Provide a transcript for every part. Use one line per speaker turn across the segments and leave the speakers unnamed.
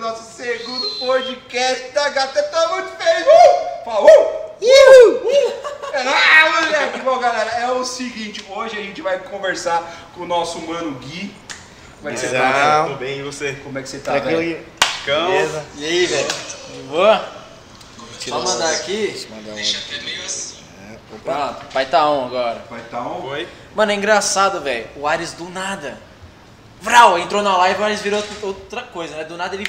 nosso segundo podcast da gata. Tá muito feliz. Uh! Falou! É nóis, moleque. Bom, galera, é o seguinte. Hoje a gente vai conversar com o nosso mano Gui. Como é que você tá, velho?
Tudo bem, e você?
Como é que você tá,
Tranquilo,
velho?
Gui?
Cão?
Beleza?
E aí, velho? De boa? Só mandar aqui.
Mandar um.
assim.
Pronto, vai tá on agora.
Vai tá um...
Oi?
Mano, é engraçado, velho. O Ares do nada. Vral, entrou na live, o Ares virou outra- outra coisa, né? Do nada ele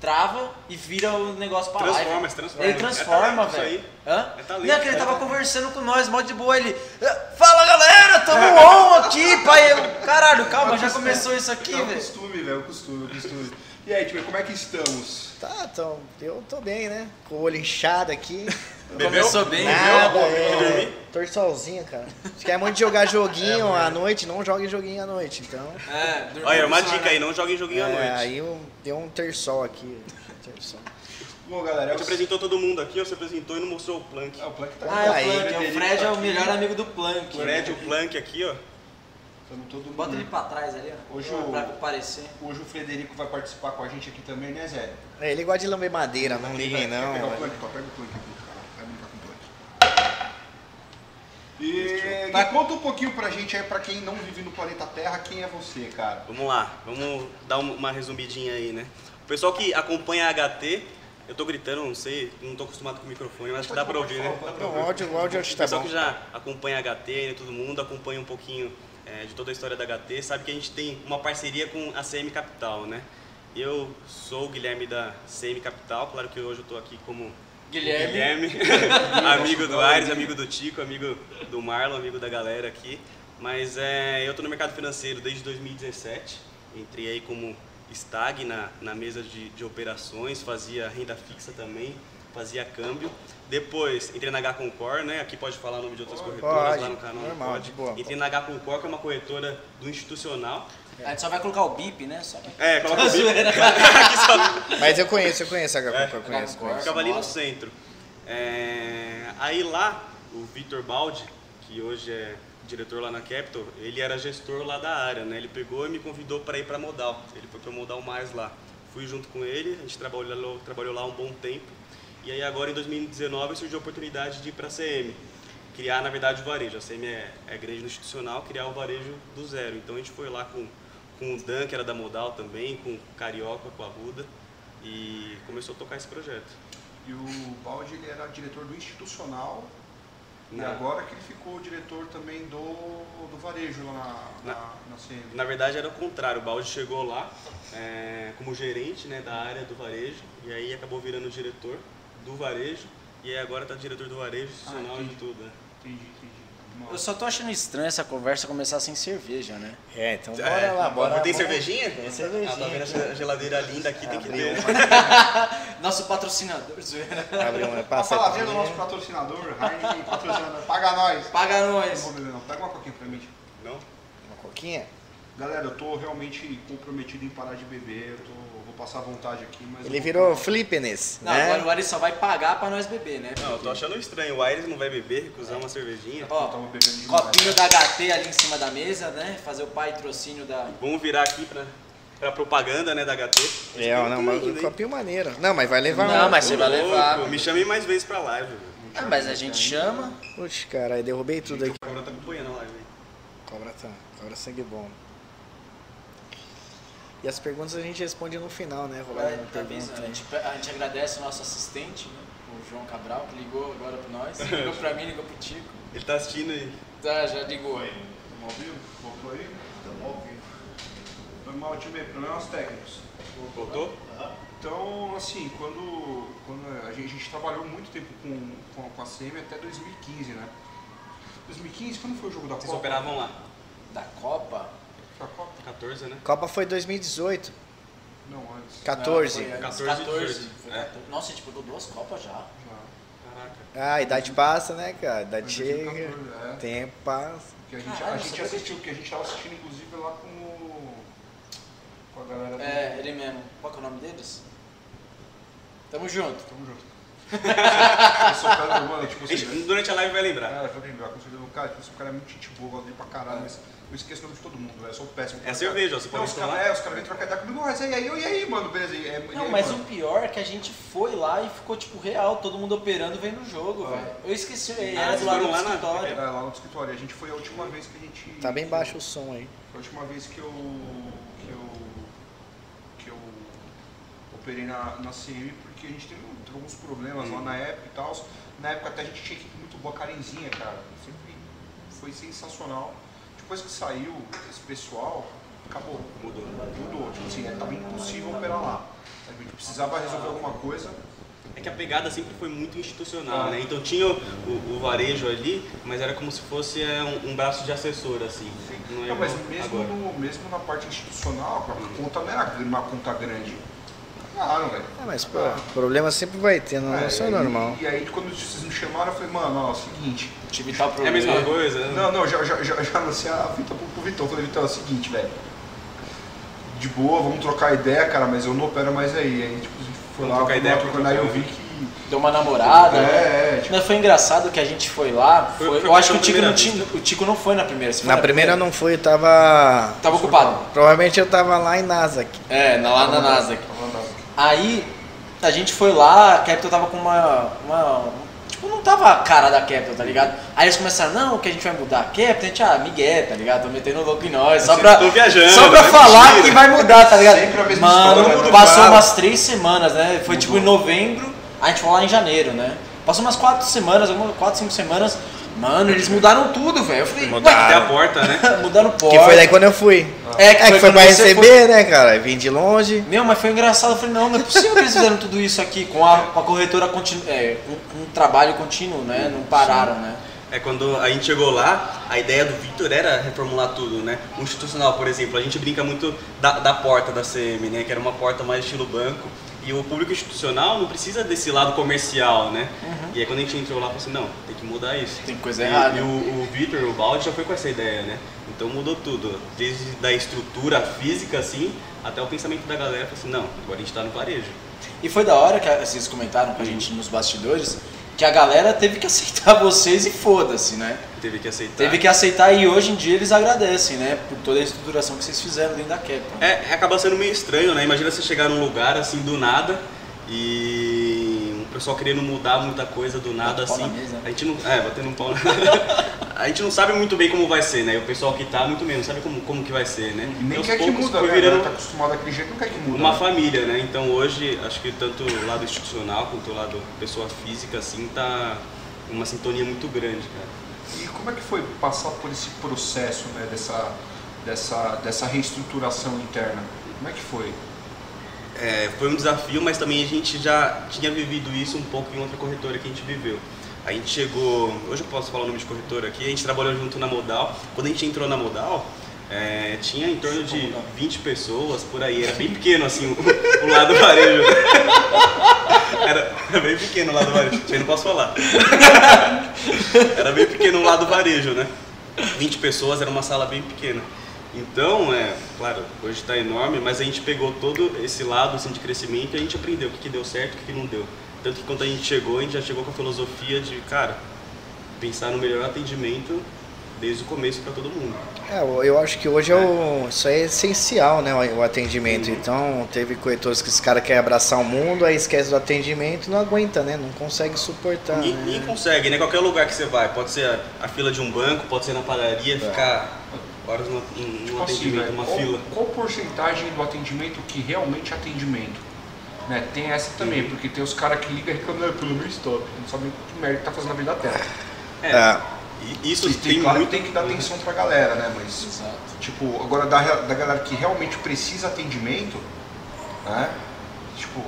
trava e vira o negócio pra
Transforma,
live.
esse transforma.
Ele transforma,
É talento
velho.
isso
Hã?
É talento,
Não, que ele
é
tava
talento.
conversando com nós, mó de boa, ele... "Ah, Fala, galera, tamo on aqui, pai. Eu, Caralho, calma, já começou isso aqui,
É o
velho.
costume, velho. É o costume, é o costume. E aí, tipo, como é que estamos?
Tá, então, eu tô bem, né? Com o olho inchado aqui.
Começou bem,
Nada,
viu?
é. Torçolzinho, cara. Se quer muito jogar joguinho à noite, não jogue joguinho à noite, então.
É, dormiu
Olha, uma
com sono,
dica aí, não joguem joguinho à
É,
noite.
aí eu, deu um terçol aqui. Terçol.
Bom, galera,
A
é o...
gente apresentou todo mundo aqui, você apresentou e não mostrou o Plank.
Ah, o Plank tá
Ah, é o
Aí,
Plank. é O Fred é
tá
o
aqui.
melhor amigo do Plank.
O Fred, o Plank aqui, ó.
Tamo todo mundo.
Bota ele pra trás ali, ó.
Hoje o-
Pra aparecer.
Hoje o Frederico vai participar com a gente aqui também, né, Zé?
É, ele gosta de lamber madeira, não liguem não.
Quer pegar o
velho.
plank, ó, pega o plank aqui, cara. Vai brincar com o plank. E
Tá.
Gui, conta um pouquinho pra gente aí, pra quem não vive no planeta Terra, quem é você, cara?
Vamos lá, vamos dar um- uma resumidinha aí, né? O pessoal que acompanha a HT, eu tô gritando, não sei, não tô acostumado com o microfone, mas acho que dá pra ouvir, né? Dá pra
Não,
ouvir.
o áudio, o áudio acho que
O
tá
pessoal
bom.
que já acompanha a HT, né, todo mundo, acompanha um pouquinho eh, de toda a história da HT, sabe que a gente tem uma parceria com a CM Capital, né? Eu sou o Guilherme da CM Capital, claro que hoje eu tô aqui como Guilherme, amigo do Aires, amigo do Tico, amigo do Marlon, amigo da galera aqui. Mas é, eu tô no mercado financeiro desde 2017, entrei aí como stag na, na mesa de, de operações, fazia renda fixa também, fazia câmbio. Depois entrei na H Concor, né? Aqui pode falar o nome de outras corretoras
pode,
lá no canal.
normal,
pode.
de boa.
Entrei na H Concor, que é uma corretora do institucional.
A gente só vai colocar o bip, né? Só pra...
É, coloca o bip.
Zoeira.
Aqui só-
Mas eu conheço, eu conheço a Gabi, eu conheço,
É.
conheço.
Ficava ali no
Nossa.
centro. É, aí lá, o Vitor Baldi, que hoje é diretor lá na Capital, ele era gestor lá da área, né? Ele pegou e me convidou para ir para Modal. Ele foi para Modal mais lá. Fui junto com ele, a gente trabalhou, trabalhou lá um bom tempo. E aí agora em 2019 surgiu a oportunidade de ir para a CM. Criar, na verdade, o varejo. A CM é, é grande no institucional, criar o varejo do zero. Então a gente foi lá com, com o Dan, que era da Modal também, com o Carioca, com a Ruda, e começou a tocar esse projeto.
E o Baldi, ele era diretor do institucional. E
Na-
agora que ele ficou diretor também do, do varejo lá na, na, na CM.
Na verdade era o contrário, o Baldi chegou lá é, como gerente né, da área do varejo e aí acabou virando diretor do varejo e aí agora tá diretor do varejo institucional
entendi.
de tudo. né?
Entendi, entendi.
Eu só tô achando estranho essa conversa começar sem cerveja, né?
É, então
É,
bora lá, bora
Tem
bora.
cervejinha?
Tem cervejinha.
Ah, tá vendo essa geladeira linda aqui, tem que ter. né?
Nosso patrocinador, zoeira.
Abre uma
A
passa aqui.
palavrinha do nosso patrocinador, Heineken, patrocinador, paga nós!
Paga
Não
nós.
vou beber não, pega uma coquinha pra mim. tipo, tio.
Não?
Uma coquinha?
Galera, eu tô realmente comprometido em parar de beber, eu tô- vou passar vontade aqui, mas...
Ele
eu-
virou Flippiness,
Não,
né?
agora o Ari só vai pagar pra nós beber, né?
Não, eu tô achando estranho. O Aires não vai beber, recusar uma cervejinha.
Eu
Ó,
tava bebendo demais.
copinho da HT ali em cima da mesa, né? Fazer o patrocínio da...
Vamos virar aqui pra, pra propaganda né, da HT.
É, ó, não, mas um copinho maneiro. Não, mas vai levar
Não,
um.
mas você vai
Ô,
levar.
louco, Me chamei mais vezes pra live. velho.
Ah, mas a gente chama.
Puxa, cara, aí derrubei tudo aqui.
O Cabral tá acompanhando a live. aí.
Cobra tá, cobra sangue bom. E as perguntas a gente responde no final, né? Rolar
Vai,
uma
tá
pergunta.
avisando. A gente, a gente agradece o nosso assistente, né? O João Cabral, que ligou agora pra nós. Ligou pra mim, ligou pro Tico.
Ele tá assistindo aí.
Tá, já ligou aí.
Tamo ao vivo? Voltou aí? Tamo ao vivo. Normal, time, problemas é técnicos.
Voltou?
Então, assim, quando, quando a, gente, a gente trabalhou muito tempo com, com, com a CM até 2015, né? 2015, quando foi o jogo da
Vocês
Copa?
operavam lá.
Da Copa?
Foi a Copa?
14, né?
Copa foi 2018,
Não, antes.
14.
Não, Ah, foi antes.
14,
14.
14.
Nossa, a gente pegou duas Copas já.
Já.
Caraca.
Ah, a idade passa, né, cara? A idade
Foi
chega.
2014, é.
Tempo passa.
Que a gente, a
Caralho,
gente
você
assistiu, que a gente tava assistindo, inclusive, lá com o... Com a galera do...
É, ele mesmo. Qual que é o nome deles? Tamo junto.
Tamo junto. Eu sou o cara, mano, tipo
A
assim,
gente, durante a live vai lembrar.
Cara, eu falei, meu, com certeza, o cara, tipo, esse cara é muito gente boa, gosta de pra caralho, mas eu esqueço o nome de todo mundo, velho, eu sou péssimo. pra
É a
caralho.
cerveja, ó, você né?
Não,
pode
os caras
tomar.
é, os caras vêm trocar ideia comigo, mas e aí, eu, e aí, mano, beleza, e, é, e
Não,
aí,
mas
mano?
o pior é que a gente foi lá e ficou, tipo, real, todo mundo operando vendo o jogo, velho. Eu esqueci, era
Ah. vocês
do lado do
foram lá na-
É,
escritório.
lá no escritório, a gente foi a última vez que a gente...
um Tá bem baixo o som aí.
Foi a última vez que eu. que eu. que eu operei na, na CM, porque a gente teve alguns problemas lá na época e tal. Na época até a gente tinha equipe muito boa, carenzinha, cara. Sempre foi sensacional. Depois que saiu esse pessoal, acabou.
Mudou.
Mudou. Tipo assim, é, tava impossível operar lá. A gente precisava resolver alguma coisa.
É que a pegada sempre foi muito institucional,
Ah.
né? Então tinha o, o varejo ali, mas era como se fosse é, um, um braço de assessor, assim. Não é
Não, mas
igual
mesmo,
agora. Uhum.
no- mesmo na parte institucional, a conta não era uma conta grande. Claro, velho.
Ah, mas pô,
Ah.
problema sempre vai ter, não
É,
Ah,
isso
e
é
aí-
normal.
E aí, quando vocês me chamaram, eu falei, mano, ó, é o seguinte.
O time tá pro
É a mesma coisa? né?
Não, não, já, já, já, já lancei a fita pro, pro Vitão. Falei, Vitão, é o seguinte, velho. De boa, vamos trocar ideia, cara, mas eu não opero mais aí. Aí, tipo, foi
Vamos
lá,
trocar
foi
ideia
lá
pra
trocando, aí eu
trocar.
vi que.
Deu uma namorada. né?
É, é, tipo,
Mas foi engraçado que a gente foi lá.
Foi-
foi-
foi
eu acho que o
pela
Tico, não
primeira
tinha- o Tico não foi na primeira. você foi
Na primeira eu não fui, eu tava.
Tava ocupado.
Provavelmente eu tava lá em Nasdaq.
É, na- lá na NASA.
tava andando.
Aí a gente foi lá, a Capital tava com uma. uma- tipo, não tava a cara da Capital, tá ligado? Aí eles começaram, não, que a gente vai mudar a Capital, a gente, ah, Miguel, tá ligado? Tô metendo louco em nós, só
Vocês
pra.
tão viajando,
só pra
né?
falar
Mentira.
que vai mudar, tá ligado?
Sempre a mesma
Mano,
história, né?
passou
Claro.
umas três semanas, né? Foi tipo em novembro, a gente foi lá em janeiro, né? Passou umas quatro semanas, algumas quatro, cinco semanas. Mano, eles mudaram tudo, velho. Eu falei,
Mudaram até a
mudaram,
porta, né?
mudaram porta.
Que foi daí quando eu fui.
É, que
É, que
foi
foi,
quando
pra
você
receber,
foi.
né, cara? Vim de longe.
Meu, mas foi engraçado. Eu falei, não, não é possível que eles fizeram tudo isso aqui com a, com a corretora continu, é, com, com um trabalho contínuo, né? Não pararam, né?
É quando a gente chegou lá, a ideia do Victor era reformular tudo, né? O institucional, por exemplo, a gente brinca muito da, da porta da CM, né? Que era uma porta mais estilo banco. E o público institucional não precisa desse lado comercial, né? E aí quando a gente entrou lá, falou assim, não, tem que mudar isso.
Uhum. Tem coisa
E-
errada.
E o, o Victor, o Baldi, já foi com essa ideia, né? Então mudou tudo. Desde da estrutura física, assim, até o pensamento da galera. Falou assim, não, agora a gente tá no varejo.
E foi da hora que a- vocês comentaram com a gente nos bastidores que a galera teve que aceitar vocês e foda-se, né?
Teve que aceitar.
Teve que aceitar e hoje em dia eles agradecem, né? Por toda a estruturação que vocês fizeram dentro da né? Capcom.
É, acaba sendo meio estranho, né? Imagina você chegar num lugar assim do nada e o pessoal querendo mudar muita coisa do nada
Bate pau
assim.
na mesa.
A gente não. É, batendo um pau na A gente não sabe muito bem como vai ser, né? E o pessoal que tá muito menos sabe como, como que vai ser, né?
E nem
E aos
quer que
poucos
muda,
foi
né?
virando
Tá acostumado daquele jeito, não quer que muda.
uma
né?
família, né? Então hoje, acho que tanto o lado institucional quanto o lado pessoa física, assim, tá uma sintonia muito grande, cara.
E como é que foi passar por esse processo, né, dessa, dessa, dessa reestruturação interna? Como é que foi?
É, foi um desafio, mas também a gente já tinha vivido isso um pouco em outra corretora que a gente viveu. A gente chegou, hoje eu posso falar o nome de corretora aqui, a gente trabalhou junto na Modal. Quando a gente entrou na Modal, é, tinha em torno de 20 pessoas por aí, era bem pequeno assim, o, o lado do varejo. Era, era bem pequeno o lado do varejo, isso aí não posso falar. Era bem pequeno o lado do varejo, né? 20 pessoas, era uma sala bem pequena. Então, é, claro, hoje está enorme, mas a gente pegou todo esse lado assim, de crescimento e a gente aprendeu o que, que deu certo e o que, que não deu. Tanto que quando a gente chegou, a gente já chegou com a filosofia de, cara, pensar no melhor atendimento desde o começo para todo mundo.
É, eu- eu acho que hoje é o, isso é essencial, né, o o atendimento. Então, teve corretores que esse cara quer abraçar o mundo, aí esquece do atendimento e não aguenta, né? Não consegue suportar.
Ninguém,
né?
ninguém consegue, né? Qualquer lugar que você vai, pode ser a, a fila de um banco, pode ser na padaria, ficar horas no, no
Tipo assim,
atendimento,
velho,
numa
qual,
fila.
Qual porcentagem do atendimento que realmente é atendimento? Né, tem essa também, porque tem os caras que ligam e reclamam, "Ah, pelo meu stop, não sabe nem que merda que tá fazendo na vida dela.
É,
É.
e isso
E
tem,
tem, claro,
muito...
que tem que dar atenção pra galera, né? Mas,
Exato.
tipo, agora da, rea- da galera que realmente precisa atendimento, né? Tipo,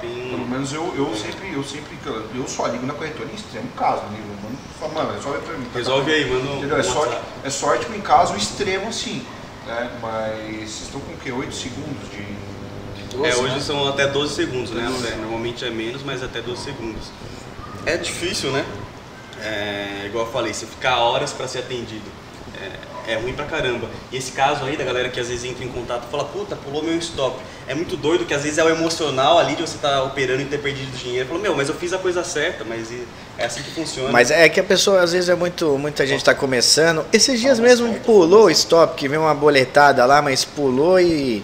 tem- um-
pelo menos eu, eu sempre, eu sempre, eu só ligo na corretora em extremo caso, ligo, mano, falo, mano, resolve pra mim. tá
Resolve aí, manda um
Entendeu? É
um
sorte,
WhatsApp.
é sorte em caso extremo assim. Né? Mas vocês estão com o quê? 8 segundos de.
É,
né?
hoje são até 12 segundos, né? André? Normalmente é menos, mas até 12 segundos. É difícil, né? É, igual eu falei, você ficar horas para ser atendido. É, é ruim pra caramba. E esse caso aí da galera que às vezes entra em contato e fala, puta, pulou meu stop. É muito doido que às vezes é o emocional ali de você estar operando e ter perdido dinheiro. Falou, meu, mas eu fiz a coisa certa, mas e- é assim que funciona.
Mas é que a pessoa, às vezes, é muito. Muita gente tá começando. Esses dias mesmo um pulou o stop, que veio uma boletada lá, mas pulou e.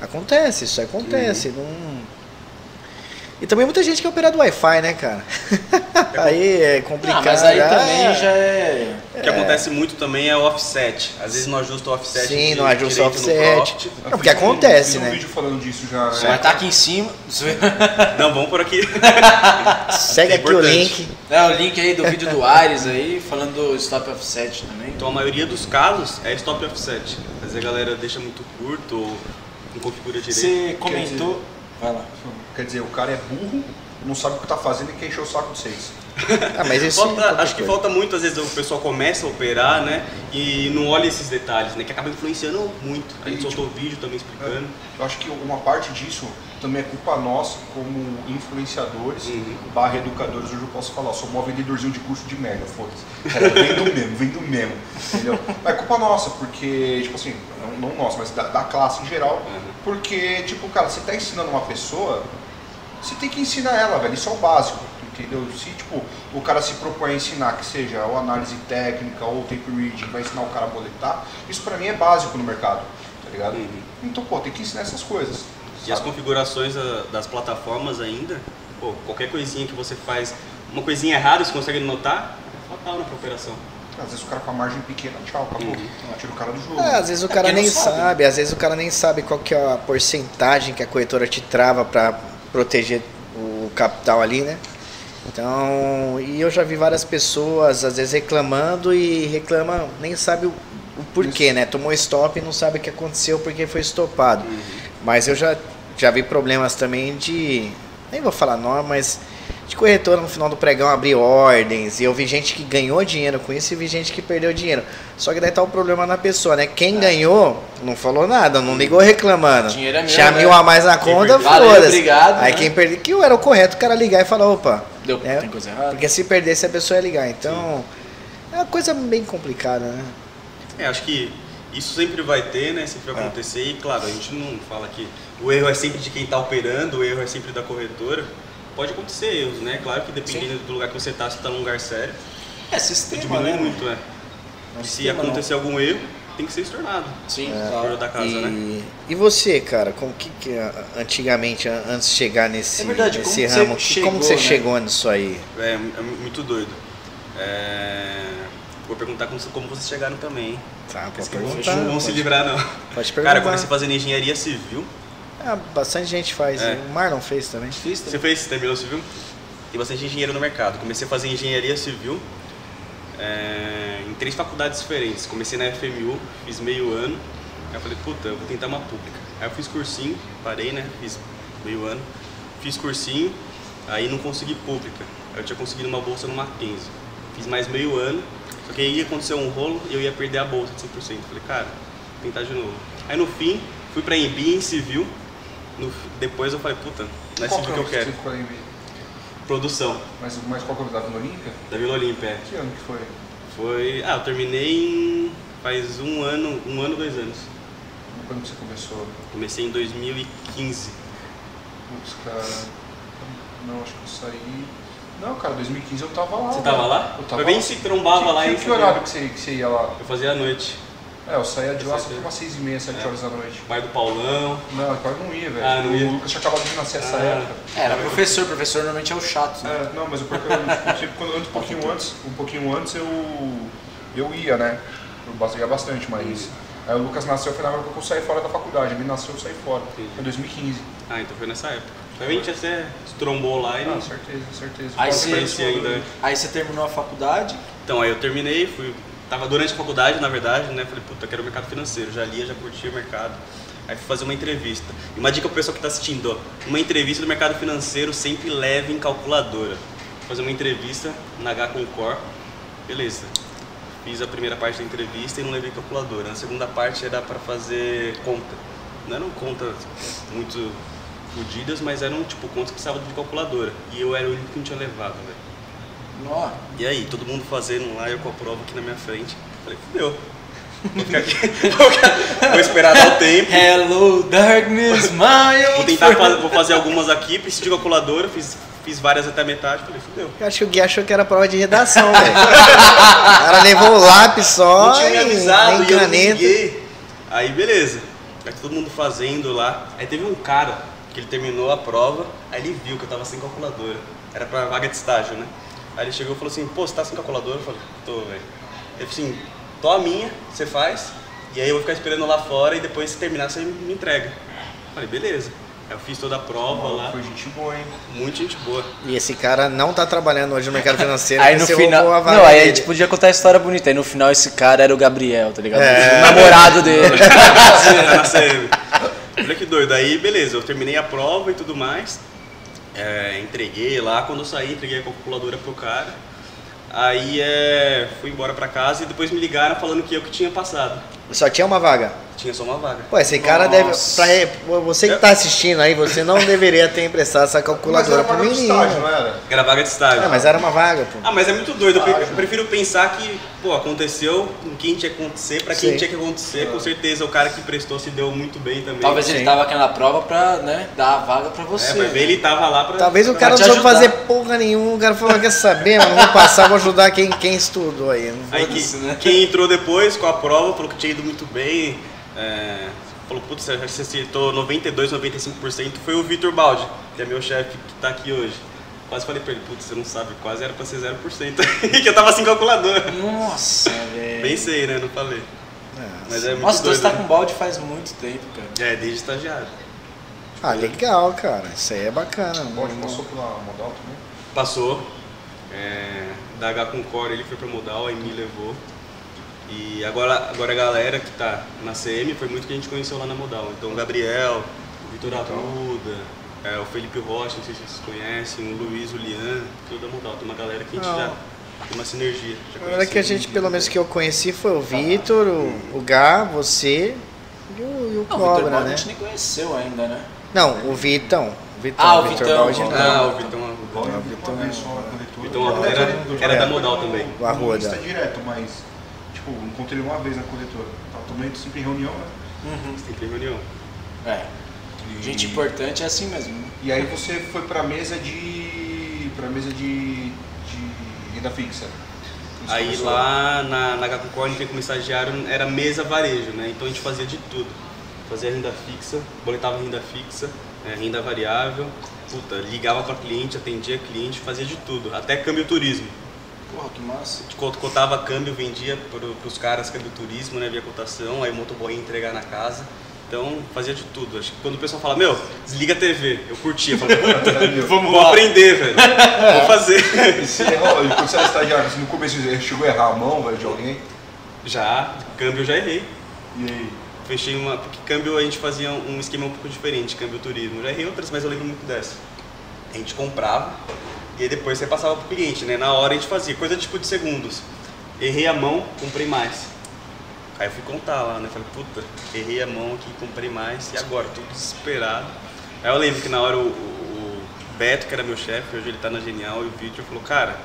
Acontece, isso
Uhum.
acontece. não- E também muita gente que é operado Wi-Fi, né, cara? aí é complicado.
Ah, mas aí
Ah,
também já é.
O que acontece muito também é o offset. Às vezes não ajusta o offset.
Sim,
de
não ajusta o
direito no
offset.
profit.
É porque acontece,
Tem um
né?
vídeo falando disso já.
Você
né?
vai estar aqui em cima.
Não, vamos por aqui.
Segue
É
aqui o
importante.
link.
É, o link aí do vídeo do Ares aí, falando do stop offset também.
Então a maioria dos casos é stop offset. Às vezes a galera deixa muito curto ou não configura direito.
Você
comentou-
comentou. Vai lá.
Quer dizer, o cara é burro, não sabe o que tá fazendo e quer encher o saco de vocês.
Ah, mas isso.
Falta-
qualquer
acho que
coisa.
falta muito, às vezes o pessoal começa a operar, né? E não olha esses detalhes, né? Que acaba influenciando muito. A gente
E,
soltou o vídeo também explicando.
Eu acho que uma parte disso também é culpa nossa como influenciadores
Uhum.
barra educadores. Hoje eu posso falar, sou mó vendedorzinho de curso de merda, foda-se. Cara, vendo mesmo, vendo mesmo, entendeu? Mas é culpa nossa, porque, tipo assim, não, não nossa, mas da, da classe em geral, porque, tipo, cara, você tá ensinando uma pessoa, você tem que ensinar ela, velho, isso é o básico. Entendeu? Se tipo, o cara se propõe a ensinar que seja ou análise técnica ou tape reading, vai ensinar o cara a boletar, isso pra mim é básico no mercado, tá ligado?
Uhum.
Então, pô, tem que ensinar essas coisas.
E as
sabe?
configurações da- das plataformas ainda, pô, qualquer coisinha que você faz, uma coisinha errada, você consegue notar, é fatal na operação.
Às vezes o cara com a margem pequena, tchau, acabou.
Uhum.
Tira o cara do jogo.
É, às vezes o
É
cara
porque não
nem sabe.
sabe.
às vezes o cara nem sabe qual que é a porcentagem que a corretora te trava pra proteger o capital ali, né? Então, e eu já vi várias pessoas às vezes reclamando e reclama, nem sabe o, o porquê, né? Tomou stop e não sabe o que aconteceu porque foi estopado.
Uhum.
Mas eu já já vi problemas também de nem vou falar nome, mas de corretora no final do pregão abrir ordens. E eu vi gente que ganhou dinheiro com isso e vi gente que perdeu dinheiro. Só que daí tá o problema na pessoa, né? Quem ganhou não falou nada, não ligou reclamando.
É. Dinheiro é meu,
Já
né?
mil a mais na
Quem
conta,
perdeu. Valeu,
foda-se.
obrigado,
Aí
né?
quem perdeu, que era o correto o cara ligar e falar, opa.
Deu,
né?
tem coisa errada.
Porque se perdesse a pessoa ia ligar. Então, é uma coisa bem complicada, né?
É, acho que isso sempre vai ter, né? Sempre
É.
vai acontecer. E claro, a gente não fala que o erro é sempre de quem está operando, o erro é sempre da corretora. Pode acontecer erros, né? Claro que dependendo do lugar que você está, se está num lugar sério,
É sistema,
diminui
né?
muito, é. E se
sistema,
acontecer algum erro, tem que ser estornado.
Sim,
Fora da casa,
É. e,
né?
e você, cara, como que, que a- antigamente, a- antes de chegar nesse,
É verdade,
nesse
como que você
ramo, que-
chegou,
como que você
né?
chegou nisso aí?
É, é mu- muito doido. É, Vou perguntar como, como vocês chegaram também, hein?
Tá, pode
Não vão-
perguntar.
não vão se
pode,
livrar, não.
pode perguntar.
Cara, eu comecei fazendo engenharia civil.
Ah, bastante gente faz.
É.
O Marlon fez também.
Difícil.
Você fez, terminou civil? Tem bastante engenheiro no mercado. Comecei a fazer engenharia civil é, em três faculdades diferentes. Comecei na FMU, fiz meio ano. Aí eu falei, puta, eu vou tentar uma pública. Aí eu fiz cursinho, parei, né? Fiz meio ano. Fiz cursinho, aí não consegui pública. Aí Eu tinha conseguido uma bolsa no Mackenzie. Fiz mais meio ano, só que aí ia acontecer um rolo e eu ia perder a bolsa de 100%. Eu Falei, cara, vou tentar de novo. Aí no fim, fui pra Embi em civil. No- depois eu falei, puta, não é
Qual
civil que
ano
eu quero.
você ficou aí?
Produção
Mas, mas qual que é o da Vila Olímpica?
da Vila Olímpia.
Que ano que foi?
Foi. Ah, eu terminei em. faz um ano, um ano, dois anos.
Quando você começou?
Comecei em 2015.
Putz, cara. Não, acho que eu saí. Não, cara, 2015 eu tava lá.
Você
velho.
tava lá?
Eu tava
Foi bem
lá.
se trombava
que,
lá
que,
em.
que horário que você, que você ia lá?
Eu fazia à noite.
É, eu saía de lá
Eu
só
sei
umas 6 e meia, 7
É.
horas da noite.
Bar do Paulão.
Não, eu quase não ia, velho.
Ah, não ia?
O Lucas tinha acabado de nascer nessa
Ah.
época.
É, era professor, professor normalmente é o chato, né?
É, não, mas o pior que eu, tipo, sempre quando antes, um pouquinho antes, um pouquinho antes eu, eu ia, né? Eu bas- ia bastante, mas. Aí o Lucas nasceu, foi na época que eu saí fora da faculdade. Ele nasceu, eu saí fora.
Entendi.
Em 2015.
Ah, então foi nessa época. Realmente você se trombou lá e não.
Ah, certeza, certeza.
Aí
Quase
você-
perdi esse
ainda. né?
bagulho.
Aí você terminou a faculdade,
Então aí eu terminei, fui. Tava durante a faculdade, na verdade, né? Falei, puta, quero o mercado financeiro. Já lia, já curtia o mercado. Aí fui fazer uma entrevista. E uma dica pro pessoal que tá assistindo, ó. Uma entrevista do mercado financeiro sempre leve em calculadora. Fui Fazer uma entrevista na H Concor. Beleza. Fiz a primeira parte da entrevista e não levei calculadora. Na segunda parte era para fazer conta. Não eram contas muito fodidas, mas eram tipo contas que precisavam de calculadora. E eu era o único que não tinha levado, velho.
ó,
um E aí, todo mundo fazendo lá, eu com a prova aqui na minha frente. Falei, fudeu. Vou, ficar aqui. Vou ficar- vou esperar dar o tempo.
Hello, darkness, my
Vou
old
tentar
friend.
fa- vou fazer algumas aqui, preciso de calculadora, fiz, fiz várias até metade, falei, fudeu.
Eu acho que o Gui achou que era prova de redação, velho. O cara levou o lápis só
não tinha me
e
avisado
nem
e eu não
caneta.
liguei. Aí beleza. Aí todo mundo fazendo lá. Aí teve um cara que ele terminou a prova, aí ele viu que eu tava sem calculadora. Era pra vaga de estágio, né? Aí ele chegou e falou assim, pô, você tá sem calculadora? Eu falei, tô, velho. Ele falou assim, tô a minha, você faz, e aí eu vou ficar esperando lá fora e depois se terminar você me entrega. Eu falei, beleza. Aí eu fiz toda a prova lá,
Foi gente boa, hein?
muito gente boa.
E esse cara não tá trabalhando hoje no mercado financeiro.
Aí
né?
porque
no
você
final.
roubou a vaga
Não, aí tipo- a
dele.
gente podia contar a história bonita. Aí no final esse cara era o Gabriel, tá ligado?
É.
O namorado dele.
Tá na CM. Olha que doido. Aí, beleza, eu terminei a prova e tudo mais. É, entreguei lá. Quando eu saí, entreguei a calculadora pro cara. Aí é, fui embora pra casa e depois me ligaram falando que eu que tinha passado.
Só tinha uma vaga.
Tinha só uma vaga.
Pô, esse cara
Nossa.
deve. Pra, pô, você que tá assistindo aí, você não deveria ter emprestado essa
Mas
calculadora
era
pro
vaga de
menino.
estágio, né? não era?
Era vaga de estágio.
Ah, mas era uma vaga, pô.
Ah, mas é muito doido. Eu pre- prefiro pensar que, pô, aconteceu com quem tinha que acontecer, pra quem
Sim.
tinha que acontecer. Com certeza o cara que prestou se deu muito bem também.
Talvez ele
Sim.
tava aquela prova pra, né, dar a vaga pra
É,
você.
vai ver, ele tava lá pra.
Talvez o
pra
cara não
te
soube
ajudar.
fazer porra nenhuma. O cara falou: quer saber, mano? Vou passar, vou ajudar quem, quem estudou aí. Não vou-
Aí
Foda-se,
que-
né?
quem entrou depois com a prova falou que tinha ido muito bem. é, falou, putz, você acertou 92, 95%. Foi o Vitor Baldi, que é meu chefe que tá aqui hoje. Quase falei pra ele, putz, você não sabe, quase era pra ser 0%. que eu tava sem calculadora.
Nossa, velho.
Pensei, né? Não falei. Mas é muito
É. Nossa, então
doido.
você tá
né?
com balde faz muito tempo, cara.
É, desde estagiário.
Ah, legal, cara. Isso aí é bacana.
Pode, passou pela modal também?
Passou. é, da H Concord ele foi pra Modal, aí me levou. E agora, agora a galera que tá na CM foi muito que a gente conheceu lá na Modal. Então o Gabriel, o Vitor Arruda, é, o Felipe Rocha, não sei se vocês conhecem, o Luiz, o Lian, tudo da Modal. Tem uma galera que a gente
Não.
já tem uma sinergia. Já
A hora que a
conheceu.
gente, pelo menos que eu conheci, foi o Vitor, o, o Gá, você e o, e o
Não, o Vitor
Cobra,
Baldi
né?
a gente nem conheceu ainda, né?
Não, o Vitão. Vitão
Ah, o
Vitor
Vitão.
Baldi, não.
Ah, o Vitão
Igual
Arruda.
eu vi uma vez só na coletora.
O Vitão Arruda Então, era, era da Modal também.
O Arruda.
Não está é direto, mas, tipo, encontrei ele uma vez na coletora. Tava também sempre em reunião, né?
Tem que ter reunião.
É.
E-
Gente importante é assim mesmo. né?
E aí você foi pra mesa de. pra mesa de. de renda fixa. Isso
Aí
começou.
lá na, na Gacocorn, que como estagiário, era mesa varejo, né? Então a gente fazia de tudo. Fazia renda fixa, boletava renda fixa, eh, renda variável, puta, ligava para cliente, atendia cliente, fazia de tudo, até câmbio turismo.
Porra, que massa.
A gente co- cotava câmbio, vendia para os caras câmbio turismo, né? Via cotação, aí o motoboy ia entregar na casa. Então fazia de tudo. Acho que quando o pessoal fala, meu, desliga a TV, eu curtia. Eu falava, puta,
Vamos
vou
lá.
aprender, velho. Vou fazer.
E você errou, e é, quando você era estagiário, você no começo você chegou a errar a mão velho, de alguém.
Já, câmbio eu já errei.
E aí?
Fechei uma. Porque câmbio a gente fazia um esquema um pouco diferente, câmbio turismo. Já errei outras, mas eu lembro muito dessa. A gente comprava e aí depois você passava pro cliente, né? Na hora a gente fazia, coisa tipo de segundos. Errei a mão, comprei mais. Aí eu fui contar lá, né? Falei, puta, errei a mão aqui, comprei mais, e agora? Tô desesperado. Aí eu lembro que na hora o, o- o Beto, que era meu chefe, hoje ele tá na Genial, e o Victor falou, cara,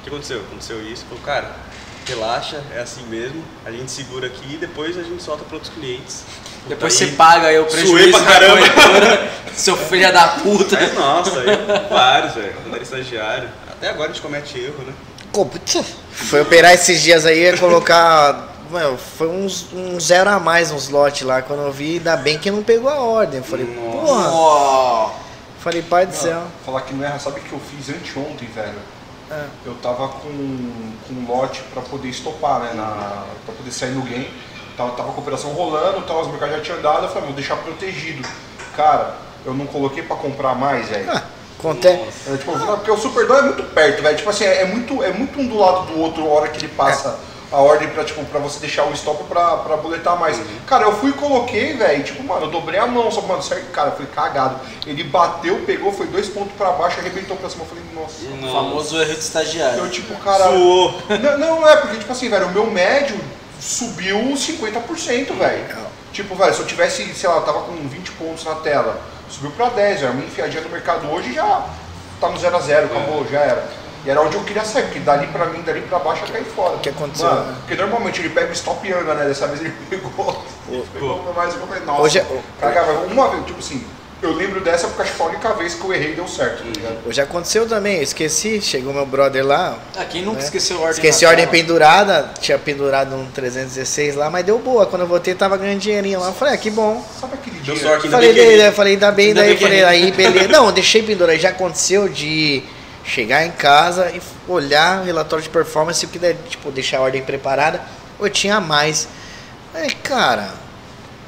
o que aconteceu? Aconteceu isso. Falou, cara, relaxa, é assim mesmo, a gente segura aqui e depois a gente solta para outros clientes. Puta,
Depois
aí-
você paga aí o
Suei
prejuízo
pra
da
caramba. É.
corretora, seu filho da puta.
Mas nossa, eu, vários, velho. Quando era estagiário. Até agora a gente comete erro, né?
Pô, putz, Ah. Foi operar esses dias aí, ia colocar. Mano, foi uns, um zero a mais nos lotes lá. Quando eu vi, ainda bem que não pegou a ordem. Eu Falei,
Nossa.
porra.
Ó.
Falei, pai do
Não,
céu.
Falar que não erra, sabe o que eu fiz anteontem, velho?
É.
Eu tava com, com um lote pra poder estopar, né? Na, pra poder sair no game. Tava, tava com a operação rolando, tal, os mercados já tinham dado, eu falei, "Ah, vou deixar protegido. Cara, eu não coloquei pra comprar mais, velho.
Ah, conte...
Nossa.
É, tipo, eu falei, "Ah, porque o Superdom é muito perto, velho. Tipo assim, é é muito, é muito um do lado do outro a hora que ele passa a ordem pra, tipo, pra você deixar o stop pra, pra boletar mais. Cara, eu fui e coloquei, velho. Tipo, mano, eu dobrei a mão, só, mano, certo, cara, foi cagado. Ele bateu, pegou, foi dois pontos pra baixo, arrebentou pra cima. Eu falei, nossa.
O famoso erro de estagiário.
Eu, tipo, caralho.
Suou.
Não, não, é, porque, tipo assim, velho, o meu médio subiu 50%, velho. Tipo, velho, se eu tivesse, sei lá, eu tava com 20 pontos na
é
É.
tela, subiu pra 10, velho. Uma enfiadinha no mercado hoje já tá no 0x0, acabou, já era.
E era onde eu queria sair, porque dali pra mim, dali pra baixo, eu caí fora. O
que aconteceu,
Mano,
né?
Porque normalmente ele pega o stop e anda, né? Dessa vez ele pegou. Pegou mais e eu falei, nossa.
Hoje é-
Caraca, mas uma vez, tipo assim, eu lembro dessa porque acho que foi a única vez que eu errei e deu certo, tá ligado?
Hoje aconteceu também, eu esqueci, chegou meu brother lá.
Ah, quem nunca
né?
esqueceu a ordem?
Esqueci a
na
ordem
tela?
pendurada, tinha pendurado um 316 lá, mas deu boa. Quando eu voltei, tava ganhando dinheirinho lá. Eu falei, ah, que bom.
Sabe aquele
Deu
dia?
sorte. Ainda
falei,
bem que-
daí, eu falei, ainda bem,
ainda
daí
bem
eu
que
falei,
ele-
aí beleza. Não, eu deixei pendurado. Já aconteceu de chegar em casa e olhar o relatório de performance, o que der, tipo, deixar a ordem preparada. Eu tinha mais. Aí, cara,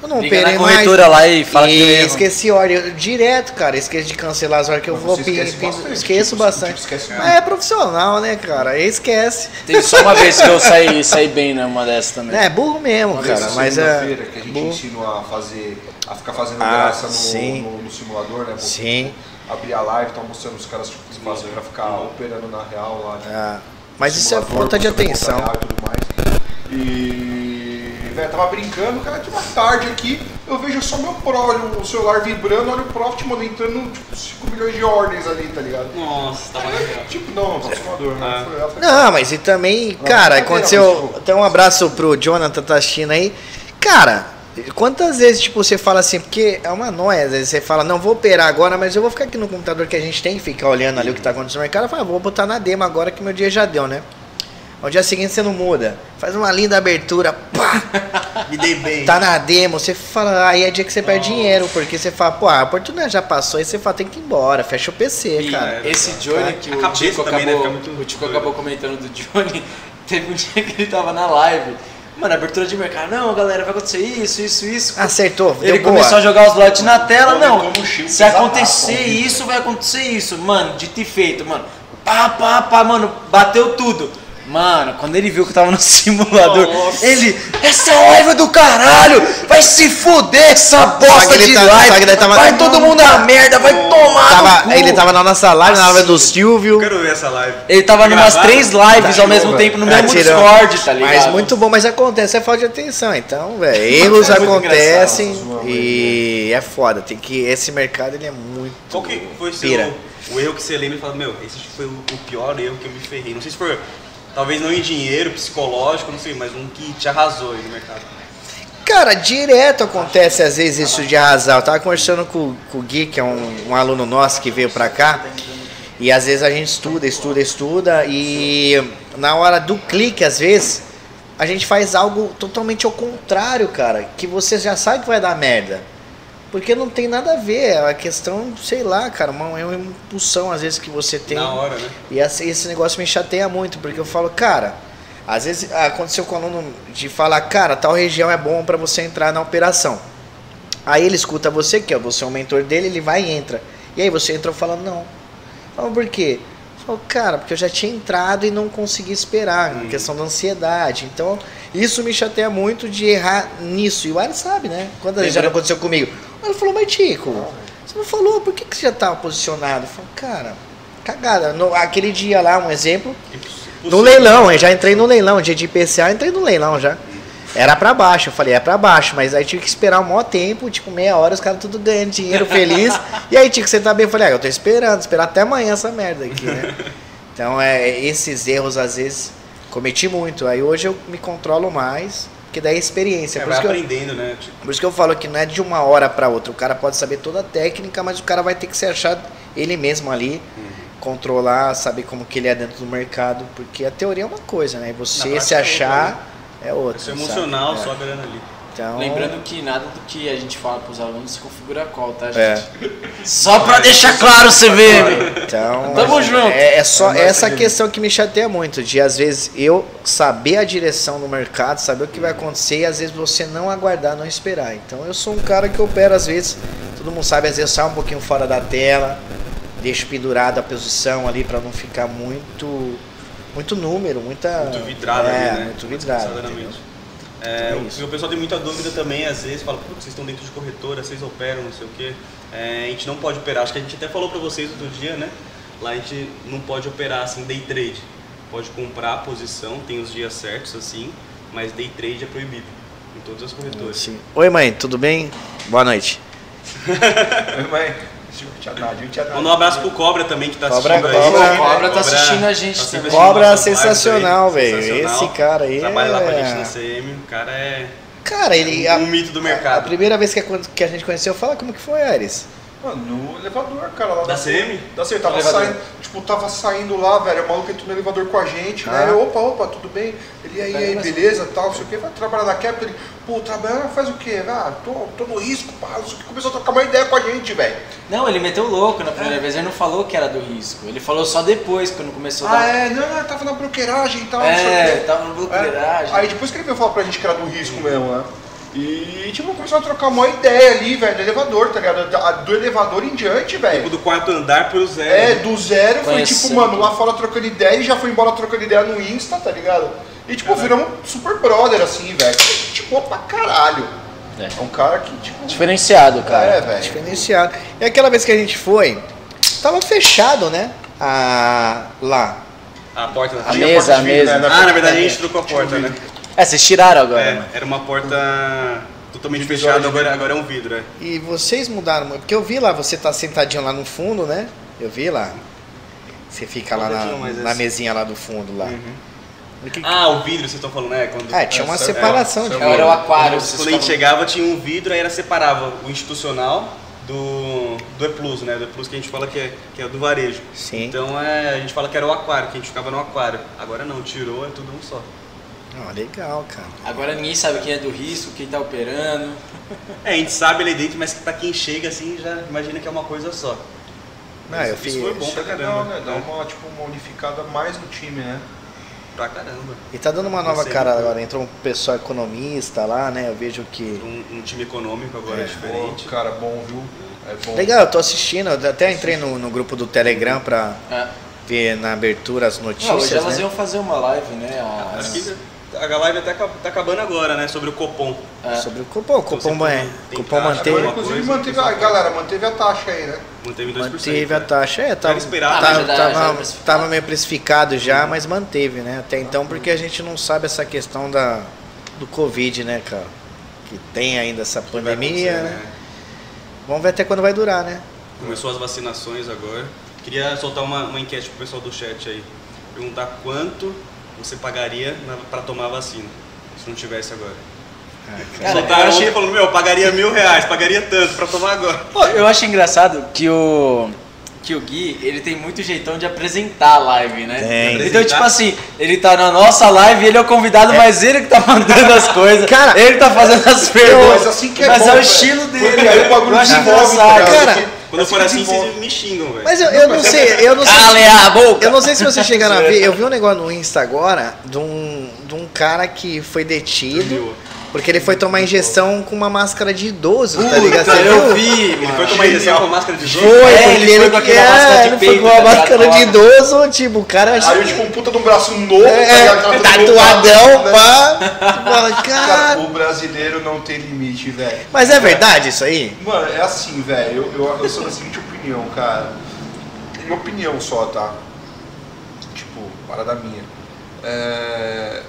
eu não
Liga
operei
na corretora
mais.
lá e fala que deu
e
erro.
esqueci a ordem. Eu- direto, cara, esqueço de cancelar as horas que eu
Mas
vou.
você
pin-
esquece
pin-
bastante,
esqueço
tipo,
bastante.
tipo, esquece
Mas
mesmo.
é profissional, né, cara? Aí Esquece.
Teve só uma vez que eu saí, saí bem numa dessas também.
Né?
É burro mesmo,
Uma vez
cara.
na
Mas é.
segunda-feira que a gente
burro.
ensina a fazer, a ficar fazendo
Ah,
graça no,
sim.
no- no simulador, né?
Sim.
Abrir a live, tá mostrando os caras tipo, que fazem pra ficar operando na real lá, né?
Ah, mas isso é
Simulador,
falta de
mostrando
atenção.
real E tudo mais. E. Velho, tava brincando, cara, de uma tarde aqui, eu vejo só meu Pro, olho o celular vibrando, olha o Profit, mano, entrando tipo 5 milhões de ordens ali, tá ligado?
Nossa, tava legal.
Tipo, não, tá simulador,
Ah.
né? Foi- eu falei,
Não, mas e também, cara,
brincadeira, mas,
aconteceu.
tipo-
Até um abraço pro Jonathan da China aí. Cara, quantas vezes, tipo, você fala assim, porque é uma noia, às vezes você fala, não vou operar agora, mas eu vou ficar aqui no computador que a gente tem, ficar olhando ali o que tá acontecendo no mercado, fala, vou botar na demo agora que meu dia já deu, né? No dia seguinte você não muda. Faz uma linda abertura, pá,
Me dei bem.
tá na demo, você fala, aí é dia que você perde dinheiro, porque você fala, pô, a oportunidade já passou, aí você fala, tem que ir embora, fecha o PC,
Sim,
cara.
é.
Esse Johnny que
A
o
cabeça
Tico
também, né?
acabou,
Fica muito
o Tico
doido.
acabou comentando do Johnny, teve um dia que ele tava na live. Mano, abertura de mercado, não, galera, vai acontecer isso, isso, isso.
Acertou,
Ele
deu boa.
começou a jogar os lotes na tela,
Olha
não.
como o Chico
Se
fez a
acontecer
raça,
isso, vai acontecer isso. Mano, dito e feito, mano. Pá, pá, pá, mano, bateu tudo. Mano, quando ele viu que eu tava no simulador,
Nossa.
ele. Essa live é do caralho! Vai se fuder essa
Só que
bosta
ele
de
tá- só que
live!
ele tava-
Vai todo mundo na merda, vai tomar! no cu. Tá
Tava- ele tava na nossa live, na live do
Eu
Silvio.
quero ver essa live. Tá
Ele tava numas
Gravado?
três lives ao mesmo
Tirou,
tempo no
tá,
mesmo
tirou.
Discord, tá ligado?
Mas muito bom, mas acontece, é falta de atenção. Então, velho, erros
É muito
acontecem
engraçado, zoa,
e é foda. Tem que esse mercado ele é muito
Qual que foi o seu,
pira.
o erro que você lembra e fala, meu, esse foi o, o pior erro que eu me ferrei? Não sei se foi, talvez não em dinheiro, psicológico, não sei, mas um que te arrasou aí no mercado.
Cara, direto acontece às vezes isso de arrasar. Eu tava conversando com, com o Gui, que é um, um aluno nosso que veio pra cá. E às vezes a gente estuda, estuda, estuda. E na hora do clique, às vezes, a gente faz algo totalmente ao contrário, cara. Que você já sabe que vai dar merda. Porque não tem nada a ver. É uma questão, sei lá, cara. Uma, é uma impulsão às vezes que você tem.
Na hora, né?
E essa- esse negócio me chateia muito, porque eu falo, cara, às vezes ah, aconteceu com o aluno de falar, cara, tal região é bom pra você entrar na operação. Aí ele escuta você, que é você é o mentor dele, ele vai e entra. E aí você entrou falando, não. Fala, por quê? Fala, cara, porque eu já tinha entrado e não consegui esperar, na questão da ansiedade. Então, isso me chateia muito de errar nisso. E o Ari sabe, né? Quando já não aconteceu comigo. Ele falou, mas Tico, você não falou, por que, que você já estava posicionado? Eu falo, cara, cagada. No- aquele dia lá, um exemplo, no leilão, eu já entrei no leilão, dia de IPCA, eu entrei no leilão já. Era pra baixo, eu falei, é pra baixo, mas aí tive que esperar um maior tempo, tipo meia hora, os caras tudo ganhando dinheiro, feliz. e aí tinha que sentar bem, eu falei, ah, eu tô esperando, esperar até amanhã essa merda aqui, né? Então, é, esses erros, às vezes, cometi muito. Aí hoje eu me controlo mais, que daí é experiência.
Você
por,
vai
isso que eu,
aprendendo, né? Tipo,
por isso que eu falo que não é de uma hora pra outra. O cara pode saber toda a técnica, mas o cara vai ter que se achar ele mesmo ali
Uhum.
controlar, saber como que ele é dentro do mercado, porque a teoria é uma coisa, né? E você
Na
se
prática é
achar é outra.
isso é
sabe?
emocional,
É.
só a grana ali.
Então,
Lembrando que nada do que a gente fala pros alunos se configura call, tá, gente?
É.
Só pra deixar claro o CVM.
Então,
Tamo
é-
junto.
É, é só
nóis,
essa
Guilherme.
questão que me chateia muito, de às vezes eu saber a direção do mercado, saber o que vai acontecer e às vezes você não aguardar, não esperar. Então eu sou um cara que opera às vezes, todo mundo sabe, às vezes sai um pouquinho fora da tela, deixo pendurado a posição ali pra não ficar muito muito número, muita
Muito vidrado
é,
ali, né?
muito vidrado. entendeu?
Pesadamente. É,
Tudo
o-
isso.
o pessoal tem muita dúvida também, às vezes, fala, putz, vocês estão dentro de corretora, vocês operam, não sei o quê. É, a gente não pode operar, acho que a gente até falou pra vocês outro dia, né? Lá a gente não pode operar assim, day trade. Pode comprar a posição, tem os dias certos assim, mas day trade é proibido em todas as corretoras.
Sim. Oi mãe, tudo bem? Boa noite.
ah, Mas tipo,
Assistiu, te atalho, te atalho.
Mandar um abraço pro Cobra também, que tá
Cobra,
assistindo aí.
Cobra.
Pô,
Cobra tá assistindo a gente
sempre
também.
assistindo
Cobra
nossas lives
sensacional,
aí,
velho.
sensacional.
Esse cara aí
Trabalha lá com a
é-
gente na CM. O cara é
Cara, ele. a-
um mito do
A
mercado.
primeira vez que a, que a gente conheceu, fala como que foi, Ares.
Mano, no elevador, cara, lá
Da
no-
CM?
Da CM, Então, assim, tava
Elevador.
saindo, tipo, tava saindo lá, velho, o maluco entrou no elevador com a gente, né?
Ah.
Eu, opa, opa, tudo bem? Ele aí, aí, beleza, tal, não sei o quê, vai trabalhar na Capitol, ele, pô, trabalha, faz o quê? Ah, tô, tô no risco, pá, não sei o quê, começou a trocar uma ideia com a gente, velho.
Não, ele meteu louco na
É.
primeira vez, ele não falou que era do risco. Ele falou só depois, quando começou a
Ah,
dar.
é, não, não, tava na broqueiragem e tal, não sei o
É,
quê.
tava no bloqueiragem.
Aí depois que ele veio falar pra gente que era do risco mesmo, né? E, tipo, começou a trocar uma ideia ali, velho, no elevador, tá ligado? Da- Do elevador em diante, velho.
Tipo, do quarto andar pro zero.
É, do zero foi
Conhecendo.
tipo, mano, lá fora trocando ideia e já foi embora trocando ideia no Insta, tá ligado? E tipo, viramos super brother assim, velho. Tipo, boa pra caralho. É. um cara que, tipo.
Diferenciado,
É,
cara.
tipo,
velho.
Diferenciado. E aquela vez que a gente foi, tava fechado, né? Ah, lá.
A porta da
A
frente.
mesa, a mesa.
Ah, na verdade a gente trocou a porta, né?
É, vocês tiraram agora, mano.
É, era uma porta totalmente
Divisória
fechada,
de
agora, agora é um vidro, é.
E vocês mudaram muito. Porque eu vi lá, você tá sentadinho lá no fundo, né? Eu vi lá. Você fica lá na,
Sentadinho, mas
na
esse- Uhum.
mesinha lá do fundo lá. E que-
Ah, o vidro, vocês estão falando, né? Quando,
É, tinha uma
é,
separação de
tipo, Era
é
o aquário. vocês
Quando a gente
falam.
chegava tinha um vidro, aí era separava o institucional do, do E-Plus, né? Do E-Plus que a gente fala que é, que é do varejo.
Sim.
Então é, a gente fala que era o aquário, que a gente ficava no aquário. Agora não, tirou, é tudo um só.
Ah, legal, cara.
Agora ninguém sabe quem é do risco, quem tá operando.
É, a gente sabe ali dentro, mas pra quem chega assim já imagina que é uma coisa só.
Não, Ah, eu
isso
fiz.
foi bom
Isso é
pra
legal,
caramba.
né? Dá
É,
uma, tipo, uma unificada mais no time, né?
Pra caramba.
E tá dando uma nova
Você-
cara agora. Entrou um pessoal economista lá, né? Eu vejo que.
Um, um time econômico agora é, diferente.
Pô, cara, bom, viu? É bom.
Legal, eu tô assistindo. Eu até entrei no, no grupo do Telegram pra
É.
ver na abertura
Ah,
as
Não, hoje
notícias.
elas
né?
iam fazer uma live, né? às-
Acho que a live até acab- tá acabando agora, né? Sobre o Copom.
É.
Sobre o cupom. O
Então,
cupom,
você
é,
tem
cupom
taxa,
manteve,
Agora,
uma
inclusive,
coisa,
manteve a,
pessoal.
galera, manteve a taxa aí, né?
Manteve 2%.
manteve a
né?
taxa. É, tava,
Era esperado,
tava-
né?
Já era- já era
tava,
precificado.
tava meio precificado já, mas manteve, né? Até então, porque a gente não sabe essa questão da, do Covid, né, cara? Que tem ainda essa
Vai acontecer,
pandemia, né? Vamos ver até quando vai durar, né?
Começou as vacinações agora. Queria soltar uma, uma enquete pro pessoal do chat aí. Perguntar quanto você pagaria na- pra tomar a vacina, se não tivesse agora.
Ah,
Cara,
Soltaram
eu
ontem
achei-
e falando, meu, eu pagaria mil reais, pagaria tanto pra tomar agora.
Pô, eu acho engraçado que o que o Gui, ele tem muito jeitão de apresentar a live, né?
Tem.
Então, tipo assim, ele tá na nossa live, ele é o convidado, mas ele que tá mandando as coisas.
Cara,
ele tá fazendo as perguntas.
mas assim que é
Mas
bom,
é o
velho.
estilo dele.
Porque aí o bagulho
eu acho
desenvolve,
engraçado.
tá ligado?
Cara,
Porque-
Quando for assim,
desenvolve.
vocês me xingam, velho.
Mas eu, eu não sei, eu não sei.
Cale a boca!
Eu não sei se vocês chegaram a ver, eu vi um negócio no Insta agora de um, de um cara que foi detido
Dormiu.
porque ele foi tomar injeção com uma máscara de idoso, tá ligado?
Puta,
Você
eu
viu?
vi,
Ele
mano.
foi tomar injeção com máscara de
Foi,
jogo?
É,
porque
ele foi com
ele, que
aquela máscara
é,
de
ele foi
peito,
com uma
tá ligado?
máscara de idoso, tipo, o cara
Aí,
tipo,
tipo, um puta de um braço novo,
é,
tá ligado?
tatuadão,
Né?
pá. Tu fala,
Cara,
cara.
o brasileiro não tem limite, velho.
Mas é verdade isso aí?
Mano, é assim, velho. Eu, eu, eu sou da seguinte opinião, cara. Minha opinião só, tá? Tipo, parada minha. É,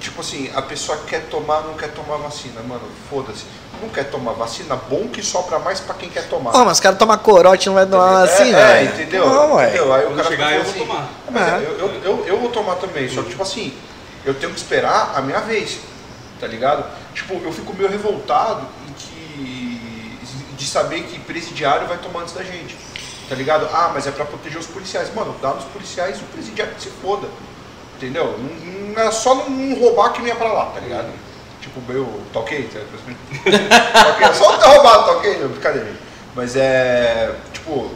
Tipo assim, a pessoa quer tomar, não quer tomar vacina, mano. Foda-se. Não quer tomar vacina, bom que sobra mais pra quem quer tomar.
Ó, mas os caras tomam corote e não vai tomar assim,
é,
velho.
é, entendeu?
Não, ué.
entendeu? Aí o
Quando
cara
chegar,
fica
eu vou tomar.
"Ah, mas
É.
eu, eu, eu, eu vou tomar também, só que tipo assim, eu tenho que esperar a minha vez, tá ligado? Tipo, eu fico meio revoltado em que, de saber que presidiário vai tomar antes da gente, tá ligado? Ah, mas é pra proteger os policiais. Mano, dá nos policiais e o presidiário que se foda, entendeu? Não, não é só não, não roubar que não ia pra lá, tá ligado? Tipo, eu toquei, tá ligado? Ok, Só não ter roubado, tá ok? Não, Brincadeira. Mas é. Tipo,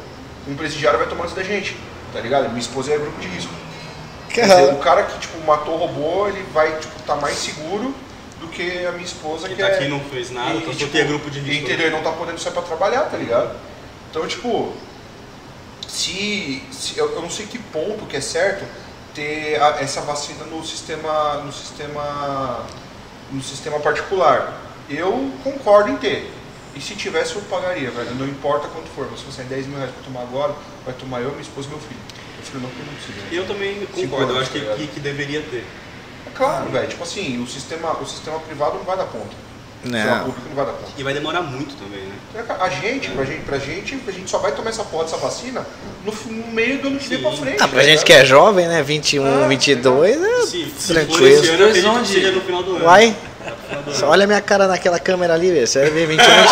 um presidiário vai tomar antes da gente, tá ligado? Minha esposa é grupo de risco. Quer dizer,
Cara,
o cara que, tipo, matou, roubou, ele vai, tipo, tá mais seguro do que a minha esposa
Quem
que
tá
é-
aqui não fez nada, então só tem grupo de risco.
tipo, Entendeu? Ele não tá podendo sair pra trabalhar, tá ligado? Então, tipo, se, se- eu, eu não sei que ponto que é certo ter a- essa vacina no sistema, no sistema, no sistema particular. Eu concordo em ter. E se tivesse, eu pagaria, velho. Não importa quanto for. Mas se você tem 10 mil reais pra tomar agora, vai tomar eu, minha esposa e meu filho. Meu filho não, porque não precisa.
Eu também
Sim,
concordo, eu acho que,
tá ligado?
que, que deveria ter.
É claro, velho. Tipo assim, o sistema, o sistema privado não vai dar conta. O sistema
não.
público não vai dar conta.
E vai demorar muito também, né?
A gente, pra gente, pra gente, a gente só vai tomar essa porra dessa vacina no, f- no meio do ano que vem pra frente.
Ah, pra
tá
gente
ligado?
que é jovem, né? 21,
Ah,
22, é tranquilo.
for esse ano, eu acredito que
Onde?
seja no final do ano.
Vai. Só olha a minha cara naquela câmera ali, velho. Você vai ver 21, 22.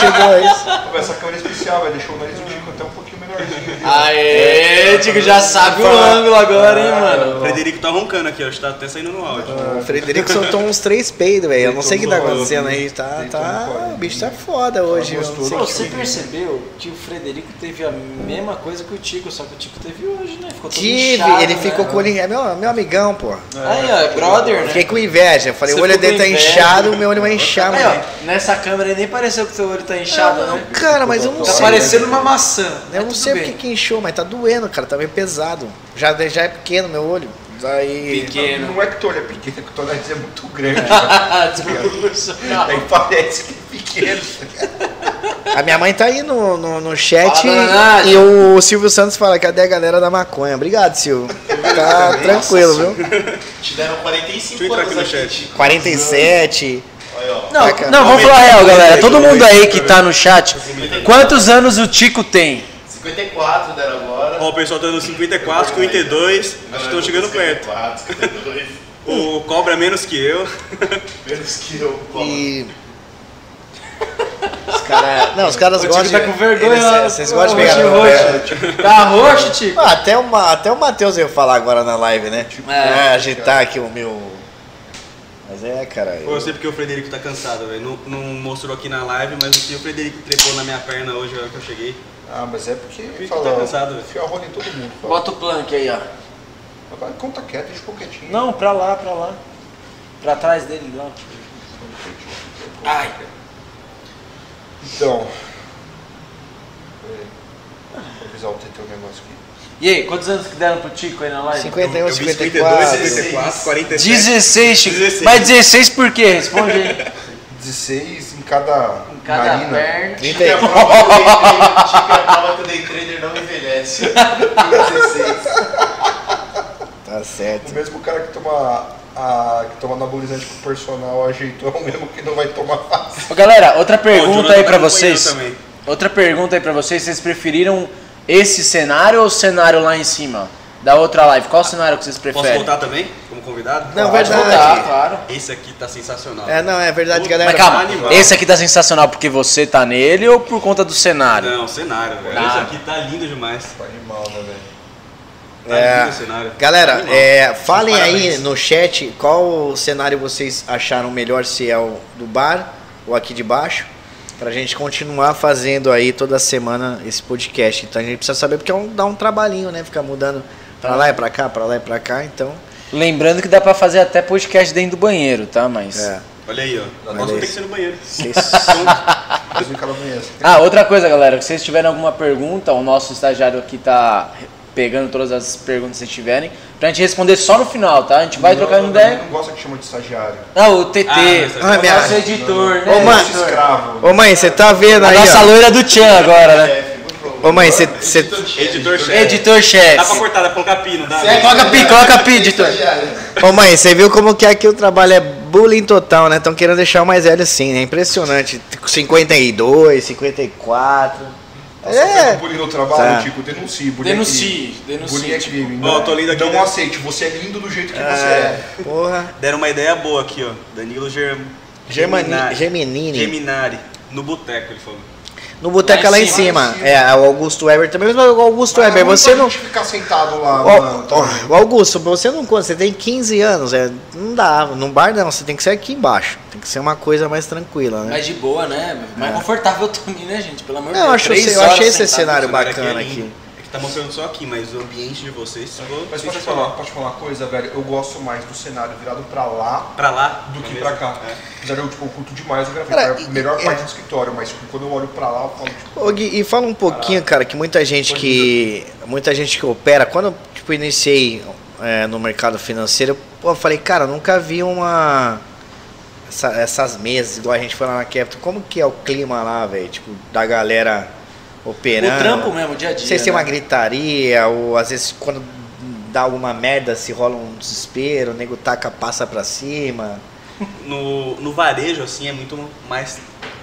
Essa câmera é especial vai deixar o nariz do Tico até um pouquinho melhorzinho.
Ah, é Aê, Tico, já sabe o ângulo agora,
Ah,
hein,
O
mano.
Frederico tá roncando aqui, ó. Acho que tá até saindo no áudio.
Ah.
O Frederico soltou uns três peidos, velho. Eu não sei o que tá
Deitou no colo.
acontecendo aí. Tá,
Deitou no
tá,
colo.
o bicho tá foda hoje. eu não
gostoso.
Pô,
sei o que
você percebeu que o Frederico teve a mesma coisa que o Tico, só que o Tico teve hoje, né? Ficou todo
Tive,
inchado,
ele
né?
ficou com o olho. É meu, meu amigão, pô.
Aí, ó, é brother, né?
Fiquei com inveja. Falei,
Você
o olho
ficou
dele tá
com inveja.
inchado, meu olho vai inchar,
Aí,
mano.
ó, nessa câmera aí nem pareceu que teu olho tá
Ah,
inchado, não. Tá
Cara, mas eu não sei.
parecendo uma maçã. É
Eu não sei porque que inchou, mas tá doendo, cara. Tá meio pesado. Já, já é pequeno meu olho. Daí.
Pequeno. Ah,
Não é que teu olho é pequeno, é que teu nariz é muito grande.
Desproporcional.
Aí parece que é pequeno.
A minha mãe tá aí no, no, no chat
Fala, dona Nádia.
e o Silvio Santos fala: cadê a galera da maconha? Obrigado, Silvio. Tá tranquilo, viu?
Tiveram
Deixa eu
45
entrar
anos
aqui no
aqui.
chat.
47.
Olha, ó.
Não,
Vai, cara.
não, vamos falar a real, galera. Todo mundo aí que tá no chat, quantos anos o Tico tem?
54 deram agora.
Ó, o pessoal tá dando 54, 52. Acho que estão chegando perto.
54, 52.
O Cobra é menos que eu.
Menos que eu. pô.
E. Os caras. Não, os caras
O
gostam.
Tico tá com vergonha.
eles-
lá.
Vocês gostam de
Roxo,
pegar. né? no pé.
roxo. Tá roxo, Tico?
Ah, até, o Ma- até o Matheus veio falar agora na live, né? Tipo,
É.
ah, agitar aqui o meu. Mas é, cara.
Pô, eu
Eu...
sei porque o Frederico tá cansado, velho. Não, não mostrou aqui na live, mas o que o Frederico trepou na minha perna hoje, a hora que eu cheguei.
Ah, mas é porque.
que
fala,
tá cansado,
né?
velho?
Enfia a rola em todo mundo. fala.
Bota o plank aí, ó.
Agora conta quieto, deixa eu quietinho.
Não, pra lá, pra lá. Pra trás dele, lá. Ai.
Então. Peraí. Vou avisar o TT o negócio aqui.
E aí, quantos anos que deram pro Tico aí na live?
51,
eu vi
54.
54, 47.
16, Chico.
16.
Mas 16 por quê? Responde aí.
16 em cada,
Em cada
narina.
perna.
Tica é a
30,
prova que o day trader- Tica é a prova que o day trader não envelhece. 16.
tá
O
certo.
mesmo cara que toma. A, que toma anabolizante pro personal ajeitou é o mesmo que não vai tomar fácil.
Ô, galera, outra
Ó, o
pergunta
Jonathan
aí
tá
pra
acompanhando
vocês.
também.
Outra pergunta aí pra vocês. Vocês preferiram esse cenário ou o cenário lá em cima? Da outra live. Qual cenário que vocês
Posso
preferem?
voltar também, como convidado?
Não,
Pode
verdade.
voltar, claro.
Esse aqui tá sensacional.
É, não, é verdade,
Puta,
galera.
Mas calma,
animal.
esse aqui tá sensacional porque você tá nele ou por conta do cenário?
Não, cenário, velho.
Tá.
Esse aqui tá lindo demais.
Tá animal, né, velho?
Tá
É.
lindo o cenário.
Galera,
Animal.
é, falem aí
Parabéns.
no chat qual cenário vocês acharam melhor, se é o do bar ou aqui de baixo, pra gente continuar fazendo aí toda semana esse podcast. Então a gente precisa saber, porque é um, dá um trabalhinho, né? Ficar mudando pra lá e pra cá, pra lá e pra cá, então...
Lembrando que dá pra fazer até podcast dentro do banheiro, tá? Mas.
É,
Olha aí, ó.
Olha
Nossa,
aí.
tem que ser no banheiro.
vocês-
Mas em cada manhã.
Ah, outra coisa, galera, se vocês tiverem alguma pergunta, o nosso estagiário aqui tá pegando todas as perguntas que vocês tiverem, pra gente responder só no final, tá? A gente vai
Não,
trocando
não,
ideia.
Não gosta que chama de estagiário.
Ah, o TT,
Ah,
mas-
o
minha-
nosso editor, né?
Ô, mano.
Esse escravo.
Ô mãe, você tá vendo
A
aí,
nossa
ó?
loira do Tchan agora, né?
Chefe, muito bom.
Ô mãe, você... você-
Editor-chefe. Dá pra
Editor-chefe.
cortar, dá pra colocar pino, dá?
Certo.
Coloca pi, coloca pi, editor.
Ô mãe, você viu como que aqui o trabalho é bullying total, né? Estão querendo deixar o mais velho assim, né? Impressionante. 52, 54...
É. Bullying no trabalho,
Tá.
Tico, denuncie. Bullying é
Denuncie, tipo,
crime. Bullying é
denuncie.
crime.
Ó,
Não-
tô lendo aqui,
Não
né?
aceite, você é lindo do jeito que você é.
Porra.
Deram uma ideia boa aqui, ó. Danilo Ger...
Germani- Geminini.
Geminari. No boteco, ele falou.
No boteco
Lá
lá
em
em
cima.
cima. É, o Augusto Weber também. Mas o Augusto Weber, você não.
pode ficar sentado lá,
Ó,
mano.
ó, o Augusto, você não conta, você tem 15 anos, é, não dá, num bar não, você tem que ser aqui embaixo, tem que ser uma coisa mais tranquila, né?
Mas de boa, né? Mais confortável também, né, gente? Pelo amor de Deus.
Não, eu acho-
Três
eu
horas
achei esse
sentado.
cenário
O cenário
bacana
é
aqui.
lindo. É que tá mostrando só aqui, mas o ambiente de vocês chegou.
Mas
deixa
posso
eu
te falar, posso te falar uma coisa, velho? Eu gosto mais do cenário virado pra lá
Pra lá.
do
não é
que
mesmo?
pra cá.
É.
Apesar de eu, tipo, eu curto demais o grafite.
Cara,
é
e-
a melhor
é.
parte do escritório, mas tipo, quando eu olho pra lá, eu falo, tipo,
Ô, Gui, e fala um pouquinho, cara, que muita gente que. Muita gente que opera, quando eu tipo, iniciei é, no mercado financeiro, eu, pô, eu falei, cara, eu nunca vi uma. essa- essas mesas, igual a gente foi lá na Capital, como que é o clima lá, velho? Tipo, da galera operando.
O trampo mesmo, dia a dia.
Não sei se tem
né?
uma gritaria, ou às vezes quando dá alguma merda, se rola um desespero, o nego taca, passa pra cima.
no, no varejo, assim, é muito mais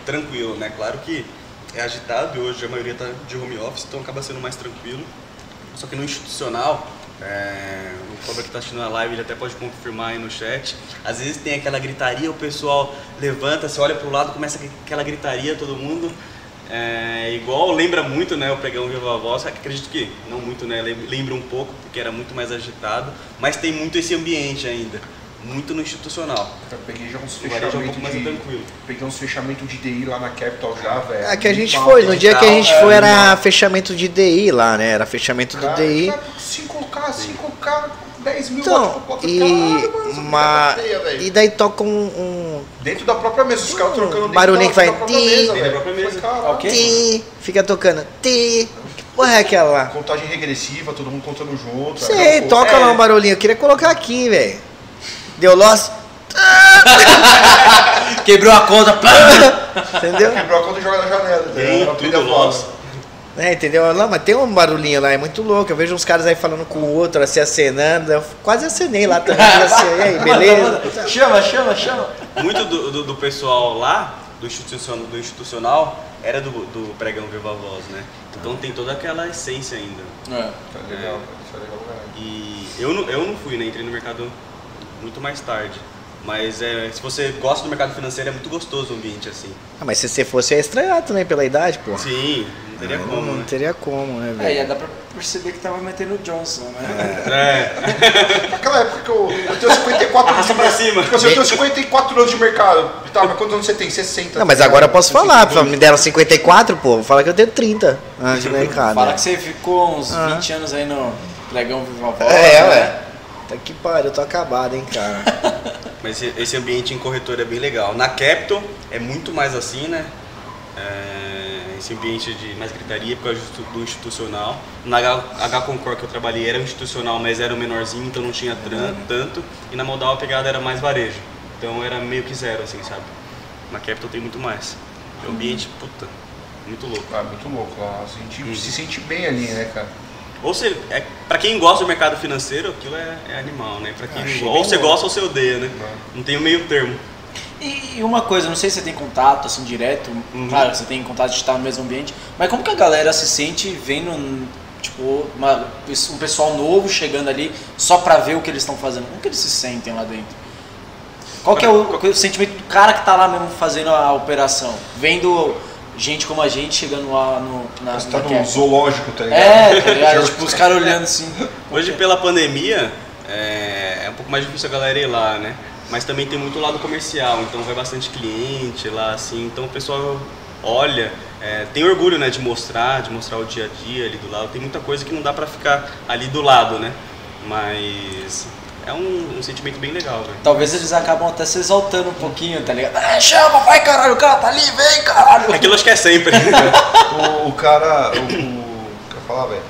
tranquilo, né? Claro que é agitado e hoje a maioria tá de home office, então acaba sendo mais tranquilo. Só que no institucional, é, o cobra que tá assistindo a live, ele até pode confirmar aí no chat. Às vezes tem aquela gritaria, o pessoal levanta, você olha pro lado, começa aquela gritaria, todo mundo. É, igual lembra muito né, o pregão Viva a Voz, acredito que não muito, né? lem- Lembra um pouco, porque era muito mais agitado, mas tem muito esse ambiente ainda, muito no institucional.
Eu peguei já uns
O varejo é um pouco
fechamentos
mais
de...
tranquilo.
Peguei uns fechamento de DI lá na Capital já, velho.
Ah, que a gente
Pau,
foi, no
pau,
dia que a gente
é,
foi era fechamento de DI lá, né? Era fechamento do
Cara,
DI.
5K, 5K, 10 mil
Então,
watts por cota.
e,
Caralho, mano, essa
ma-
pegada feia, velho.
e daí toca um, um
Dentro da própria mesa, os caras trocando dentro
barulhinho
da-
que vai
da própria
ti.
mesa,
Dentro da própria
velho.
mesa.
Caralho.
Ok.
ti, fica tocando ti. Que porra é aquela lá?
Contagem regressiva, todo mundo contando junto. é
Sei,
Aquela
toca
porra.
lá um barulhinho. Eu queria colocar aqui, velho. Deu loss,
Quebrou a conta, pá!
entendeu?
Quebrou a conta e joga na janela. tá
Tem
Ela
tudo
pega a
nosso.
bola. Tá
É, entendeu? Não, mas tem um barulhinho lá, é muito louco. Eu vejo uns caras aí falando com o outro, assim, acenando. Eu quase acenei lá também. assim, e aí, beleza?
Chama, chama, chama.
Muito do, do, do pessoal lá, do institucional, do institucional era do, do pregão Viva a Voz, né? Então tem toda aquela essência ainda.
Tá legal, isso é legal, velho.
E eu não, eu não fui, né? Entrei no mercado muito mais tarde. Mas é, se você gosta do mercado financeiro, é muito gostoso o ambiente assim.
Ah, mas se você fosse, eu ia estranhar também pela idade, pô.
Sim, não teria
Não,
como,
não
né?
teria como, né,
É,
velho?
já dá pra perceber que tava metendo o Johnson, né?
É,
Naquela época que eu, eu tenho 54 anos.
Arrasta pra cima.
Tipo assim, eu tenho 54 anos de mercado. Tá, mas quantos anos você tem? 60.
Não, mas agora eu posso falar. pô, Me deram 54, pô. Fala que eu tenho 30 antes do mercado.
Fala
né?
que você ficou uns
Ah.
20 anos aí no Pregão Viva a Voz.
É,
né?
ué. Tá que pariu, eu tô acabado, hein, cara.
Mas esse- esse ambiente em corretora é bem legal. Na Capital é muito mais assim, né? É, esse ambiente de mais gritaria por causa do do institucional. Na H, H Concord que eu trabalhei era institucional, mas era o menorzinho, então não tinha tran- tanto. E na Modal a pegada era mais varejo. Então era meio que zero, assim, sabe? Na Capital tem muito mais. É um ambiente, puta, muito louco.
Ah, muito louco lá. A gente
Uhum.
se sente bem ali, né, cara?
Ou você, é, pra quem gosta do mercado financeiro, aquilo é, é animal, né? Pra quem não
Achei
gosta,
bem
ou você
louco.
gosta ou você odeia, né? Não tem o meio termo.
E, e uma coisa, não sei se você tem contato assim direto,
Uhum.
claro, você tem contato de estar no mesmo ambiente, mas como que a galera se sente vendo tipo uma- um pessoal novo chegando ali só pra ver o que eles estão fazendo? Como que eles se sentem lá dentro? Qual que é o, qual que é o sentimento do cara que tá lá mesmo fazendo a operação, vendo gente como a gente chegando lá no na,
Você tá
na
num
quebra?
zoológico, tá ligado?
É, tá ligado? tipo os caras olhando assim.
Hoje, pela pandemia, é, é um pouco mais difícil a galera ir lá, né? Mas também tem muito lado comercial, então vai bastante cliente lá, assim. Então o pessoal olha, é, tem orgulho, né, de mostrar, de mostrar o dia a dia ali do lado. Tem muita coisa que não dá pra ficar ali do lado, né? Mas é um, um sentimento bem legal, velho.
Talvez eles acabam até se exaltando um pouquinho, tá ligado? Ah, chama, vai caralho, o cara tá ali, vem caralho.
Aquilo acho que é sempre.
O, o cara. O, o- o que eu ia falar, velho?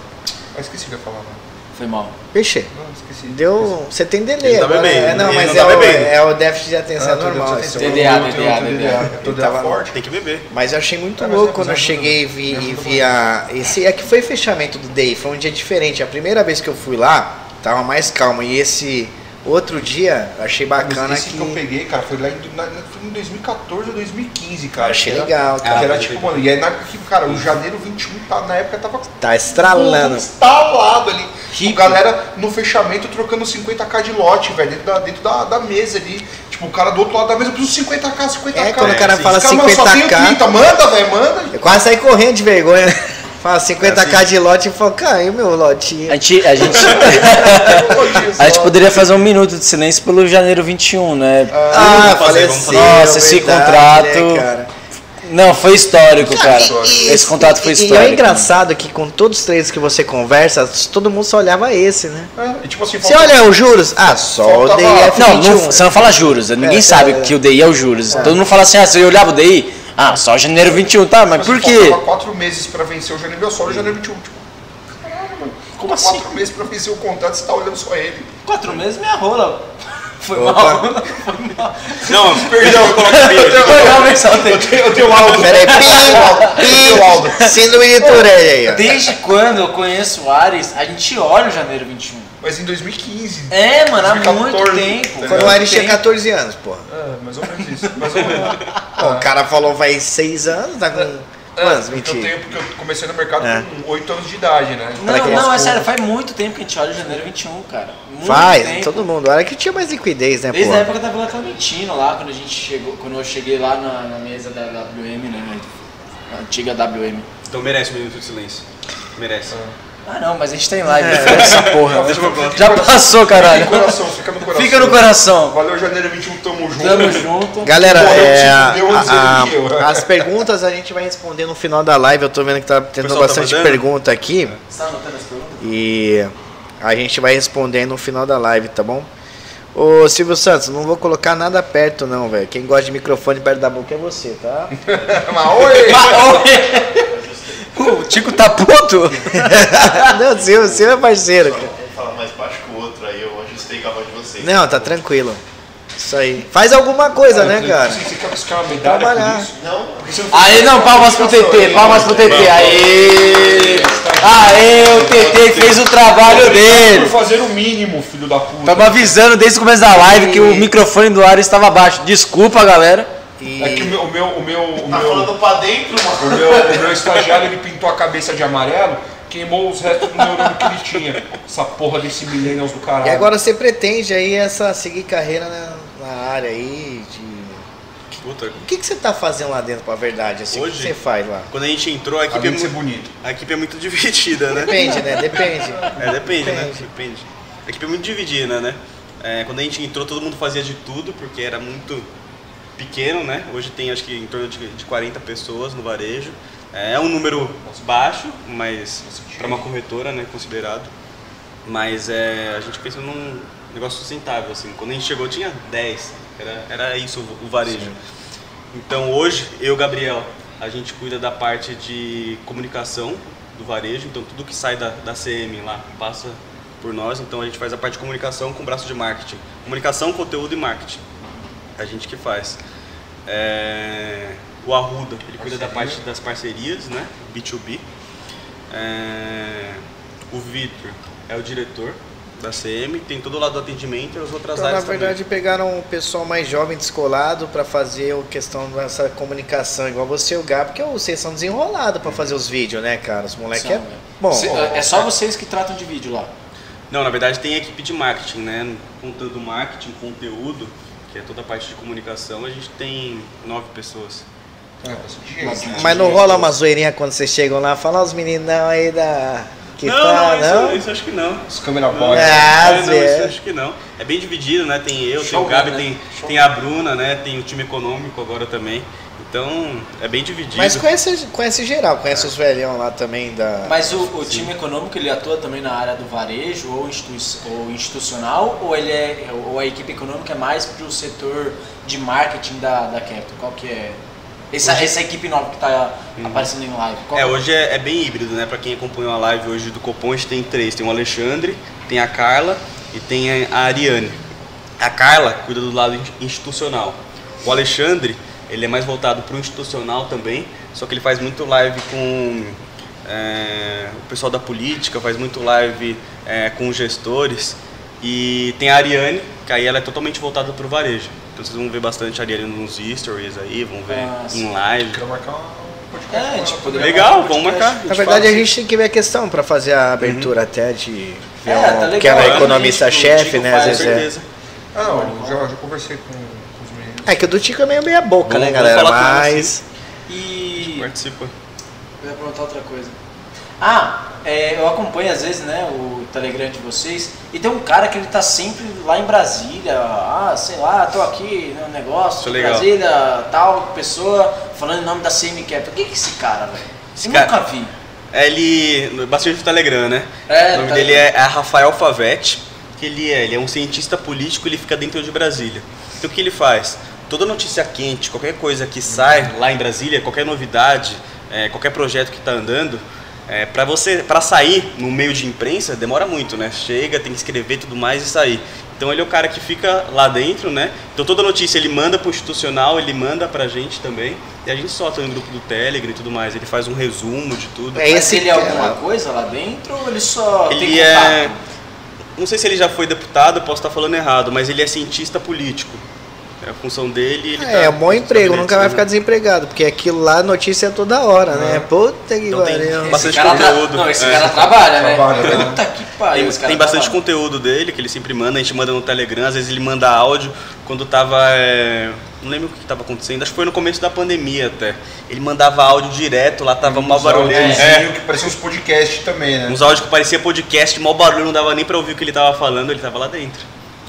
Ah, esqueci o que eu ia falar, velho.
Foi mal.
Vixe,
Não, esqueci.
deu. um- Você tem delay
Ele tá
agora.
bebendo,
é, não,
ele
mas
não
é,
tá
o,
bebendo.
é o déficit de atenção, é
Ah, tô-
normal.
tô- tô-
isso.
tô-
TDA,
tô- tô-
TDA,
tô-
TDA.
tô- tô-
Tava-
forte.
tem que beber.
Mas eu achei muito
É, mas é-
louco quando eu
mas é-
cheguei e vi,
mas é
e
tudo
vi a. Esse é que foi fechamento do DEI, foi um dia diferente. A primeira vez que eu fui lá, tava mais calmo. E esse outro dia, eu achei bacana
Esse que eu
que.
peguei, cara, foi lá em, na- na- foi em 2014 ou 2015, cara.
Achei
Que era-
legal,
que
cara.
era tipo, mano, e aí na, que, cara, o janeiro 21 tá, na época tava
Tá estralando.
instalado ali.
Hippie.
Com galera no fechamento trocando 50k de lote, velho, dentro, da, dentro da, da mesa ali. Tipo, o cara do outro lado da mesa pediu 50k, 50k.
É, quando o
cara
Esse
fala
mano, só tá tenho
50K.
30, manda, velho, manda.
Eu quase saí correndo de vergonha. Fala 50k
É assim.
de lote e falou, caiu meu lotinho.
A gente, a gente,
Ô, Jesus.
a gente poderia fazer um minuto de silêncio pelo janeiro 21, né?
Ah,
vamos fazer,
faleceu.
vamos
fazer. Nossa, esse contrato-
Né, cara?
Não, foi histórico, cara.
E- e-
Esse contrato foi
e-
histórico.
E é engraçado que com todos os trades que você conversa, todo mundo só olhava esse, né?
É, e tipo assim,
Você olha os juros? Ah, só o
Faltava-
DF21.
Não, não, você não fala juros, ninguém
É,
sabe
é, é.
que o DI é o juros. Todo mundo fala assim, ah, você olhava o DI? Ah, só janeiro 21, tá, mas
Mas
por
eu
quê?
tipo assim, faltava quatro meses pra vencer o janeiro, meu só o janeiro 21. Tipo, caralho, mano.
Como
Tá Quatro meses pra vencer o contrato, você tá olhando só ele.
Quatro meses minha rola. Foi
Opa.
mal. Foi mal.
Não, perdão, eu coloquei beijo.
Foi mal, pessoal.
Eu tenho, eu tenho áudio.
Peraí, pi, pi, síndrome de Tourette aí, ó.
Desde quando eu conheço o Ares, a gente olha o janeiro 21.
Mas em 2015.
É, mano, há
2014,
muito
tá
tempo.
ligado?
Quando o Ares tinha
Tem.
14 anos, pô.
É,
Ah, mais ou menos isso. Mais ou menos.
Pô,
Ah.
o cara falou vai 6 anos, tá com. Quantos?
Ah,
um."
Eu
Mentira.
tenho porque eu comecei no mercado
É.
com 8 anos de idade, né?
Pra
Não,
quem
não, é
escuta.
sério, faz muito tempo que a gente olha o janeiro 21, cara. Muito
Faz,
tempo.
todo mundo. Olha que tinha mais liquidez, né,
Desde a
pô?
época da Vila Clementino lá, quando a gente chegou, quando eu cheguei lá na, na mesa da WM, né? A antiga WM.
Então merece um minuto de silêncio. Merece.
Ah não, mas a gente tem live, essa porra.
Deixa eu falar.
Já passou,
Fica
caralho.
no coração, fica no coração.
Fica no coração.
Valeu, janeiro 21, tamo junto.
Tamo junto.
Galera,
Pô, eu
é,
te dei um
a- a-
desafio.
as perguntas a gente vai responder no final da live. Eu tô vendo que tá tendo
pessoal tá
bastante
mandando?
pergunta aqui.
Você tá anotando as perguntas?
E a gente vai responder no final da live, tá bom? Ô Silvio Santos, não vou colocar nada perto não, velho. Quem gosta de microfone perto da boca é você, tá?
Mas, ah, oi!
O Tico tá puto?
não, o Silvio, o Silvio é parceiro, cara.
Um fala mais baixo que o outro, aí eu ajustei com a voz de vocês.
Não, tá tranquilo. Isso aí. Faz alguma coisa, né, cara?
Você quer buscar uma medalha
Trabalhar.
por né, isso?
Não,
Porque você não
Aí não, palmas pro TT, palmas pro TT. Aê! Aê, o TT fez o trabalho
Obrigado por
dele.
fazer o mínimo, filho da puta.
Tava avisando desde o começo da live que o microfone do Ares estava baixo. Desculpa, galera.
É que o
E
meu, o meu, o meu, o meu,
tá falando pra dentro, mano.
o meu, o meu estagiário ele pintou a cabeça de amarelo, queimou os restos do neurônio que ele tinha. Essa porra desse millennials do caralho.
e agora você pretende aí essa seguir carreira na, na área aí de
Puta,
O que que você tá fazendo lá dentro, pra verdade? Assim, o que
Hoje?
você faz lá?
quando a gente entrou, a equipe, é
Além de ser
muito,
bonito.
a equipe é muito dividida, né?
Depende, né? Depende.
É, depende, né?
Depende.
Depende. A equipe é muito dividida, né? É, quando a gente entrou, todo mundo fazia de tudo, porque era muito pequeno, né? Hoje tem acho que em torno de, de 40 pessoas no varejo. É é um número baixo, mas para uma corretora, né? Considerado. Mas é, a gente pensa num negócio sustentável, assim. Quando a gente chegou, tinha 10. Era, era isso o o varejo. Então hoje, eu e o Gabriel, a gente cuida da parte de comunicação do varejo, então tudo que sai da, da CM lá passa por nós, então a gente faz a parte de comunicação com o braço de marketing. Comunicação, conteúdo e marketing. A gente que faz. É, O Arruda, ele cuida da parte das parcerias, né? B2B. É, O Vitor é o diretor da CM, tem todo o lado do atendimento e as outras
Então, na
áreas
verdade, pegaram um pessoal mais jovem, descolado, pra fazer a questão dessa comunicação, igual você e o Gab, porque vocês são desenrolados
Uhum.
pra fazer os vídeos, né, cara? Os moleques é
São, é.
bom.
Se- É só vocês que tratam de vídeo lá.
Não, na verdade tem a equipe de marketing, né? Contando marketing, conteúdo, que é toda a parte de comunicação, a gente tem nove pessoas.
Mas não rola uma zoeirinha quando vocês chegam lá, fala "Ó, os meninão aí da. Que
não,
tá,
não,
não?
Isso, isso acho que não.
Os câmera
Não,
boys.
Ah,
é, não,
Zé.
isso acho que não. É bem dividido, né? Tem eu, tem
Showman,
o Gabi,
né?
tem, tem a Bruna, né? Tem o time econômico agora também. Então, é bem dividido.
Mas conhece, conhece geral, conhece os velhão lá também da.
Mas o, o time econômico ele atua também na área do varejo ou, institui- ou institucional ou ele é ou a equipe econômica é mais para o setor de marketing da da Capital? Qual que é essa, essa equipe nova que está aparecendo em live? Qual
É,
que
hoje é, é bem híbrido, né? Pra quem acompanhou a live hoje do Copom, a gente tem três. Tem o Alexandre, tem a Carla e tem a Ariane. A Carla cuida do lado in- institucional. O Alexandre, ele é mais voltado pro institucional também, só que ele faz muito live com é, o pessoal da política, faz muito live é, com os gestores. E tem a Ariane, que aí ela é totalmente voltada pro varejo. Então vocês vão ver bastante a Ariane nos stories aí, vão ver
Ah, sim.
em live.
Quero marcar um podcast.
É,
com ela.
tipo, poderia-
Legal, vamos marcar.
Na verdade, a gente tem que ver a questão pra fazer a abertura até de.
É, tá legal,
que ela Uhum. é
né?
economista-chefe,
Tico
né?
faz,
Às
Com
vezes é.
certeza.
Ah, não, eu já, já conversei com, com os meninos.
É que o do Tico é meio meia boca,
Vamos-
né,
vamos
galera?
falar com ela,
Mas.
é? E
Participa.
Eu ia perguntar outra coisa. Ah, é, eu acompanho às vezes, né, o Telegram de vocês, e tem um cara que ele tá sempre lá em Brasília, ah, sei lá, tô aqui no negócio,
Isso é
de
legal.
Brasília, tal, pessoa, falando em nome da CM Capital. O que que é esse cara, velho?
Esse
Eu
cara-
nunca vi.
Ele. no- Bastante do Telegram, né?
É,
o nome
tá-
dele é, é Rafael Favetti, que ele é. Ele é um cientista político ele fica dentro de Brasília. Então o que ele faz? Toda notícia quente, qualquer coisa que sai lá em Brasília, qualquer novidade, é, qualquer projeto que está andando, É, para você, para sair no meio de imprensa demora muito, né? Chega, tem que escrever tudo mais e sair. Então ele é o cara que fica lá dentro, né? Então toda notícia ele manda pro institucional, ele manda pra gente também. E a gente solta no grupo do Telegram e tudo mais. Ele faz um resumo de tudo.
É
Mas
esse
ele é alguma coisa lá dentro ou ele só tem
Ele
contato?
é. Não sei se ele já foi deputado, posso estar falando errado, mas ele é cientista político. É a função dele. Ele
É, é
tá
um bom emprego, nunca vai
estabelecendo.
ficar desempregado, porque aquilo lá notícia é toda hora, né? Puta que
Então tem-
pariu.
bastante
cara tra-
conteúdo.
Não, esse
É.
cara trabalha, né?
Trabalha, né?
Puta que pariu.
Tem,
esse cara
tem bastante
trabalha.
conteúdo dele que ele sempre manda, a gente manda no Telegram, às vezes ele manda áudio quando tava. é, não lembro o que estava acontecendo, acho que foi no começo da pandemia até. Ele mandava áudio direto, lá tava mal barulho.
né?
É. Que parecia uns podcasts também, né?
Uns áudios que parecia podcast, mal barulho, não dava nem pra ouvir o que ele tava falando, ele tava lá dentro,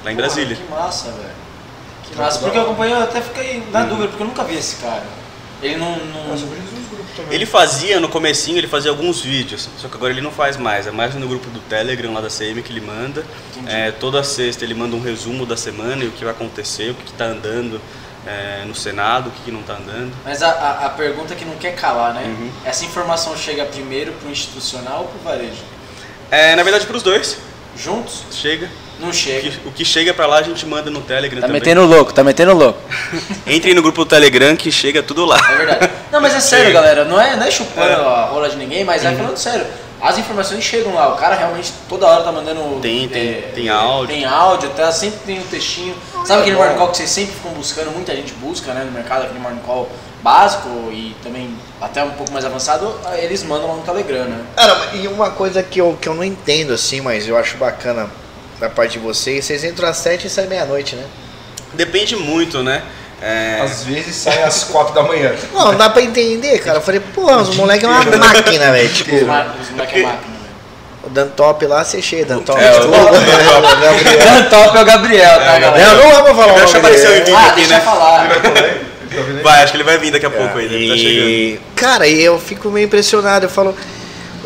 lá em
Porra,
Brasília.
Que massa, velho. Que massa. Porque eu acompanhei, eu até fiquei na
Hum.
dúvida, porque eu nunca vi esse cara. Ele não.
Ah,
não-
Ele fazia no comecinho, ele fazia alguns vídeos, só que agora ele não faz mais, é mais no grupo do Telegram lá da CM que ele manda. É, toda sexta ele manda um resumo da semana e o que vai acontecer, o que, que tá andando é, no Senado, o que, que não tá andando.
Mas a, a, a pergunta que não quer calar, né?
Uhum.
Essa informação chega primeiro pro institucional ou pro varejo?
É, na verdade, pros dois.
Juntos?
Chega.
Não
O
chega.
que, o que chega pra lá a gente manda no Telegram
Tá
também.
metendo louco, tá metendo louco.
Entrem no grupo do Telegram que chega tudo lá.
É verdade. Não, mas é sério,
Chega.
galera. Não é, não é chupando a rola de ninguém, mas é falando sério. As informações chegam lá. O cara realmente toda hora tá mandando.
Tem- tem-
é,
tem áudio.
Tem áudio, tá? Sempre tem um textinho. Sabe aquele morning call que vocês sempre ficam buscando? Muita gente busca, né? No mercado, aquele morning call básico e também até um pouco mais avançado. Eles mandam lá no Telegram, né?
Cara, e uma coisa que eu, que eu não entendo assim, mas eu acho bacana da parte de vocês, vocês entram às sete e saem meia-noite, né?
Depende muito, né? É,
Às vezes sai às quatro da manhã.
Não, não dá pra entender, cara. Eu falei, porra, os moleques é uma máquina, velho. Tipo,
Os mar- os moleque é máquina, né?
o Dantop lá, você é cheio, Dantop.
É, o-
Desculpa, Gabriel.
Dan Top é o Gabriel, tá, galera?
Gabriel, não vamos falar o
Gabriel
nome
já apareceu em
dele.
vídeo
né? Ah,
aqui,
deixa eu
né?
falar.
É
É,
Vai, acho que ele vai vir daqui a pouco aí, deve tá chegando.
E, cara, e eu fico meio impressionado. Eu falo,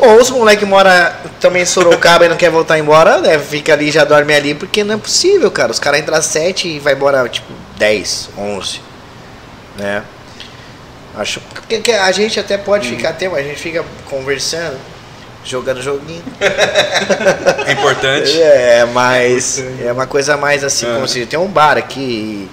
ou os moleque mora também em Sorocaba e não quer voltar embora, né? Fica ali, já dorme ali, porque não é possível, cara. Os caras entram às 7 e vai embora, tipo, 10, 11, né? Acho que, que a gente até pode ficar tempo, a gente fica conversando, jogando joguinho.
É importante.
É, mas é uma coisa mais assim,
Aham.
como se tem um bar aqui.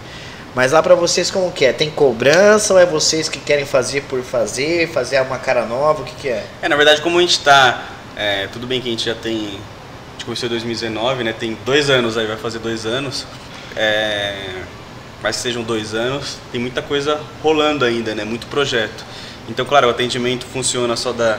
Mas lá pra vocês como que é? Tem cobrança ou é vocês que querem fazer por fazer, fazer uma cara nova, o que que é?
É, na verdade, como a gente tá. é, tudo bem que a gente já tem. A gente começou em 2019, né? Tem dois anos aí, vai fazer dois anos. É, mas que sejam dois anos, tem muita coisa rolando ainda, né? Muito projeto. Então, claro, o atendimento funciona só da,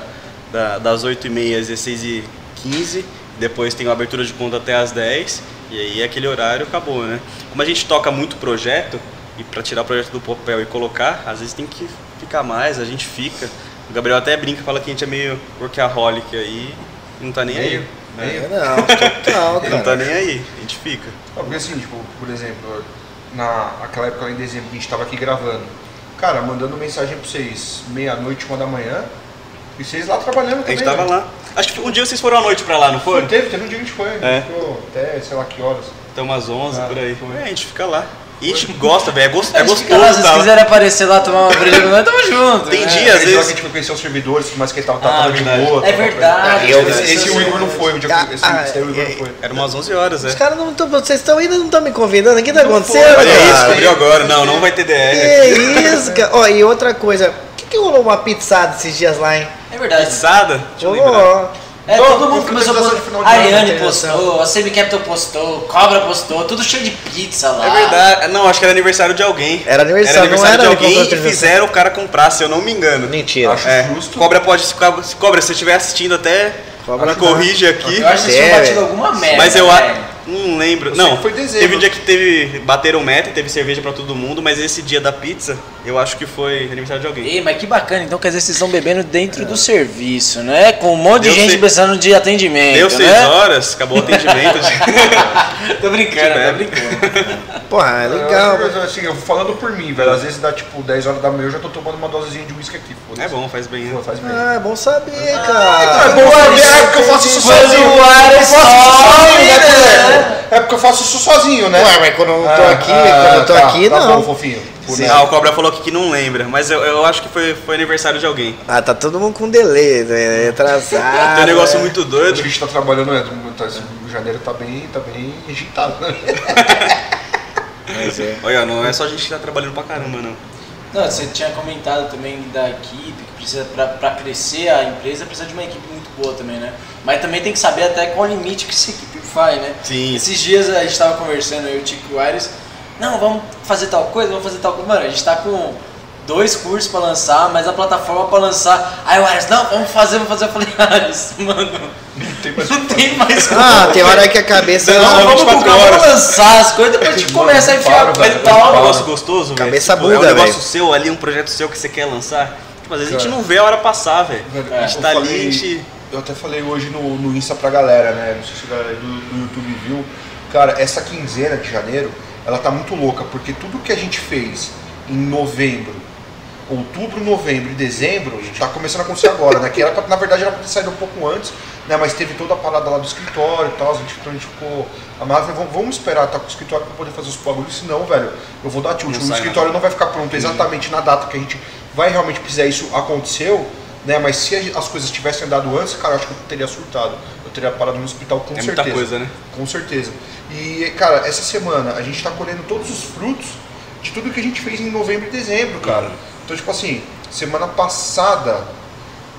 da, das 8h30 às 16h15. Depois tem a abertura de conta até às 10 e aí é aquele horário acabou, né? Como a gente toca muito projeto, e para tirar o projeto do papel e colocar, às vezes tem que ficar mais, a gente fica. O Gabriel até brinca, fala que a gente é meio workaholic aí, e não tá nem aí. né?
Meio?
Não, total,
Não tá
cara.
nem aí, a gente fica.
Não, Porque assim, tipo, por exemplo, naquela época lá em dezembro que a gente tava aqui gravando, cara, mandando mensagem pra vocês meia-noite, uma da manhã, e vocês lá trabalhando
A
também.
gente tava
né?
lá. Acho que um dia vocês foram à noite pra lá, não
Foi,
foram?
teve, teve um dia que a gente foi, a gente
É.
ficou até sei lá que horas.
Então umas 11
Ah,
por aí.
foi.
É, a gente fica lá. E a gente gosta, velho, é, gos- é
A gente fica lá,
gostoso.
Se
tá?
vocês quiserem aparecer lá, tomar uma breja, nós tamo junto.
Tem
É,
né?
Aquele
dia, às
dia lá que a
vezes.
gente foi conhecer os servidores, mas que ele tava,
Ah,
tava de
verdade.
boa.
É
tava-
verdade.
Esse-
Eu-
esse, o Igor não foi, o dia que- esse,
Ah,
esse daí o Igor
é-
não foi.
Era umas 11 horas,
Os
é.
caras não estão, vocês estão ainda não estão me convidando, o que tá acontecendo?
Olha
cara?
isso, descobriu Ah, agora. Não, não vai ter DR.
Que isso, cara. Ó, e outra coisa, o que que rolou uma pizzada esses dias lá, hein?
É verdade.
Pizzada? Deixa eu lembrar.
Rolou.
É,
Todo
todo mundo
mundo
começou a
fez essa
postar.
de final de
A
ano,
Ariane
interação.
postou, a Semi Capital postou, Cobra postou, tudo cheio de pizza lá.
É verdade. Não, acho que era aniversário de alguém.
Era aniversário, não era
de
ele comprou
alguém e
aniversário.
fizeram o cara comprar, se eu não me engano.
Mentira.
Acho
É,
justo.
cobra pode. se Cobra, se cobra, se você estiver assistindo até.
Cobra
me corrige aqui.
Eu acho que vocês
Sério,
tinham batido
velho?
alguma merda.
É, Mas eu
velho.
acho. Não lembro.
é, né? sei
Não,
que foi em dezembro.
teve um dia que teve. Bateram meta e teve cerveja pra todo mundo, mas esse dia da pizza, eu acho que foi aniversário de alguém.
Ei, mas que bacana, então quer dizer, vocês estão bebendo dentro do serviço, né? Com um monte de
Deu
gente
seis-
precisando de atendimento,
Deu seis
né?
horas, acabou o atendimento.
Tô brincando,
Te
tô
bebe.
brincando.
Porra, é legal.
Eu, acho que, assim, eu falando por mim, velho. Às vezes dá tipo 10 horas da manhã, eu já tô tomando uma dosezinha de uísque aqui. foda-se.
é bom, faz bem. né?
Pô, Faz bem.
Ah, é bom saber, cara.
é bom saber que eu faço isso
Quando
sozinho.
o ar é
Eu faço isso
sobe,
sozinho, né,
né?
cara?
É porque eu faço isso sozinho, né?
Ué, mas quando eu
ah,
não tô aqui, quando eu tô
tá,
aqui,
tá
não.
bom, fofinho. Por
Sim,
nada.
ah, o Cobra falou aqui que não lembra, mas eu, eu acho que foi, foi aniversário de alguém.
Ah, tá todo mundo com delay, né? atrasado.
Tem um negócio
né?
muito
A
doido.
gente tá trabalhando, né? tá-
assim,
o janeiro tá bem, tá bem agitado, né?
Mas é.
Olha, não é só a gente que tá trabalhando pra caramba, não.
Não, você tinha comentado também da equipe, que precisa, pra, pra crescer a empresa, precisa de uma equipe muito boa também, né? Mas também tem que saber até qual limite que essa equipe vai, né?
Sim.
Esses dias a gente tava conversando, eu e o Tico e o Aires, não, vamos fazer tal coisa, vamos fazer tal coisa. Mano, a gente tá com dois cursos pra lançar, mas a plataforma pra lançar. Aí o Aires, não, vamos fazer, vamos fazer. Eu falei, Aires, mano, não tem mais como.
Ah, tem hora que a cabeça.
Não,
ela-
vamos
24
colocar,
horas.
vamos lançar as coisas, depois a gente começa a enfiar
para,
e
É um
tal.
negócio gostoso, velho.
Cabeça
É um
bunda,
negócio
velho.
seu ali, um projeto seu que você quer lançar. Tipo, às vezes a gente
Cara.
não vê a hora passar, velho.
Velho,
A
eu
gente tá ali,
falei-
a gente...
Eu até falei hoje no, no Insta pra galera, né? Não sei se a galera do, do YouTube viu. Cara, essa quinzena de janeiro, ela tá muito louca, porque tudo que a gente fez em novembro, outubro, novembro e dezembro, tá começando a acontecer agora, né? Que era pra- na verdade era pra ter saído um pouco antes, né? Mas teve toda a parada lá do escritório e tal, a gente, então a gente ficou. A Marvel, vamos, vamos esperar tá com o escritório pra poder fazer os bagulhos, senão, velho, eu vou dar tilt.
Não
O
sai
escritório não vai ficar pronto exatamente na data que a gente vai realmente precisar. Isso aconteceu, né? Mas se a- as coisas tivessem andado antes, cara, eu acho que eu teria surtado. Eu teria parado no hospital com
É
certeza.
muita coisa, né?
Com certeza. E, cara, essa semana a gente tá colhendo todos os frutos de tudo que a gente fez em novembro e dezembro, cara.
Uhum.
Então, tipo assim, semana passada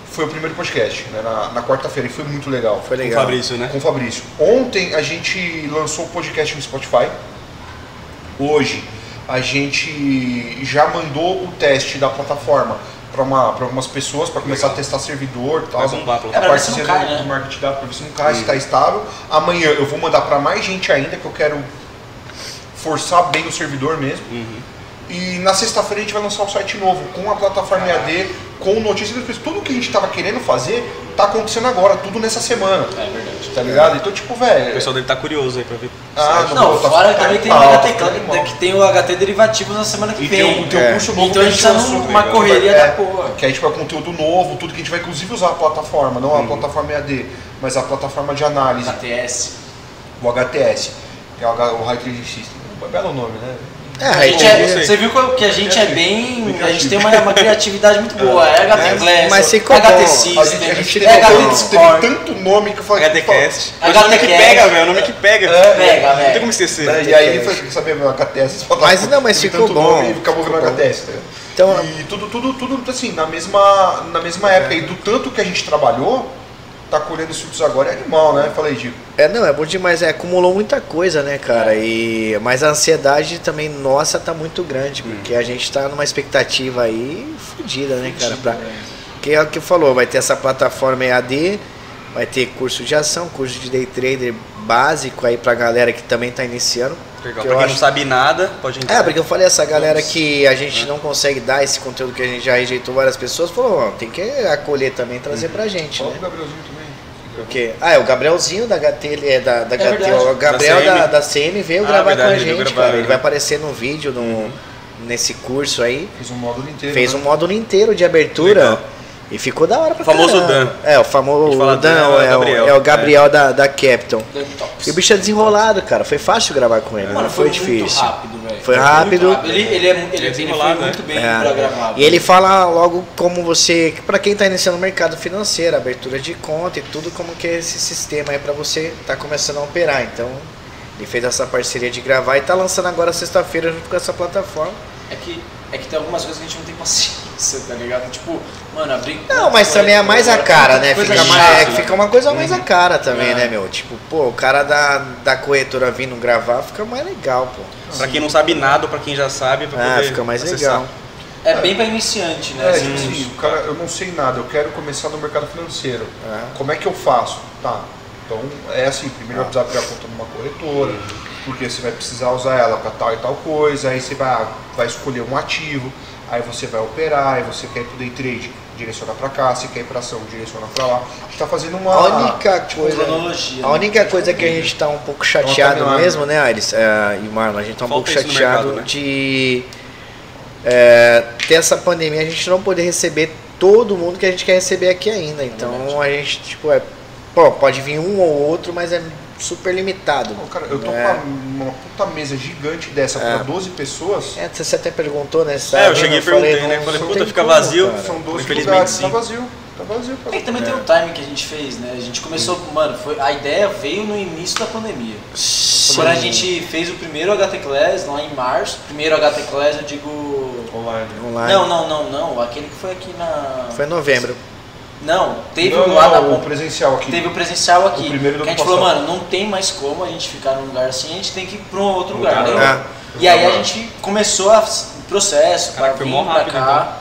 foi o primeiro podcast, né? Na, na quarta-feira, e foi muito legal.
Foi
Com o
legal.
Fabrício, né?
Com o Fabrício. Ontem a gente lançou o podcast no Spotify. Hoje a gente já mandou o teste da plataforma para algumas pessoas para começar a testar servidor, tal.
Vai bombar a
É a
plataforma. Hum.
pra ver se
parte
não
do
cai, né?
do marketing dá para ver se não cai, se está estável. Amanhã eu vou mandar para mais gente ainda que eu quero forçar bem o servidor mesmo. E na sexta-feira a gente vai lançar um site novo com a plataforma EAD, com notícias das pessoas. Tudo que a gente estava querendo fazer tá acontecendo agora, tudo nessa semana.
É verdade.
Tá ligado? Então, tipo, velho.
O pessoal deve estar curioso aí pra ver.
Ah,
Não,
tá
fora
ficando
também tem o
mal,
HT,
tá ficando mal.
que tem o HT Derivativos na semana que
E tem
vem.
um, tem um
É.
curso novo
Então a gente tá
lançou,
numa
velho.
correria
É,
da porra.
Que aí tipo, é conteúdo novo, tudo que a gente vai inclusive usar a plataforma, não a plataforma EAD, mas a plataforma de
um
análise,
HTS.
o HTS, que é o, H, o High Trading System. Um belo nome, né?
É,
A gente
aí-
é-
sei.
você viu como que a gente é bem. A gente tem uma, uma criatividade muito boa. É HT Glass,
mas ficou bom.
HT
A gente, a
System,
gente
é
teve,
HT
tanto, teve
Discord.
tanto nome que eu falei.
HTCast.
HTCast.
É o nome que pega, velho. É o nome que pega.
É,
pega,
Não
velho.
tem como esquecer.
Né? E aí, foi, sabe, meu HTS.
Mas não, mas
teve
ficou
tanto
bom.
nome e Acabou virando
Ficou bom.
HTS. tá ligado?
Então- É.
e tudo, tudo, tudo assim, na mesma, na mesma época. E do tanto que a gente trabalhou, tá colhendo os frutos agora é animal, né? Falei, Digo.
É, não, é bom demais. É, acumulou muita coisa, né, cara? E, mas a ansiedade também, nossa, tá muito grande, porque a gente tá numa expectativa aí fodida, né, cara? Pra, que é o que falou, vai ter essa plataforma EAD, vai ter curso de ação, curso de day trader básico aí pra galera que também tá iniciando.
Legal.
que
Pra quem
eu
não
acho-
sabe nada, pode entrar.
É, porque eu falei essa galera que a
É.
gente não consegue dar esse conteúdo que a gente já rejeitou várias pessoas, falou, ó, tem que acolher também, trazer
Uhum.
pra gente,
Fala pro
né?
Gabrielzinho também.
Porque, ah, é o Gabrielzinho da HT, ele é da, da
É
HT,
verdade.
o Gabriel
Da CM.
da, da CM veio
Ah,
gravar
verdade,
com a
ele veio
gente,
gravar,
cara. Ele
né? Uhum.
vai aparecer no vídeo, no, nesse curso aí.
Fez um módulo inteiro.
Fez
né?
um módulo inteiro de abertura.
Legal.
E ficou da hora pra
O famoso
caramba.
Dan.
É, o
A gente
famoso
fala
Dan,
Dan,
é, o Gabriel, é o Gabriel da, da Captain. E o bicho é desenrolado, cara. Foi fácil gravar com
É.
ele, não foi,
Muito
difícil.
rápido, velho.
Foi
Muito
rápido.
Ele, ele, é, ele, ele, foi
desenrolado,
muito bem
É.
programado.
E ele fala logo como você, para quem está iniciando o mercado financeiro, abertura de conta e tudo como que é esse sistema aí para você estar começando a operar. Então, ele fez essa parceria de gravar e tá lançando agora sexta-feira junto com essa plataforma.
É que, é que tem algumas coisas que a gente não tem paciência, tá ligado? Tipo, mano, abrir.
Não, mas também é mais a cara, né?
Coisa
Fica, mais,
chata,
é que
né?
fica uma coisa mais a cara também,
É.
né, meu? Tipo, pô, o cara da, da corretora vindo gravar fica mais legal, pô.
Pra quem não sabe nada, ou pra quem já sabe,
Então,
pra
Ah,
poder
fica mais
acessar.
legal.
É bem pra iniciante, né?
É,
Assim,
tipo assim, o cara, eu não sei nada, eu quero começar no mercado financeiro.
É.
Como é que eu faço? Tá. Então é assim, primeiro vai precisar abrir a conta numa corretora, porque você vai precisar usar ela para tal e tal coisa, aí você vai, vai escolher um ativo, aí você vai operar, aí você quer ir pro day trade, direciona para cá, você quer ir para ação, direciona para lá. A gente tá fazendo uma
A única coisa,
cronologia,
a
né?
única coisa que a gente tá um pouco chateado
timeline.
mesmo, né, Aires é, e Marlon, a gente tá um
Falta
pouco
isso no
chateado
mercado, né?
de é, ter essa pandemia, a gente não poder receber todo mundo que a gente quer receber aqui ainda. Então a gente, tipo, é Pô, pode vir um ou outro, mas é super limitado.
Pô, cara, eu tô
É.
com uma, uma puta mesa gigante dessa pra 12 pessoas.
É, você até perguntou, né?
É, eu
sabe?
cheguei e
falei,
perguntei, né?
não-
Falei,
não
puta,
tem
fica
como,
vazio.
cara.
São 12
Infelizmente,
lugares. Tá
sim.
vazio. Tá vazio. Tá
É que
vazio.
também tem o timing que a gente fez, né? A gente começou, mano, foi, a ideia veio no início da pandemia. Quando a gente fez o primeiro HT Class lá em março, primeiro HT Class eu digo.
Online.
Online.
Não, não, não, não. Aquele que foi aqui na.
Foi em novembro.
Não, teve
não,
um lá
não,
na
o presencial aqui.
Teve o presencial aqui.
O primeiro do
que a gente
ano
falou,
passado.
mano, não tem mais como a gente ficar num lugar assim, a gente tem que ir pra um outro lugar,
lugar,
É.
né? E aí a gente começou a- o processo
Caraca,
pra
foi
vir
mó rápido, então.
pra cá.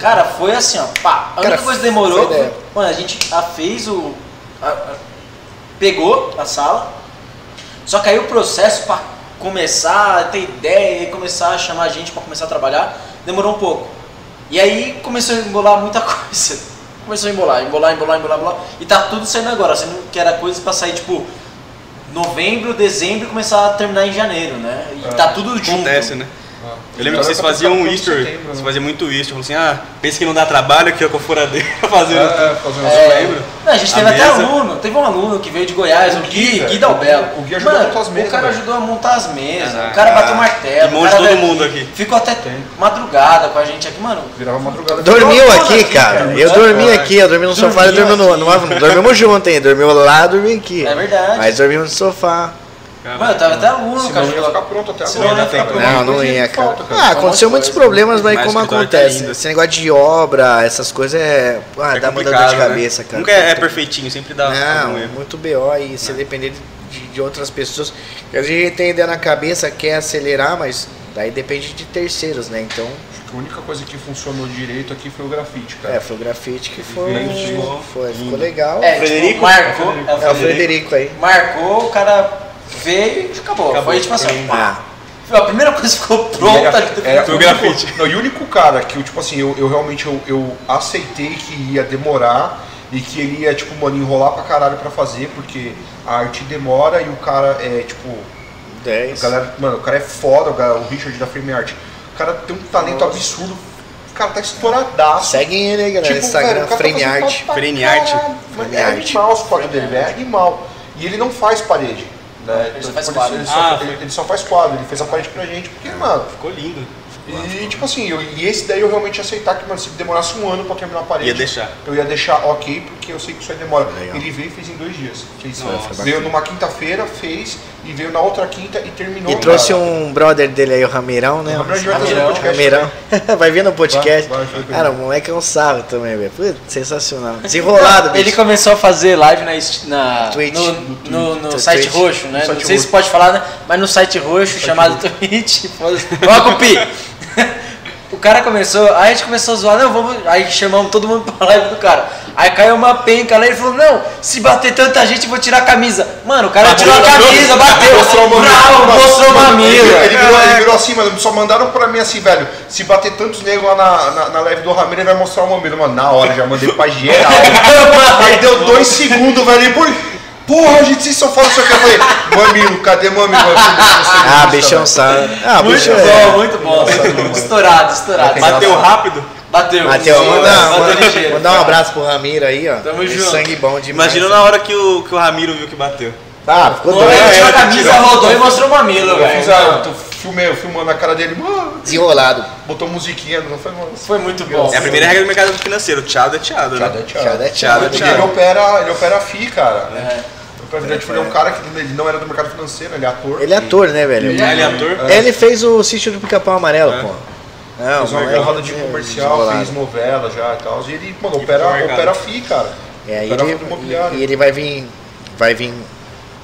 Cara, foi assim, ó, pá. A
Cara,
única coisa que demorou,
foi ideia.
mano, a gente a fez o... a- a- pegou a sala, só que aí o processo pra começar a ter ideia e começar a chamar a gente pra começar a trabalhar, demorou um pouco. E aí começou a embolar muita coisa. Começou a embolar, embolar, embolar, embolar, embolar. E tá tudo saindo agora, sendo que era coisa pra sair tipo novembro, dezembro e começar a terminar em janeiro, né? E tá tudo junto.
É. Acontece, né? Eu lembro que vocês
Agora tá
faziam um
ficando
history,
setembro, né?
vocês faziam muito history, falavam assim, ah, pensa que não dá trabalho, que eu com furadeira fazendo.
É, fazendo
É,
isso.
lembro.
Não, a gente
A
teve até
mesa.
aluno, teve um aluno que veio de Goiás, o,
O Gui,
Gui,
velho.
Gui Dalbelo.
O Gui ajudou a montar as
O
mesas,
cara
velho.
ajudou a montar as mesas,
Caraca.
o cara bateu martelo.
Irmão
o
de
cara
todo
veio-
mundo aqui.
Ficou até madrugada com a gente aqui, mano.
Virava madrugada.
Dormiu
Todo
aqui,
aqui,
cara.
cara. assim.
Eu dormi
Caraca.
aqui, eu dormi no sofá, ele dormiu no, no árvore. Dormimos junto, hein? Dormiu lá, dormi aqui.
É verdade.
Mas dormimos no sofá.
Mano, eu tava
É
até aluno que
Senão ia
ajudou.
ficar pronto até
Senão
agora.
ia ficar pronto.
Não, não ia, cara. Ah, aconteceu
Algumas
muitos
coisas. né?
problemas, mas
Mas
como
o escritório tá
acontece?
lindo.
Esse negócio de obra, essas coisas é. Ah,
É
dá uma dor
complicado,
de
né?
cabeça, cara.
Nunca é, né? é perfeitinho, sempre dá algum
Não, é
erro.
muito BO e se depender de, de outras pessoas. Porque a gente tem ideia na cabeça, quer acelerar, mas daí depende de terceiros, né? Então,
Acho que A única coisa que funcionou direito aqui foi o grafite,
Tá.
cara.
é, foi o grafite que foi.
Ficou
foi ficou legal.
É,
É,
Tipo, marcou,
É
o Frederico aí.
Marcou, o cara veio e acabou.
Acabou.
Foi tipo assim,
um
pá.
Ah,
A primeira coisa que ficou
E
pronta.
era- era
tá Foi
o único-
o grafite.
não, e o único cara que, eu, tipo assim, eu, eu realmente eu, eu aceitei que ia demorar e que ele ia, tipo, mano, enrolar pra caralho pra fazer, porque a arte demora e o cara é, tipo,
10.
a galera, mano, o cara é foda, o, cara- o Richard da Frame Art. O cara tem um talento absurdo, o cara tá estouradaço.
Seguem ele aí,
Tipo,
galera.
velho,
Instagram,
o cara tá
Frame
fazendo
Art.
pra
Frame Art.
caralho. Mano, é
Frame Art.
animal os quadros dele, velho, é animal. E ele não faz parede. Né?
Ele só
Então,
faz
por
quadro.
isso, Ele só,
Ah,
ele- ele só faz quadro, ele fez a parede pra gente, porque, mano.
Ficou lindo.
E tipo assim, eu, e esse daí eu realmente ia aceitar que, mano, se demorasse um ano pra terminar a parede.
Ia deixar.
Eu ia deixar ok, porque eu sei que isso aí demora.
Legal.
Ele veio e fez em dois dias. Fez, né?
Nossa,
veio numa quinta-feira, fez, e veio na outra quinta e terminou.
E trouxe um brother dele aí, o Ramirão, né?
O Ramirão já vai fazer um
Ramirão.
podcast né?
Ramirão. Vai vir no podcast.
Vai, vai, vai.
Cara, o moleque é um sábio também, velho. Putz, Sensacional. Desenrolado, bicho.
Ele começou a fazer live na, est- na-
Twitch.
no, no- no
Twitch.
site
Twitch.
roxo, né?
No
Não
site
sei se
roxo.
pode falar, né? Mas no site roxo chamado Twitch. foda-se. Coloca o pi. O cara começou, aí a gente começou a zoar, não, vamos. Aí chamamos todo mundo pra live do cara. Aí caiu uma penca lá e ele falou: Não, se bater tanta gente, eu vou tirar a camisa. Mano, o cara tirou a camisa, bateu.
Mostrou o mamilo.
Brau, mostrou o
Ele,
mamilo.
virou- ele virou, ele virou assim, mano. Só mandaram pra mim assim, velho. Se bater tantos negros lá na, na, na live do Ramiro, ele vai mostrar o mamilo. Mano, na hora, já mandei pra geral. Aí deu dois segundos, velho. E por... Porra, a gente vocês só fala isso aqui. Eu falei, mamilo, cadê mamilo?
Ah, bichão sábio. Ah, bichão.
Muito bom, muito bom. Estourado, estourado.
Bateu rápido.
Bateu.
Mateus, manda,
Bateu
manda-
ligeiro.
mandar um abraço pro Ramiro aí, ó.
Tamo
Esse
junto.
Sangue bom demais. né?
Imagina na hora que o, que o Ramiro viu que bateu.
Ah, ficou
Mano,
doido.
ele tirou a
era que
camisa,
tirou.
rodou e mostrou o mamilo,
Eu fiz
velho.
a. Eu tô- filmei, filmando a cara dele, mano.
Desenrolado.
Botou musiquinha, não foi, mano.
Foi muito bom.
É a primeira regra do mercado financeiro, tchado é tchado, né?
Tchau, tchau.
Tchau, é
Tchado é
tchau.
Porque
tchado.
né?
ele opera, ele opera a FI, cara. né?
É.
Opera- Ele é um cara que ele não era do mercado financeiro, ele é ator.
Ele é ator, né, velho?
Ah, Ele é ator.
Ele fez o sítio do pica-pau amarelo, pô. Não,
Fez uma
moleque,
roda de
é
comercial,
desenrolado.
fez novela já e tal. E ele, mano, opera,
foi mercado.
opera FI, cara.
É, e
opera
ele,
fundo imobiliário.
e ele vai vir. Vai vir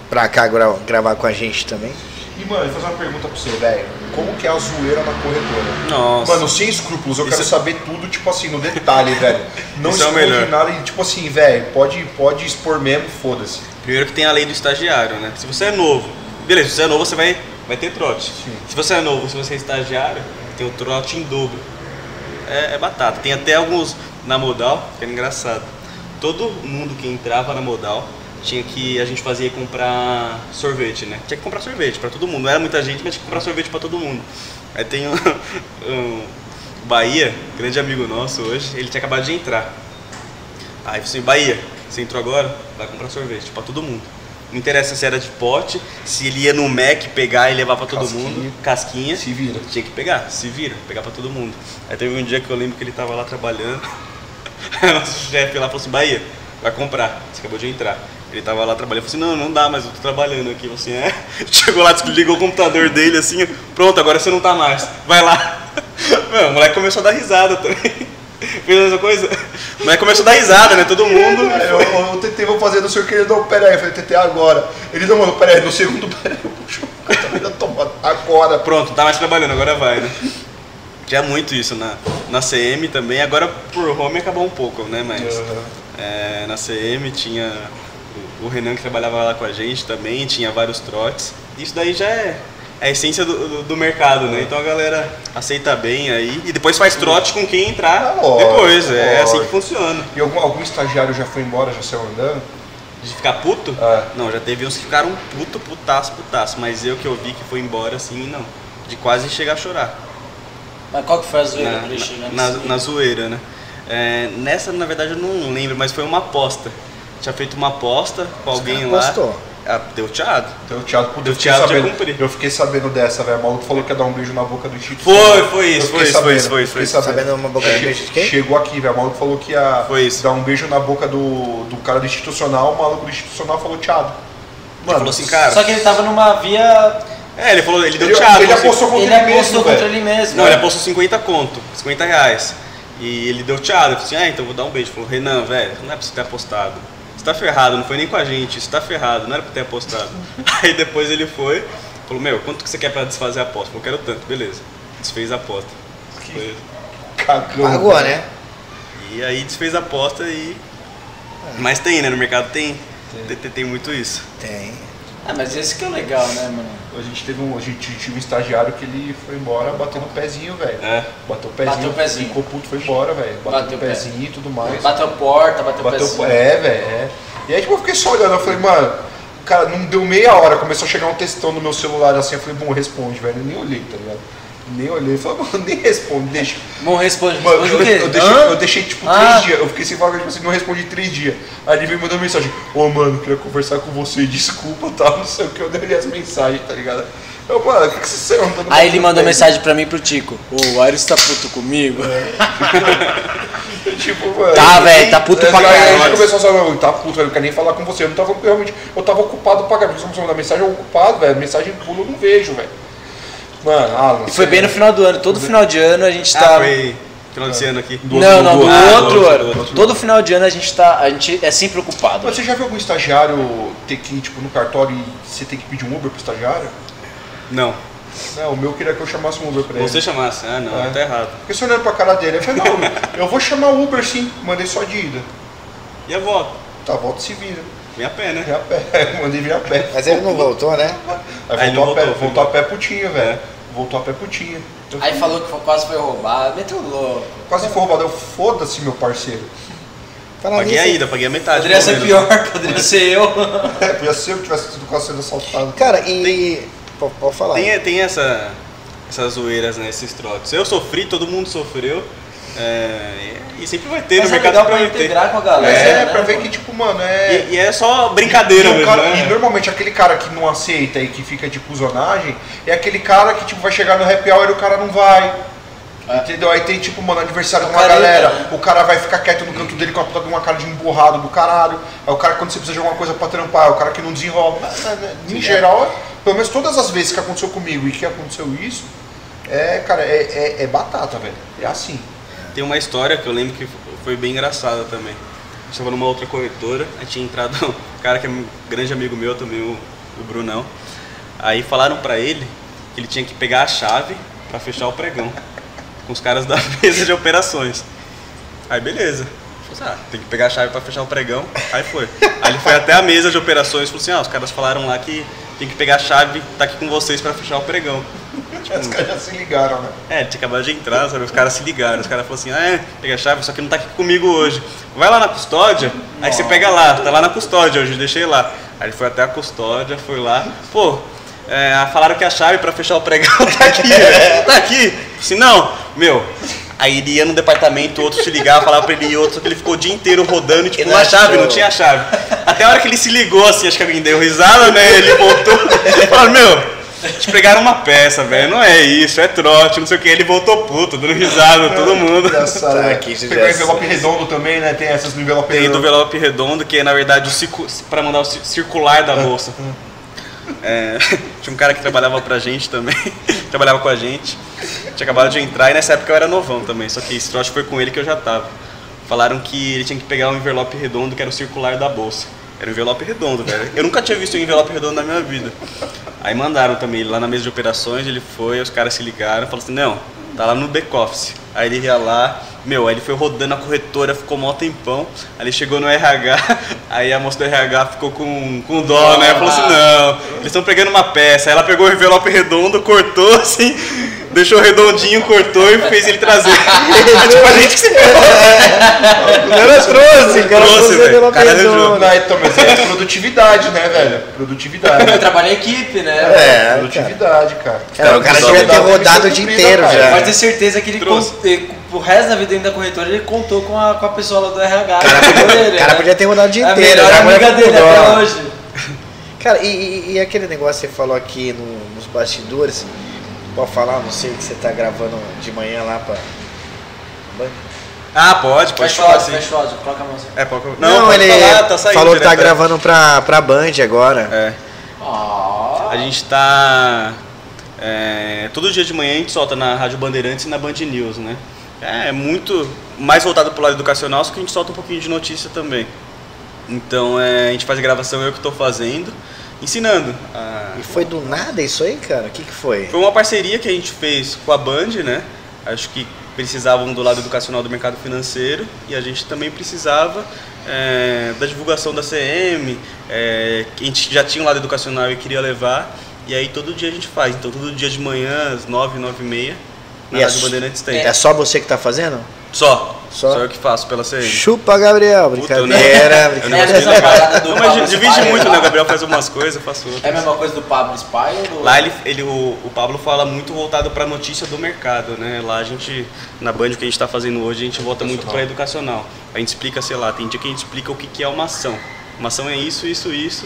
pra cá gra- gravar com a gente também.
E, mano, eu vou fazer uma pergunta pra você, velho. Como que é a zoeira na corretora?
Nossa.
Mano, sem escrúpulos, eu
Isso- é-
quero saber tudo, tipo assim, no detalhe, velho. Não
Isso é o
esconde
melhor.
nada e, tipo assim, velho, pode, pode expor mesmo, foda-se.
Primeiro que tem a lei do estagiário, né? Se você é novo, beleza, se você é novo, você vai, vai ter trote. Se você é novo, se você é estagiário, tem o trote em dobro. É, é batata. Tem até alguns na modal, que era engraçado. Todo mundo que entrava na modal tinha que. A gente fazia comprar sorvete, né? Tinha que comprar sorvete pra todo mundo. Não era muita gente, mas tinha que comprar sorvete pra todo mundo. Aí tem um, um Bahia, grande amigo nosso hoje, ele tinha acabado de entrar. Aí falou assim, Bahia, Você entrou agora, vai comprar sorvete pra todo mundo. Não interessa se era de pote, se ele ia no Mac pegar e levar pra todo
Casquinha.
mundo. Casquinha.
Se vira.
Tinha que pegar, se vira, pegar pra todo mundo. Aí teve um dia que eu lembro que ele tava lá trabalhando. Aí nosso chefe lá falou assim, Bahia, vai comprar, você acabou de entrar. Ele tava lá trabalhando, eu falei assim, não, não dá, mas eu tô trabalhando aqui. Eu falei assim, é. Chegou lá, ligou o computador dele assim, pronto, agora você não tá mais. Vai lá. Mano, o moleque começou a dar risada também. Fez a mesma coisa. O moleque começou a dar risada, né? Todo mundo.
É, eu- eu- O TT vou fazer, não sei o que, ele não, pera aí, eu falei, TT agora. Ele não, mano, pera aí, no segundo, pera aí, eu puxo o cartão da tomada, agora.
Pronto, não tá mais trabalhando, agora vai, né? Tinha muito isso na, na CM também, agora por home acabou um pouco, né? Mas é, na CM tinha o, o Renan que trabalhava lá com a gente também, tinha vários trotes. Isso daí já é a essência do, do- do mercado, né? Então a galera aceita bem aí e depois faz trote com quem entrar
É lógico,
depois. É assim que
lógico.
funciona.
E algum, algum estagiário já foi embora, já saiu andando?
De ficar puto?
É.
Não, já teve uns que ficaram puto, putaço, putaço. Mas eu que eu vi que foi embora assim, não. De quase chegar a chorar.
Mas qual que foi a zoeira pra ele
na,
chegar
na,
nesse-
na zoeira, né? É, nessa, na verdade, eu não lembro, mas foi uma aposta. Tinha feito uma aposta com alguém lá.
apostou.
Ah, deu teado.
Então o Thiago, eu
Então, o
fiquei
Thiago já
sabendo,
cumpriu.
eu fiquei sabendo dessa, velho. O maluco falou que ia dar um beijo na boca do Chico.
Foi, foi isso,
Eu fiquei
foi isso,
sabendo,
foi isso, foi isso,
fiquei
foi isso.
Sabendo uma boca de beijo de quem?
Chegou aqui, velho. O maluco falou que ia
Foi isso.
dar um beijo na boca do, do cara do institucional. O maluco do institucional falou, Thiago.
Ele falou assim, cara.
Só que ele tava numa via.
É, ele falou, ele deu
Ele,
teado.
ele
assim.
apostou contra
Ele
ele, mesmo,
apostou contra
velho.
ele mesmo.
Não, ele apostou 50 conto, 50 reais. E ele deu teado. Eu falei assim, ah, então vou dar um beijo. Ele Falou, Renan, velho, não é pra você ter apostado. Você tá ferrado, não foi nem com a gente, você tá ferrado, não era pra ter apostado. Aí depois ele foi, falou, meu, quanto que você quer pra desfazer a aposta? Eu quero tanto, beleza. Desfez a aposta. Foi.
Cagão.
Pagou,
velho.
né?
E aí desfez a aposta e. Mas tem, né? No mercado tem. Tem, tem- tem muito isso.
Tem.
Ah, mas esse que é o legal, né, mano?
A gente teve um, a gente tinha um estagiário que ele foi embora batendo o pezinho, velho.
É.
Bateu o pezinho,
Bateu o pezinho.
ficou puto, foi embora, velho. Bateu,
Bateu
o
o
pezinho e tudo mais.
Bateu porta, bateu,
Bateu,
pezinho.
é, velho. É. E aí, tipo, eu fiquei só olhando. Eu falei, mano, cara, não deu meia hora. Começou a chegar um textão no meu celular assim. Eu falei, bom, responde, velho. Eu nem olhei, tá ligado? Nem olhei. Eu falei, mano, nem responde, deixa.
Bom, responde.
Mano,
responde
eu,
o quê?
eu deixei,
Hã?
eu deixei, tipo
Ah.
três dias. Eu fiquei sem falar, tipo assim, não respondi três dias. Aí ele me mandou mensagem: Ô, mano, queria conversar com você, desculpa, tá? Não sei o que. Eu dei as mensagens, tá ligado? Eu, mano, o que, que você tá anda no
Aí ele
bagulho
mandou
desse?"
mensagem pra mim e pro Tico. Ô, o Ares tá puto comigo?
Tipo, mano.
Tá, velho, tá puto
É,
pra
aí a gente
caralho.
começou a falar, "Não, tá puto, eu não quero nem falar com você. Eu não tava realmente. Eu tava ocupado pra caralho. Você começou a mandar mensagem, eu ocupado, velho. Mensagem pula, eu não vejo, velho. Mano, ah, não
E foi bem no final do ano. Todo final de ano a gente tá.
Ah, foi final de ano aqui.
Não, não, do
Ah, do
outro
outro,
ano.
do outro.
Todo final de ano a gente tá. A gente é sempre ocupado.
Mas tipo, você já viu algum estagiário ter que ir, tipo, no cartório e você ter que pedir um Uber pro estagiário?
Não.
Não, o meu queria que eu chamasse um Uber
É.
pra ele.
Você chamasse. Ah, não,
É.
tá errado.
Porque você olhando pra cara dele, eu falei, não, eu vou chamar o Uber sim, mandei só de ida.
E a volta?
Tá, volta e se vira.
Vem a pé, né?
Vem a pé, mandei vir a pé.
Mas ele não voltou, né?
Aí
Aí ele
voltou a pé,
voltou, É. foi
voltou a pé
embora.
putinha, velho. Voltou a pé putinha. Eu
Aí falou que foi- quase foi roubado. Meteu louco.
Quase foi roubado. Eu foda-se, meu parceiro.
Fala
Paguei a
nisso,
ida, paguei a metade.
assim, Poderia
pelo
ser
menos.
pior, poderia ser eu.
É, podia ser eu que tivesse sido quase sendo assaltado.
Cara, e. Pô, Pode falar.
Tem, tem essa, essas zoeiras, né? Esses trotes. Eu sofri, todo mundo sofreu. É, e sempre vai ter
Mas
no
é
mercado
legal pra
vai ter.
integrar com a
É,
galera. né,
pra ver
mano?
que, tipo, mano, é.
E, e é só brincadeira
e o
mesmo,
cara-
né?
e normalmente aquele cara que não aceita e que fica de cuzonagem é aquele cara que tipo, vai chegar no happy hour e o cara não vai.
É.
Entendeu? Aí tem tipo, mano, aniversário de uma
Careta,
galera,
né?
o cara vai ficar quieto no canto dele com a puta de uma cara de emburrado do caralho. É o cara que quando você precisa de alguma coisa pra trampar, é o cara que não desenrola. Mas, né,
é.
Em geral, pelo menos todas as vezes que aconteceu comigo e que aconteceu isso, é, cara, é, é- é batata, velho. É assim.
Tem uma história que eu lembro que foi bem engraçada também. A gente tava numa outra corretora, aí tinha entrado um cara que é um grande amigo meu também, o, o Brunão. Aí falaram pra ele que ele tinha que pegar a chave pra fechar o pregão com os caras da mesa de operações. Aí beleza. Falei assim, Ah, tem que pegar a chave pra fechar o pregão. Aí foi. Aí ele foi até a mesa de operações e falou assim: ah, os caras falaram lá que tem que pegar a chave, tá aqui com vocês pra fechar o pregão. Hum.
Os caras já se ligaram, né?
É, ele tinha acabado de entrar, sabe? Os caras se ligaram. Os caras falaram assim, ah, é, pega a chave, só que não tá aqui comigo hoje. Vai lá na custódia, aí você pega lá, tá lá na custódia hoje, deixei lá. Aí ele foi até a custódia, foi lá, pô, né? é, falaram que a chave pra fechar o pregão tá aqui, tá aqui. Falei Assim, não, meu, Aí ele ia no departamento, outro te ligava, falava pra ele ir, outro, só que ele ficou o dia inteiro rodando, tipo,
não
a chave,
achou.
não tinha a chave. Até a hora que ele se ligou, assim, acho que alguém deu risada, né? Ele voltou. Falou, meu, te pegaram uma peça, velho, não é isso, é trote, não sei o que. Ele voltou puto, dando risada, todo mundo.
Engraçado,
Tá
né?
aqui, você
Pegou
já
envelope redondo também, né? Tem essas no envelope
é. Tem do
redondo.
envelope redondo, que é na verdade o circu... para mandar o cir- circular da bolsa. É, tinha um cara que trabalhava pra gente também, trabalhava com a gente. Tinha acabado de entrar e nessa época eu era novão também, só que esse trote foi com ele que eu já tava. Falaram que ele tinha que pegar um envelope redondo que era o circular da bolsa. Era um envelope redondo, velho. Eu nunca tinha visto um envelope redondo na minha vida. Aí mandaram também ele lá na mesa de operações, ele foi, os caras se ligaram, falaram assim, não, tá lá no back-office. Aí ele ia lá, meu, aí ele foi rodando a corretora, ficou mó tempão, aí ele chegou no RH, aí a moça do RH ficou com, com dó, né? Falou assim, não, eles estão pegando uma peça. Aí ela pegou o envelope redondo, cortou assim, deixou redondinho, cortou e fez ele trazer. É tipo a gente que se
Ela trouxe, É. cara.
Trouxe,
Trouxe,
velho.
pela
Cara,
pessoa.
resolveu.
Não, então, mas é produtividade, né, velho? Produtividade.
Eu trabalho em equipe, né?
É, cara. É.
produtividade, cara.
Cara, o cara devia ter rodado o dia inteiro já.
Pode ter certeza que ele,
Trouxe.
con- ele- pro resto da vida dentro da corretora, ele contou com a, com a pessoa lá do RH.
O cara podia ter rodado o dia
é a
inteiro.
melhor
já agora
amiga
com
dele
dó.
até hoje.
Cara, e, e- e aquele negócio que você falou aqui no- nos bastidores, pode falar, não sei, que você tá gravando de manhã lá pra.
Ah, pode, pode
Fecha o
falar
áudio,
sim.
fecha o áudio, coloca a mãozinha.
É, pode... pode
ele
falar, tá saindo
falou que tá
direto, né?
gravando pra, pra Band agora.
É.
Ó.
A gente tá. é, todo dia de manhã a gente solta na Rádio Bandeirantes e na Band News, né? É muito mais voltado pro lado educacional, só que a gente solta um pouquinho de notícia também. Então é, a gente faz gravação, eu que tô fazendo, ensinando. a-
E foi do nada isso aí, cara? O que, que foi?
foi uma parceria que a gente fez com a Band, né? Acho que precisavam do lado educacional do mercado financeiro e a gente também precisava é, da divulgação da CM, é, que a gente já tinha um lado educacional e queria levar. E aí todo dia a gente faz. Então todo dia de manhã, às 9, 9 e meia, na
E é
Rádio
s-
Bandeirantes tem.
É só você que tá fazendo?
Só.
Só?
Só. eu que faço pela CM.
Chupa, Gabriel.
Puta, eu não-
Brincadeira,
eu
É
não
a
brincadeira.
mesma parada do
Não, mas
Pablo
divide
Spy,
muito,
né?
né? O Gabriel faz umas coisas, eu faço outras.
É a mesma coisa do Pablo Spy ou do...
Lá ele, ele- o, o Pablo fala muito voltado para notícia do mercado, né? Lá a gente, na Band, o que a gente está fazendo hoje, a gente volta muito para educacional. A gente explica, sei lá, tem dia que a gente explica o que, que é uma ação. Uma ação é isso, isso, isso.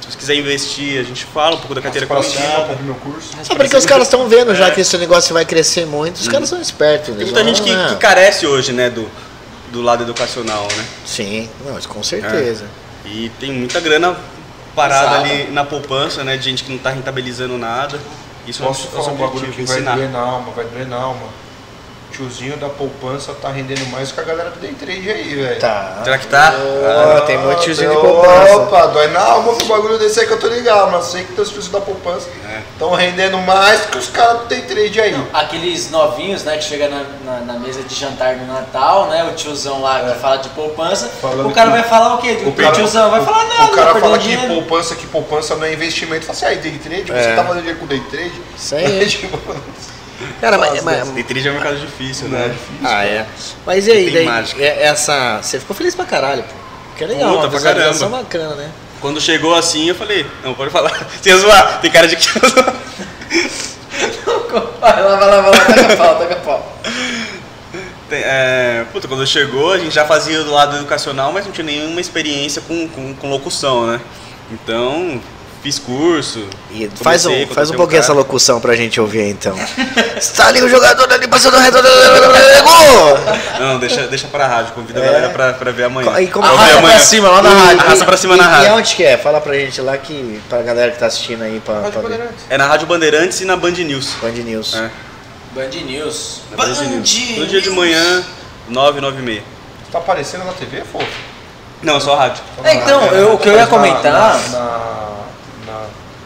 Se você quiser investir, a gente fala um pouco da carteira comentada.
compre meu curso.
Ah, porque os caras estão vendo já que esse negócio vai crescer muito, os caras são espertos.
Tem
eles
É. muita
vão,
gente que,
né?
que carece hoje, né, do, do lado educacional, né?
Sim, não, isso com certeza.
E tem muita grana parada
Exato.
ali na poupança, né? De gente que não está rentabilizando nada. Isso é o
Posso
nosso
falar um bagulho
objetivo,
que vai
ensinar.
doer na alma, vai doer na alma. Tiozinho da poupança tá rendendo mais que a galera do Day Trade aí, velho.
Tá.
Será que tá?
É,
Ó, tem muito tiozinho de
Opa,
poupança.
Ah, Opa, dói na alma que o bagulho desse aí que eu tô ligado, mas sei que tem os tiozinhos da poupança
É.
estão rendendo mais que os caras do Day Trade aí.
Aqueles novinhos, né, que chega na, na- na mesa de jantar no Natal, né, o tiozão lá
É.
que fala de poupança,
Falando
o cara
que-
vai falar o quê? O,
cara-
tiozão vai
o-
falar nada,
O cara
vai
fala
perder
que
dinheiro.
poupança, que poupança não é investimento. Fala assim, aí, Day Trade,
É.
você tá fazendo dinheiro com Day Trade?
Isso aí.
Tipo,
Cara, mas, mas,
Tem trilha é um mercado difícil, né?
Ah, é. Mas e aí,
Tem
daí,
mágica.
é- essa. Você ficou feliz pra caralho, pô. Que é legal,
Puta,
uma
pra
visualização bacana, né?
Quando chegou assim, eu falei, não, pode falar. Você ia zoar, tem cara de que ia zoar.
Vai lá, vai lá, vai lá, taca pau, taca pau.
Tem, é, puta, quando chegou, a gente já fazia do lado educacional, mas não tinha nenhuma experiência com, com, com locução, né? Então, fiz curso.
E faz um, faz
comecei,
um
contratei
pouquinho essa
cara.
locução pra gente ouvir aí, então. Está ali o jogador da animação do redor. Gol!
Não, deixa, deixa pra rádio, convida a galera pra, pra ver amanhã.
É. E como-
Pra ver
Arrasta
amanhã.
pra cima, lá na rádio.
Arrasta pra cima
E-
na
E
rádio.
onde que é? Fala pra gente lá que. Pra galera que tá assistindo aí pra, pra ver.
É na Rádio Bandeirantes e na Band News.
Band News.
É,
Band News.
na Band News. Todo dia de manhã, 9, 9 e meia.
tá aparecendo na TV, fofo?
Não, só rádio.
É, então, eu- o que eu ia
Mas na-
comentar
na- na-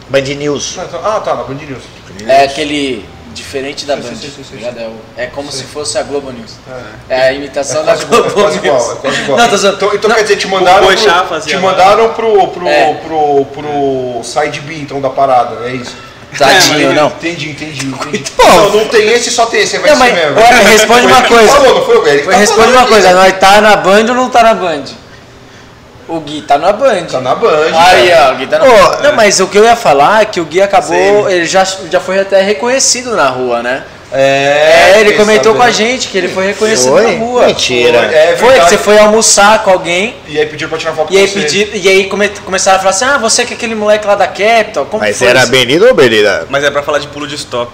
Band News.
Não, então- Ah, tá, na Band News.
é aquele diferente da
Sim,
Band,
sim, sim, sim,
ligado? É o- é como se fosse a Globo News.
É.
É a imitação
É
da
quase igual,
Globo
é quase
News.
igual, é quase igual.
Não, tô zoando.
Então, então
Não,
quer dizer, te mandaram
o Boixá
pro,
fazia
te
lá.
mandaram pro, pro,
É.
pro, pro side B, então, da parada, é isso?
Tadinho, não.
Entendi, entendi, entendi. não, não tem esse, só tem esse, vai
Não,
ser
mas,
mesmo.
olha, responde
Foi
uma
ele que
coisa.
Falou, né? não foi o Eric?
Mas responde uma coisa, nós tá na Band ou não tá na Band? O Gui tá na Band.
Tá na Band.
Aí,
cara.
ó, o Gui tá na Band.
é
Não, mas o que eu ia falar é que o Gui acabou,
Sim.
ele já, já foi até reconhecido na rua, né?
É, ele
fiquei
comentou com a
sabendo.
gente que ele foi reconhecido
Foi?
na rua.
Mentira.
É
foi, que
verdade.
você foi almoçar com alguém
E aí pediram pra tirar foto
e aí,
com você.
pedir, e aí come- começaram a falar assim: ah, você que é aquele moleque lá da Capital. Como
Mas
foi
era
isso?
Benito ou Benida?
Mas é pra falar de pulo de stop.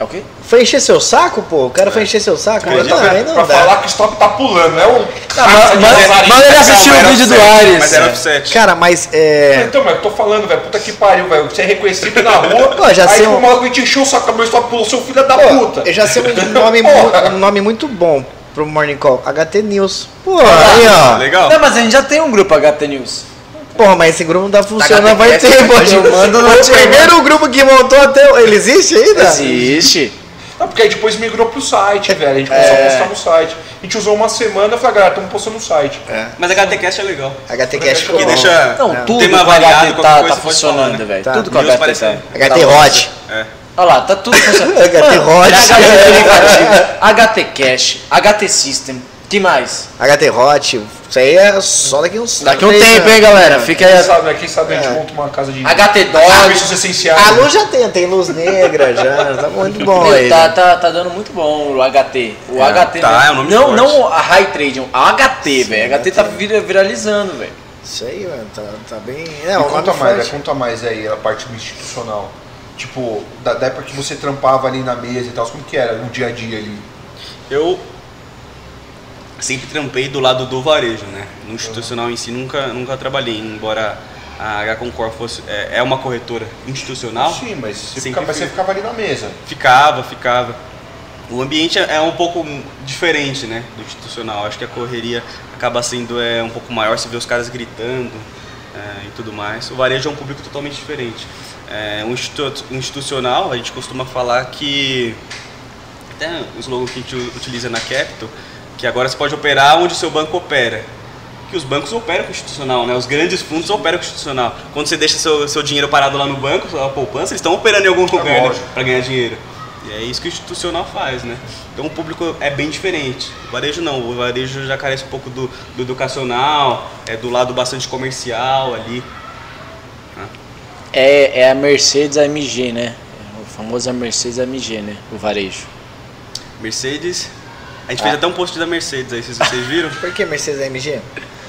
É o quê?
Foi encher seu saco, pô? O
É.
cara foi encher seu saco?
Pra,
Mas também não
Tá pra
dá.
falar que o stop tá pulando, né? O...
é
Manda manda ele assistir o vídeo do
Mas
Ares.
era offset.
Cara, mas é.
Então, mas eu tô falando, velho. Puta que pariu, velho. Você é reconhecido na rua.
Pô, já
aí
sei
o
um-
maluco te encheu o saco, meu stop pulou, seu filho da
Pô,
Tá puta.
eu já sei um nome,
Porra.
mu- um nome muito bom pro Morning Call: HT News. Pô, aí ó.
Tá Legal?
Não, mas a gente já tem um grupo HT News.
Porra, mas esse grupo não tá funcionando, vai
HT,
ter, pô.
eu mando no
Foi o
Telegram.
primeiro grupo que montou até. o- Ele existe ainda?
Existe.
Não, porque aí depois migrou pro site, velho. A gente começou
É.
a postar no site. A gente usou uma semana e falei, "Ah, galera, estamos postando no site.
Mas a HTCast é legal.
HT Cash
Porque deixa É.
Não,
o
tudo
tema
com
avaliado,
HT
qualquer
tá,
coisa
tá
você pode falar,
funcionando,
né?
velho.
Tá.
Tudo com
News
HT
parece-
tá.
HT Hot.
Olha lá, tá tudo funcionando.
HT Rod.
HT, HT Cash, HT System, que mais?
HT Hot. Isso aí é só daqui uns.
Daqui um tempo, hein, galera?
É.
Fica aí.
Quem sabe, né? Quem sabe a gente monta uma casa de
HT
serviços
Dog.
essenciais.
A luz já tem, tem luz negra já. Tá muito bom aí.
Meu, tá, tá, tá dando muito bom o HT. O HT.
tá,
mesmo.
é um nome
não,
forte.
não a High Trade, a HT, velho. HT tá vira- viralizando, velho.
Isso aí, mano, tá, tá bem.
E
É, um
conta
nome
mais, né?
forte.
conta mais aí a parte do institucional. Tipo, da, da época que você trampava ali na mesa e tal, como que era o dia a dia ali?
Eu sempre trampei do lado do varejo, né? No institucional em si nunca, nunca trabalhei, embora a H Concor fosse é, é uma corretora institucional.
Ah, Sim, mas você,
Sempre
ficava, mas
fui.
você ficava ali na mesa.
Ficava, ficava. O ambiente é é um pouco diferente, né, do institucional. Acho que a correria acaba sendo é, um pouco maior, se vê os caras gritando é, e tudo mais. O varejo é um público totalmente diferente. É, o institu- o institucional, a gente costuma falar que até o slogan que a gente u- utiliza na Capital, que agora você pode operar onde o seu banco opera. Que os bancos operam com o institucional, né? Os grandes fundos operam com o institucional. Quando você deixa seu, seu dinheiro parado lá no banco, sua poupança, eles estão operando em algum lugar né?
lógico.
para ganhar dinheiro. E é isso que o institucional faz, né? Então o público é bem diferente. O varejo não, o varejo já carece um pouco do, do educacional, é do lado bastante comercial ali.
É, é a Mercedes AMG, né? O famoso Mercedes AMG, né? O varejo.
Mercedes. A gente fez até um post da Mercedes aí, vocês, vocês viram?
Por que Mercedes AMG?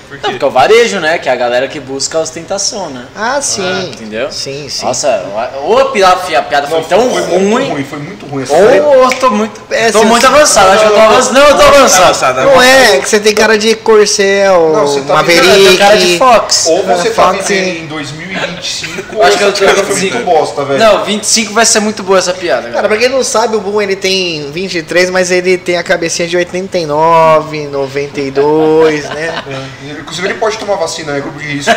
Por quê?
Não, porque é o varejo, né? Que é a galera que busca a ostentação, né?
Ah, sim.
entendeu?
Sim, sim.
Nossa, o, o, pila- a piada foi tão
foi
ruim.
muito ruim, foi muito ruim. essa
Ou
época.
eu tô muito.
É,
tô
se-
muito avançado, acho que eu tô
não, não,
avançado. Não, eu tô
Tá
avançado.
avançada,
Não
né?
é, que você tem cara de Corcel,
Não, você tá
Maverick.
Eu tenho cara de Fox.
Ou você
Ah,
tá
fala
vivendo
assim.
em 2025,
Acho que eu
ou essa piada
tô-
foi
sim.
muito bosta, velho.
Não, 25 vai ser muito boa essa piada.
Cara,
Cara.
pra quem não sabe, o Boom ele tem 23, mas ele tem a cabecinha de 89, 92, né?
Ele- É. Inclusive ele pode tomar vacina, é grupo de risco.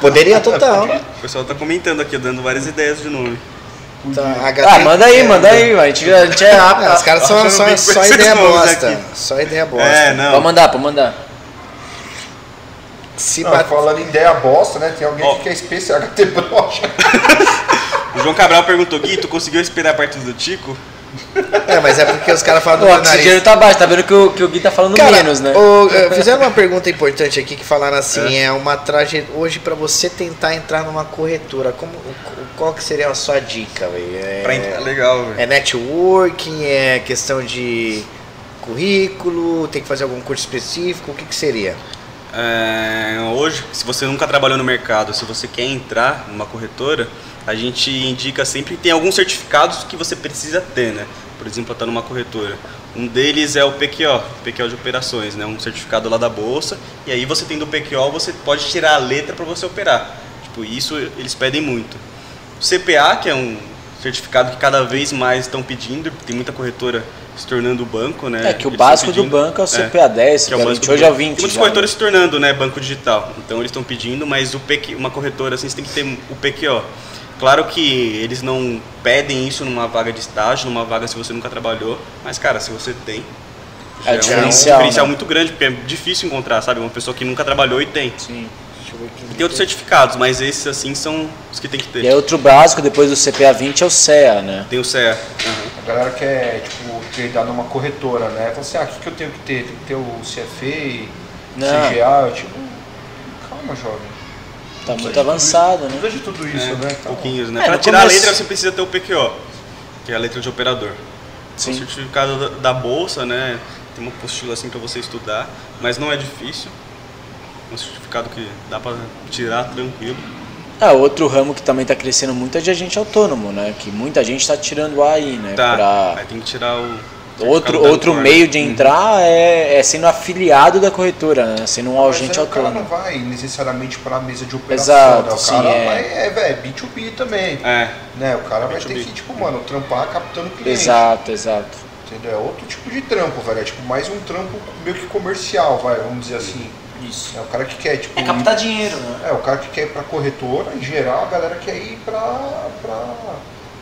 Poderia total.
O pessoal tá comentando aqui, dando várias ideias de nome.
Tá, HT,
Ah, manda
é,
aí,
né?
manda aí, mano. A gente, a gente é rápido.
Ah, os caras só,
Achando
só,
bem
só
com esses
ideia
nomes
bosta.
aqui.
Só ideia bosta.
É,
Pode
não.
mandar, pode mandar.
Se
Não,
bater.
falando em ideia bosta, né? Tem alguém
Ó.
que quer especial HT brocha.
O João Cabral perguntou, Gui, tu conseguiu esperar a partida do Tico?
É, mas é porque os caras falam
O
do meu
oxigênio
nariz.
tá baixo, tá vendo que o, que o Gui tá falando
Cara,
menos, né?
o- eh, fizeram uma pergunta importante aqui que falaram assim, é, uma traje hoje pra você tentar entrar numa corretora, como o- qual que seria a sua dica, velho? É,
Pra entrar legal, velho.
é networking, é questão de currículo, tem que fazer algum curso específico, o que que seria?
É, hoje, se você nunca trabalhou no mercado, se você quer entrar numa corretora, a gente indica sempre tem alguns certificados que você precisa ter, né? Por exemplo, estar numa corretora. Um deles é o PQO, PQO de operações, né? Um certificado lá da bolsa. E aí você tendo o PQO, você pode tirar a letra para você operar. Tipo, isso eles pedem muito. O CPA, que é um certificado que cada vez mais estão pedindo, tem muita corretora se tornando banco, né?
É que o
Eles estão
básico do
pedindo.
banco é o
É
CPA 10,
que
CPA
é o banco
20, hoje é o
digital.
20.
Tem
já,
Muitos
né?
corretores se tornando, né, banco digital. Então eles estão pedindo, mas o PQ, uma corretora assim, você tem que ter o PQO. Claro que eles não pedem isso numa vaga de estágio, numa vaga se você nunca trabalhou, mas cara, se você tem, já
É
um
diferencial,
diferencial
né?
muito grande, porque é difícil encontrar, sabe, uma pessoa que nunca trabalhou e tem.
Sim.
E Tem outros certificados, mas esses assim são os que tem que
E aí
ter.
outro básico depois do CPA 20 é o CEA, né?
Tem o CEA.
A galera quer, tipo, treinar numa corretora, né? Fala assim, ah, o que, que eu tenho que ter? Tem que ter o CFA,
Não.
CGA, eu, tipo, calma, jovem.
Tá muito avançado, né?
Não vejo tudo isso,
É,
né? Calma.
pouquinhos, né?
É,
Pra
no
tirar a
começo-
letra você precisa ter o PQO. que é a letra de operador. É um
Sim.
certificado da- da bolsa, né? Tem uma apostila assim para você estudar, mas não é difícil. É Um certificado que dá para tirar tranquilo.
Ah, outro ramo que também tá crescendo muito é de agente autônomo, né? Que muita gente tá tirando o aí, né?
Tá.
Pra-
Aí tem que tirar o
Outro,
certificado da
outro
Ancorn.
meio de entrar é, é sendo afiliado da corretora, né? Sendo um
Mas
agente
aí o cara não tá
autônomo.
vai necessariamente pra mesa de operação.
Exato,
né? O
sim,
cara
é.
vai, é, velho, B2B também.
É,
Né? O cara vai ter
B2B.
que, tipo, mano, trampar captando cliente.
Exato, exato.
Entendeu? É outro tipo de trampo, velho. É tipo mais um trampo meio que comercial, vai, vamos dizer assim.
Isso. Hum.
É o cara que quer, tipo.
É captar dinheiro, né?
É, o cara que quer ir pra corretora, em geral, a galera quer ir pra, pra,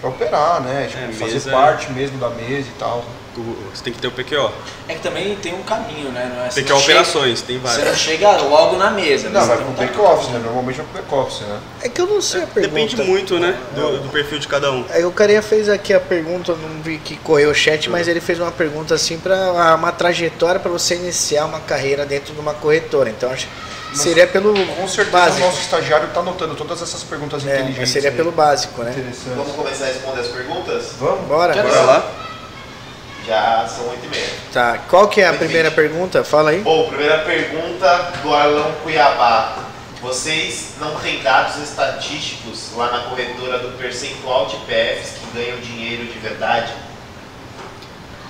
pra operar, né? Tipo,
É,
fazer
mesa-
parte mesmo da mesa e tal.
o- você tem que ter o PQO.
É que também tem um caminho, né? Não é, você
PQO
não chega-
operações, tem
Você não
vários.
chega logo na mesa. né?
Não,
Você
vai
tem
pro
um
back-office, né? Normalmente vai pro back-office, né?
É que eu não sei a pergunta.
Depende muito, né? Do, do perfil de cada um.
Aí o carinha fez aqui a pergunta, não vi que correu o chat, mas ele fez uma pergunta assim para uma trajetória para você iniciar uma carreira dentro de uma corretora. Então acho que seria pelo
Com certeza
básico.
o nosso estagiário tá anotando todas essas perguntas
É, mas
inteligentes.
seria
aí.
pelo básico, né?
Interessante.
Vamos começar a responder as perguntas?
Vamos?
Bora.
Bora lá.
Já são 8 e meia.
Tá. Qual que é a
Perfeito.
primeira pergunta? Fala aí.
Bom, primeira pergunta do Arlão Cuiabá. Vocês não têm dados estatísticos lá na corretora do percentual de PFs que ganham dinheiro de verdade?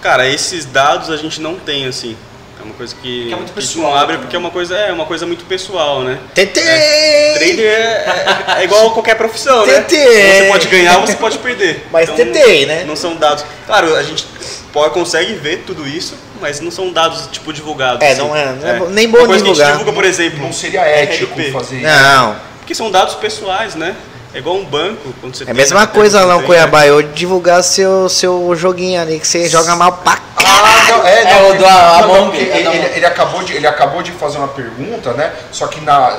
Cara, esses dados a gente não tem, assim. É uma coisa que,
Que é muito
que a gente
pessoal
não abre
também.
porque é uma coisa, é uma coisa muito pessoal, né?
TT!
Trader é, é- é igual a qualquer profissão, né?
TT.
Você pode ganhar ou você pode perder. Então,
Mas TT, né?
Não são dados. Claro, a gente pode, consegue ver tudo isso, mas não são dados tipo divulgados.
É,
assim.
não é- não é bom- nem bom
Uma coisa que a gente
divulgar.
divulga, por exemplo,
Não seria
é
ético
RLP,
fazer isso.
Não,
Porque são dados pessoais, né? É igual um banco, quando
é
você
a
tem-
mesma
tem-
coisa lá,
tem,
o Cuiabá. Eu divulgar seu, seu joguinho ali que você joga mal pra cá.
Ah, não, é,
É
não,
o
ele-
do a-
não, não,
Among,
porque
é
ele,
da
ele-
Among.
ele acabou de, ele acabou de fazer uma pergunta, né? Só que na.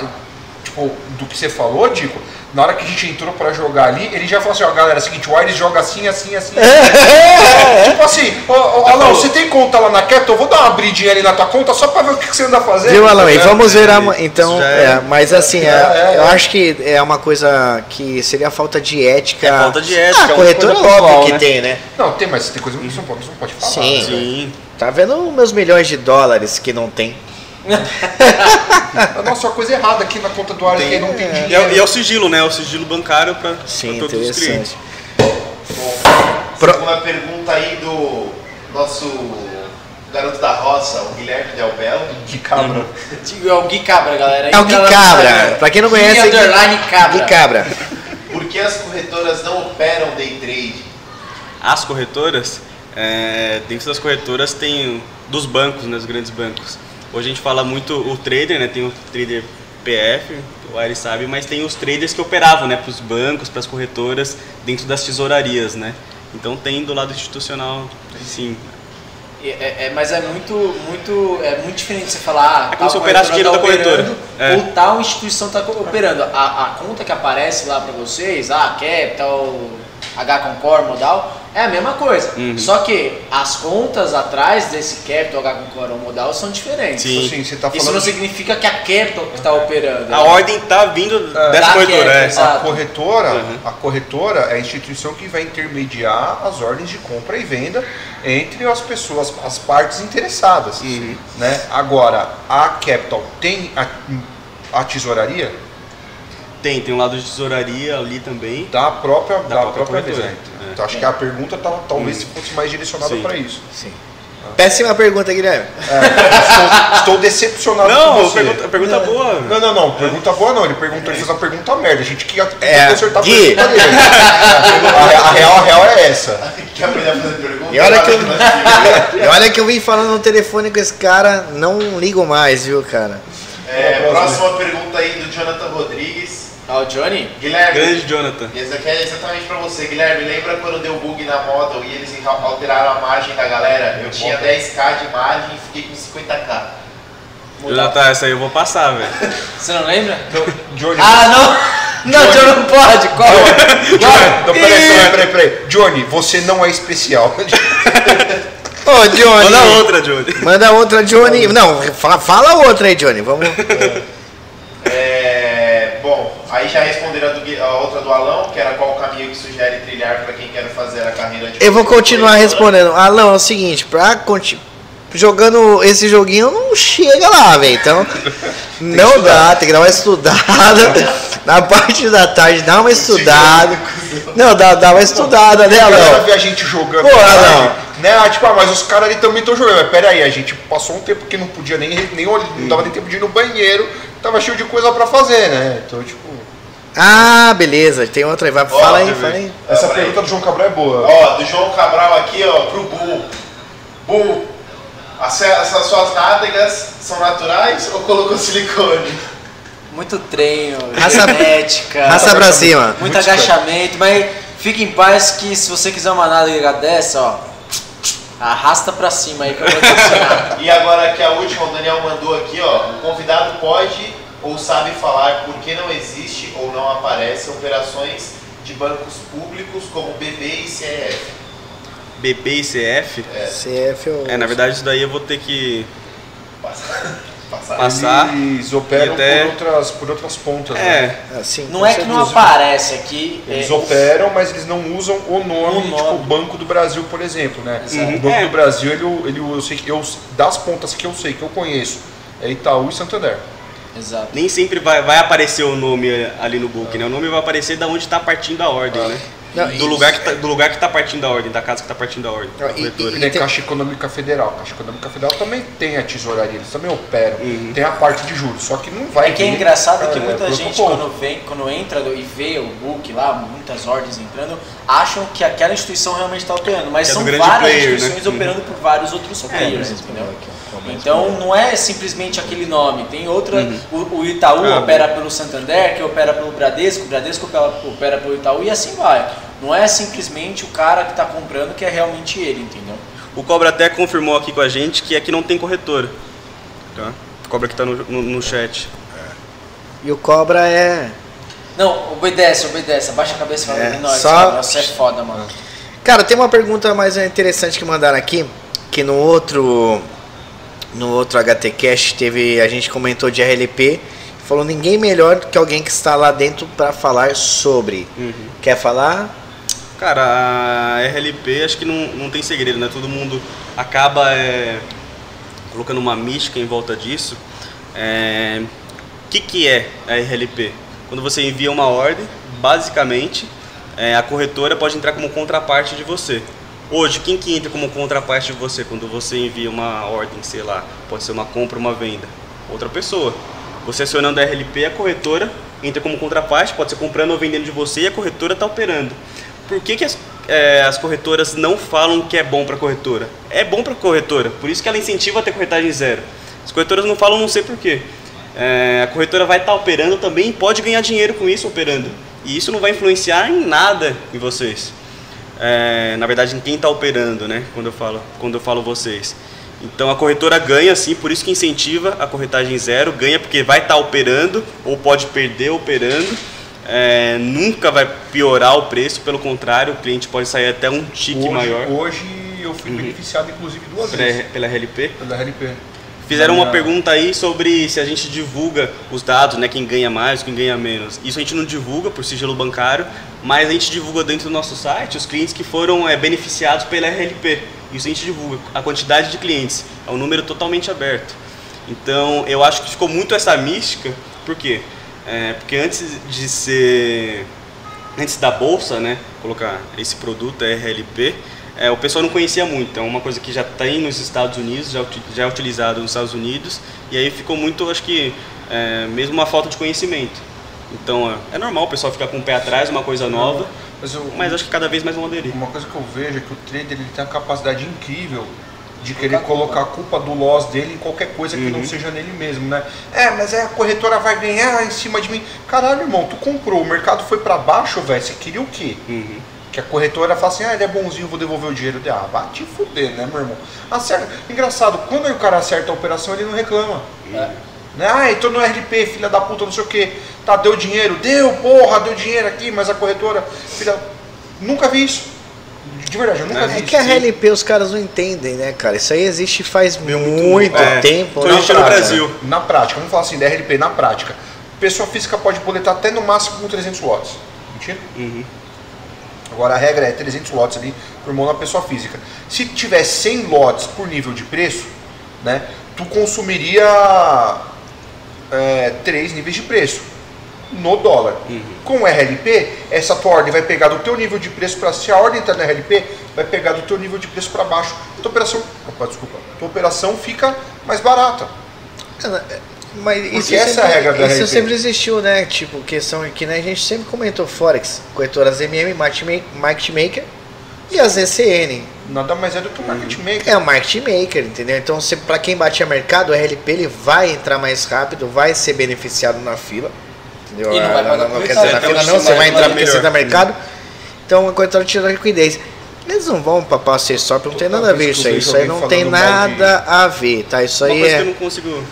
Tipo, do que você falou, Dico, na hora que a gente entrou pra jogar ali, ele já falou assim, ó, galera, é o seguinte, o Aires joga assim, assim, assim. assim. tipo assim, ó,
Tá
ó, Alão, você tem conta lá na Keto? Eu vou dar uma abridinha ali na tua conta só pra ver o que, que você anda fazendo. É.
Viu, Alan? E
entendeu?
vamos ver a.
Isso
Então,
já é-
é, mas assim, é-
É, é,
eu
é.
acho que é uma coisa que seria falta de ética.
É falta de ética,
Ah,
uma
corretora
coisa pessoal,
óbvio que
né?
tem, né?
Não, tem, mas tem coisa que você não pode, você não pode falar.
Sim.
né?
Sim.
Tá vendo meus milhões de dólares que não tem?
Nossa, uma coisa errada aqui na conta do Ares, que aí não tem
E é,
dinheiro.
e é o sigilo, né? É o sigilo bancário para
Sim,
todos os clientes.
interessante.
Bom,
Pro-
segunda pergunta aí do nosso garoto da roça, o Guilherme Del Belo.
Que cabra.
Digo, É o Gui Cabra, galera.
É o Gui
Entra lá no
Cabra.
Instagram.
Pra quem não
Gui
conhece, é Gui-
underline Cabra.
De cabra.
Por que as corretoras não operam day trade?
As corretoras, é, dentro das corretoras tem dos bancos, né, dos grandes bancos. Hoje a gente fala muito o trader, né, tem o trader PF, o Aires sabe, mas tem os traders que operavam né, para os bancos, para as corretoras, dentro das tesourarias. Né? Então tem do lado institucional, sim.
É, é- é- mas é muito, muito, é muito diferente você falar, ah,
É como se operasse dinheiro da corretora.
operando,
É.
ou tal instituição está operando. A, a conta que aparece lá para vocês, ah, Capital, H Concor, Modal, é a mesma coisa.
Uhum.
Só que as contas atrás desse Capital, H Concor ou Modal são diferentes.
Sim.
Assim, você tá
Isso
falando
não significa que a Capital que está operando.
A ordem tá vindo
Da
dessa corretora.
Kepler,
É.
A
exato.
corretora,
Uhum.
a corretora é a instituição que vai intermediar as ordens de compra e venda entre as pessoas, as partes interessadas.
Uhum.
Né? Agora, a Capital tem a, a tesouraria
Tem, tem um lado de tesouraria ali também.
da própria, da
Da própria
própria mesa.
corretora. É.
Então, acho que a pergunta tá- talvez fosse mais direcionada
Sim.
para isso.
Sim. Péssima pergunta, Guilherme.
É, estou, estou decepcionado com
Não,
você.
pergunta, pergunta boa.
Não, não, não. Pergunta boa não. Ele perguntou, ele fez uma pergunta merda. A gente que
É,
consertar a
Gui.
pergunta dele. A, a real, a real é essa.
Quer aprender a fazer pergunta?
E olha que eu-
nós tivemos.
E olha que eu vim falando no telefone com esse cara, não ligo mais, viu, cara?
É, próxima pergunta aí do Jonathan Rodrigues.
Ah, o Johnny?
Guilherme,
Grande Jonathan.
Esse aqui é exatamente pra você, Guilherme. Lembra quando deu bug na model e eles alteraram a margem da galera? Eu tinha 10k de margem e fiquei com 50k.
Modal.
Jonathan, tá, essa aí eu vou passar, velho.
Você não lembra?
Então,
Johnny,
Ah, não! Não, Johnny não pode, é? corre!
Não, então, peraí, peraí, peraí, peraí. Johnny, você não é especial.
Ô, Johnny.
Manda outra, Johnny.
Manda outra, Johnny. Não, fala, fala outra aí, Johnny. Vamos.
É, bom, aí já responderam a do Gui- a outra do Alão, que era qual o caminho que sugere trilhar para quem quer fazer a carreira de
Eu vou continuar
corretor.
respondendo. Alão, é o seguinte, pra conti- jogando esse joguinho não chega lá, velho. Então, não dá, tem que dar uma estudada. Na parte da tarde, dá uma estudada. Não, dá, dá uma estudada, né,
A galera
Alão?
vê a gente jogando.
Pô,
tarde,
Alan.
Né? Ah, tipo, ah, mas os caras ali também estão jogando. Mas pera aí, a gente passou um tempo que não podia nem, nem olhar, não dava nem tempo de ir no banheiro, tava cheio de coisa pra fazer, né? Então, tipo.
Ah, beleza, tem outra aí. Vai, fala aí,
Ó,
fala aí.
Essa
Ah, peraí.
pergunta do João Cabral é boa.
Ó, do João Cabral aqui, ó, pro Bull. Bull, as- essas suas nádegas são naturais ou colocou silicone?
Muito treino,
Raça-
genética,
Raça pra cima.
muito agachamento, mas fique em paz que se você quiser uma nádega dessa, ó, arrasta pra cima aí que eu vou te ensinar.
E agora que a última, o Daniel mandou aqui, ó. O convidado pode ou sabe falar por que não existe ou não aparece operações de bancos públicos como BB e CEF.
BB e CF.
CF ou...
É, na verdade isso daí eu vou ter que
Passa- Passar.
Ah,
passar.
Eles operam
E até-
por, outras, por outras pontas. né?
É,
Assim,
Não é que não aparece aqui, é,
Eles operam, mas eles não usam o nome,
O
tipo
nome.
o Banco do Brasil, por exemplo, né?
Exato.
O Banco
É.
do Brasil, ele, ele eu sei que eu, das pontas que eu sei, que eu conheço, é Itaú e Santander.
Exato.
nem sempre vai, vai aparecer o nome ali no book, né? O nome vai aparecer da onde tá partindo a ordem, né?
Não,
do,
Ah, isso-
lugar que tá, do lugar que tá partindo a ordem, da casa que tá partindo a ordem.
Ah,
da
e-
corretora.
Que nem
tem-
Caixa Econômica Federal. Caixa Econômica Federal também tem a tesouraria, eles também operam. Tem a parte de juros, só que não vai
Uhum. É que é
ter-
engraçado que
é,
muita
por outro
gente,
ponto.
quando, vem, quando entra do- e vê o book lá, muitas ordens entrando, acham que aquela instituição realmente está operando. Mas
Que é do
são
grande
várias
player, né? É,
instituições operando por vários outros players, entendeu?
um
Então não é simplesmente aquele nome. Tem outra. O, o Itaú
Uhum. Ah,
opera pelo Santander, que opera pelo Bradesco, o Bradesco opera, opera pelo Itaú e assim vai. Não é simplesmente o cara que está comprando que é realmente ele, entendeu?
O Cobra até confirmou aqui com a gente que aqui não tem corretora. Tá? O Cobra que tá no, no, no chat.
E o Cobra é...
Não, obedece, obedece. Abaixa a cabeça e fala,
É,
é, nóis,
só-
cara, você é
Ah.
foda, mano.
Cara, tem uma pergunta mais interessante que mandaram aqui, que no outro no outro HT Cash teve a gente comentou de RLP, falou ninguém melhor que alguém que está lá dentro para falar sobre.
Uhum.
Quer falar?
Cara, a RLP acho que não, não tem segredo, né? Todo mundo acaba é, colocando uma mística em volta disso. É, O que, que é a RLP? Quando você envia uma ordem, basicamente, é, a corretora pode entrar como contraparte de você. Hoje, quem que entra como contraparte de você quando você envia uma ordem, sei lá, pode ser uma compra, uma venda? Outra pessoa. Você acionando a RLP, a corretora entra como contraparte, pode ser comprando ou vendendo de você e a corretora está operando. Por que, que as, é, as corretoras não falam que é bom para a corretora? É bom para a corretora, por isso que ela incentiva a ter corretagem zero. As corretoras não falam, não sei porquê. É, a corretora vai estar operando também e pode ganhar dinheiro com isso operando. E isso não vai influenciar em nada em vocês. É, na verdade, em quem está operando, né? Quando eu, falo, quando eu falo vocês. Então a corretora ganha sim, por isso que incentiva a corretagem zero, ganha porque vai estar operando ou pode perder operando. É, nunca vai piorar o preço, pelo contrário, o cliente pode sair até um tique
hoje,
maior
hoje eu
Uhum.
fui beneficiado, inclusive, duas
pela,
vezes
pela RLP.
pela Ah, RLP.
Fizeram uma
Olha.
pergunta aí sobre se a gente divulga os dados, né? Quem ganha mais, quem ganha menos. Isso a gente não divulga por sigilo bancário, mas a gente divulga dentro do nosso site os clientes que foram eh, beneficiados pela RLP. Isso a gente divulga, a quantidade de clientes. É um número totalmente aberto. Então, eu acho que ficou muito essa mística, por quê? Eh, porque antes de ser antes da bolsa, né, colocar esse produto a RLP, é, o pessoal não conhecia muito. É uma coisa que já tem nos Estados Unidos, já, uti- já é utilizado nos Estados Unidos, e aí ficou muito, acho que, é, mesmo uma falta de conhecimento. Então é, é normal o pessoal ficar com o pé atrás, uma coisa nova,
Mas, eu,
mas acho que cada vez mais vão aderir.
Uma coisa que eu vejo é que o trader ele tem a capacidade incrível de querer colocar a Uhum. culpa do loss dele em qualquer coisa que não seja nele mesmo, né? É, mas é a corretora vai ganhar em cima de mim. Caralho, irmão, tu comprou, o mercado foi pra baixo, velho, você queria o quê? Que a corretora fala assim, ah, ele é bonzinho, vou devolver o dinheiro dele. Ah, vai te fuder, né, meu irmão? Acerta. Engraçado, quando o cara acerta a operação, ele não reclama.
É.
Né? Ah, entrou no RLP, filha da puta, não sei o que. Tá, deu dinheiro, deu, porra, deu dinheiro aqui, mas a corretora, filha. Nunca vi isso. De verdade, eu nunca vi
É
isso.
que a RLP os caras não entendem, né, cara? Isso aí existe faz muito,
É,
tempo.
foi
né?
existe no
prática,
Brasil.
Na prática, vamos falar assim, da RLP na prática. Pessoa física pode boletar até no máximo com 300 watts. Mentira? Agora a regra é 300 lotes ali por mão da pessoa física. Se tiver 100 lotes por nível de preço, né, tu consumiria é, 3 níveis de preço no dólar. Com o RLP, essa tua ordem vai pegar do teu nível de preço para se a ordem entrar no RLP, vai pegar do teu nível de preço para baixo. Tua operação, opa, desculpa, tua operação fica mais barata.
Ah, é, Mas isso,
essa é a regra da
isso
RP.
sempre existiu, né? Tipo, questão que né, a gente sempre comentou Forex, corretoras MM, market market maker e as ECN.
Nada mais é do que o market maker.
É o market maker, entendeu? Então, se, para quem bate a mercado, o RLP ele vai entrar mais rápido, vai ser beneficiado na fila. Entendeu?
E não vai
Ah,
pagar
não,
por
quer
isso,
dizer, na
então
fila
isso
não, você
vai
vai entrar
valer
porque você
melhor.
tá mercado. Então, a corretora tira a liquidez. Eles não vão pra passeio só, porque não tem
Toda
nada a
vez que
ver isso
eu
aí.
vejo
Isso aí
alguém
não tem
falando mal de-
nada a ver, tá? Isso
Uma
aí
coisa que eu
é.
não consigo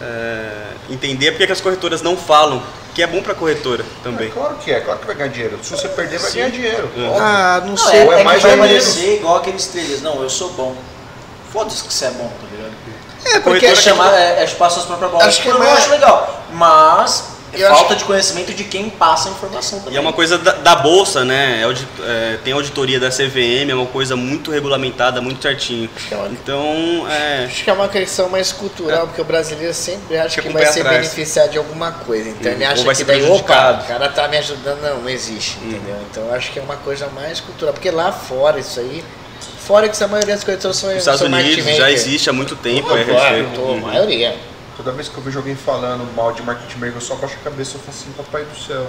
é, entender é porque que as corretoras não falam, que é bom pra corretora
É
também.
claro que é, claro que vai ganhar dinheiro. Se você perder, vai
Sim.
ganhar dinheiro.
É.
Óbvio.
Ah, não
Não,
sei.
é,
Ou é
é
mais
que vai
ou menos.
parecer igual aqueles traders. Não, eu sou bom. Foda-se que você é bom, tá ligado?
É, porque
corretora
É
que-
chamar, é, é chupar suas próprias bolas.
Acho que
eu
não é-
acho legal. Mas é
Eu
falta de conhecimento de quem passa a informação também.
E é uma coisa da, da bolsa, né? É audi- é, tem auditoria da CVM, é uma coisa muito regulamentada, muito certinho. Então, é,
Acho que é uma questão mais cultural, porque o brasileiro sempre acha
Fica
que
com o
vai
pé
ser
atrás.
beneficiado de alguma coisa. Então ele
Ou
acha
vai
que
ser
daí, opa,
prejudicado.
o cara tá me ajudando. Não, não existe, entendeu?
Uhum.
Então eu acho que é uma coisa mais cultural. Porque lá fora isso aí, fora que a maioria das corretoras são
nos Estados
são market
Unidos já
maker.
existe há muito tempo. é,
Claro,
RFE.
tô, a maioria.
Toda vez que eu vejo alguém falando mal de market maker, eu só baixo a cabeça e falo assim, papai do céu.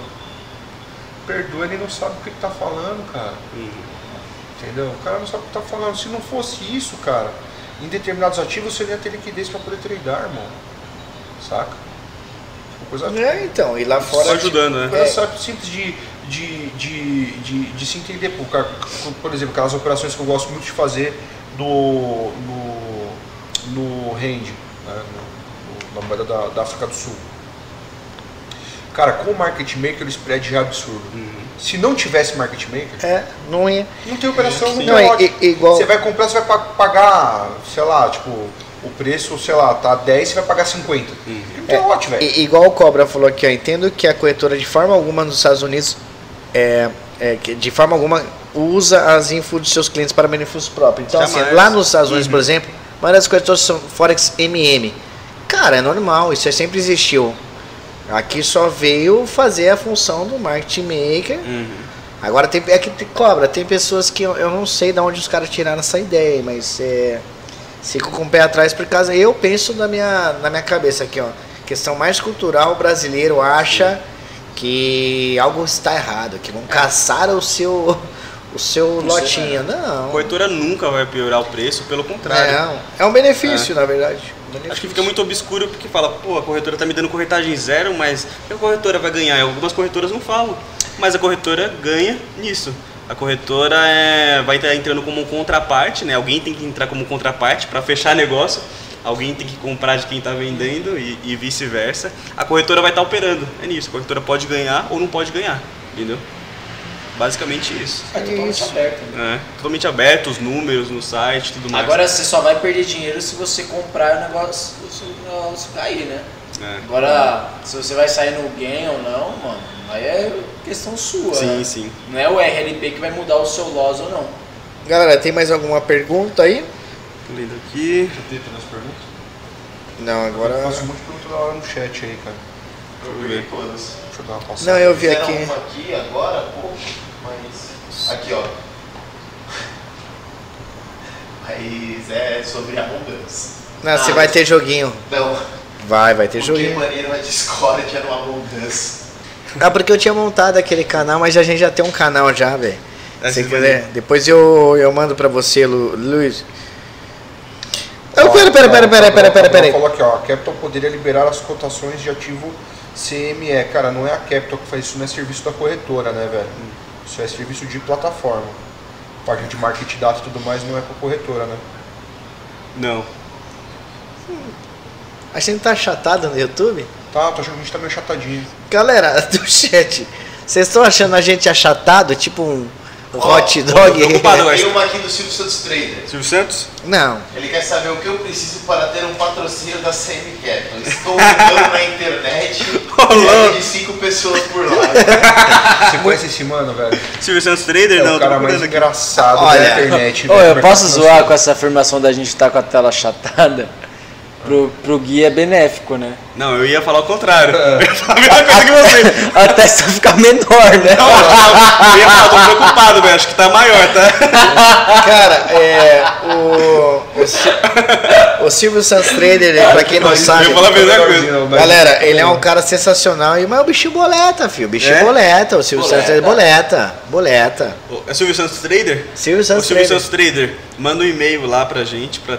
Perdoa, ele não sabe o que ele tá falando, cara. Entendeu? O cara não sabe o que tá falando. Se não fosse isso, cara, em determinados ativos você não ia ter liquidez pra poder tradar, irmão. Saca? Uma coisa
É, então, e lá
Uhum. Só
fora.
ajudando, né?
coisa só simples de, de, de, de, de se entender. Por, ca- por exemplo, aquelas operações que eu gosto muito de fazer no, no, no REND, né, no- no- na moeda da, da África do Sul. Cara, com o market maker o spread já é absurdo. Se não tivesse market maker,
É, não ia.
não tem operação, não
Não,
tem
é-
lote.
é- é igual-
Você vai comprar, você vai pa- pagar, sei lá, tipo, o preço, sei lá, tá 10, você vai pagar 50. Não tem lote, velho.
I- igual o Cobra falou aqui, ó, entendo que a corretora de forma alguma nos Estados Unidos é, é que de forma alguma usa as infos dos seus clientes para benefício próprio. Então, assim,
Jamais.
lá nos Estados Unidos, por exemplo, a maioria das corretoras são Forex MM. Cara, é normal, isso aí sempre existiu. Aqui só veio fazer a função do marketing maker. Agora tem, é que tem- cobra, tem pessoas que eu, eu não sei de onde os caras tiraram essa ideia, mas é, fico com o pé atrás por causa. Eu penso na minha, na minha cabeça aqui, ó. Questão mais cultural, o brasileiro acha que algo está errado, que vão caçar o seu, o seu lotinho.
A
Não.
corretora nunca vai piorar o preço, pelo contrário.
Não. É um benefício, na verdade. Um
Acho que
benefício.
fica muito obscuro porque fala, pô, a corretora tá me dando corretagem zero, mas a corretora vai ganhar. Algumas corretoras não falam, mas a corretora ganha nisso. A corretora é, vai estar entrando como contraparte, né? Alguém tem que entrar como contraparte para fechar negócio, alguém tem que comprar de quem está vendendo e, e vice-versa. A corretora vai estar operando, é nisso. A corretora pode ganhar ou não pode ganhar, entendeu? Basicamente isso.
É totalmente
Isso.
aberto, né?
É, totalmente aberto, os números no site, tudo mais.
Agora você só vai perder dinheiro se você comprar o negócio, o negócio cair, né?
É.
Agora, se você vai sair no gain ou não, mano, aí é questão sua.
Sim,
né?
sim.
Não é o RLP que vai mudar o seu loss ou não.
Galera, tem mais alguma pergunta aí?
Lendo aqui.
Tenta nas perguntas.
Não, agora.
Eu faço um monte de pergunta da hora no chat aí, cara.
Eu peguei todas.
Deixa eu dar uma passada.
Não, eu vi
Fizeram
aqui.
uma aqui agora, pouco, mas. Aqui, ó. Mas é sobre abundância.
Não, você vai ter joguinho.
Não,
Vai, vai ter
de que
joguinho.
maneira a Discord é era uma abundância?
Ah, porque eu tinha montado aquele canal, mas a gente já tem um canal já, velho.
É,
Se
vocês
quiser, depois eu, eu mando pra você, Lu, Luiz. Oh, pera, pera, pera, pera, pera, pera, pera. aí.
Falou aqui, ó. A Capital poderia liberar as cotações de ativo CME. Cara, não é a Capital que faz isso, não é serviço da corretora, né, velho? Isso é serviço de plataforma. Parte de market data e tudo mais não é com a corretora, né?
Não.
A gente tá achatado no YouTube?
Tá, tô achando que a gente tá meio chatadinho.
Galera do chat, vocês estão achando a gente achatado? Tipo um, Hot dog.
Preocupado,
Tem
acho.
uma aqui do Silvio Santos Trader.
Silvio Santos?
Não.
Ele quer saber o que eu preciso para ter um patrocínio da CM Capital. Estou andando na internet cerca de cinco pessoas por lá. É,
Você conhece esse mano, velho?
Silvio Santos Trader?
É
Ah, não,
o cara mais
tô procurando aqui.
engraçado
Olha.
da internet.
Ô,
velho.
eu posso
Mas-
zoar com essa afirmação da gente estar com a tela achatada? Pro, pro Gui é benéfico, né?
Não, eu ia falar o contrário. Eu ia falar a mesma coisa que você.
A testa fica menor, né?
Não, eu ia falar, tô preocupado, velho. Acho que tá maior, tá?
Cara, é. O, o, Sil- o Silvio Santos Trader, ele, pra quem não sabe.
Eu ia
é
falar a mesma coisa.
Não, mas-
Galera, ele é um cara sensacional. e- Mas o bicho boleta, filho. O bicho
É?
boleta. O Silvio Santos Trader boleta. Boleta.
Ô, É Silvio Santos Trader?
Silvio
Ô,
Santos
Silvio
Trader.
Santos Trader, manda um e-mail lá pra gente, pra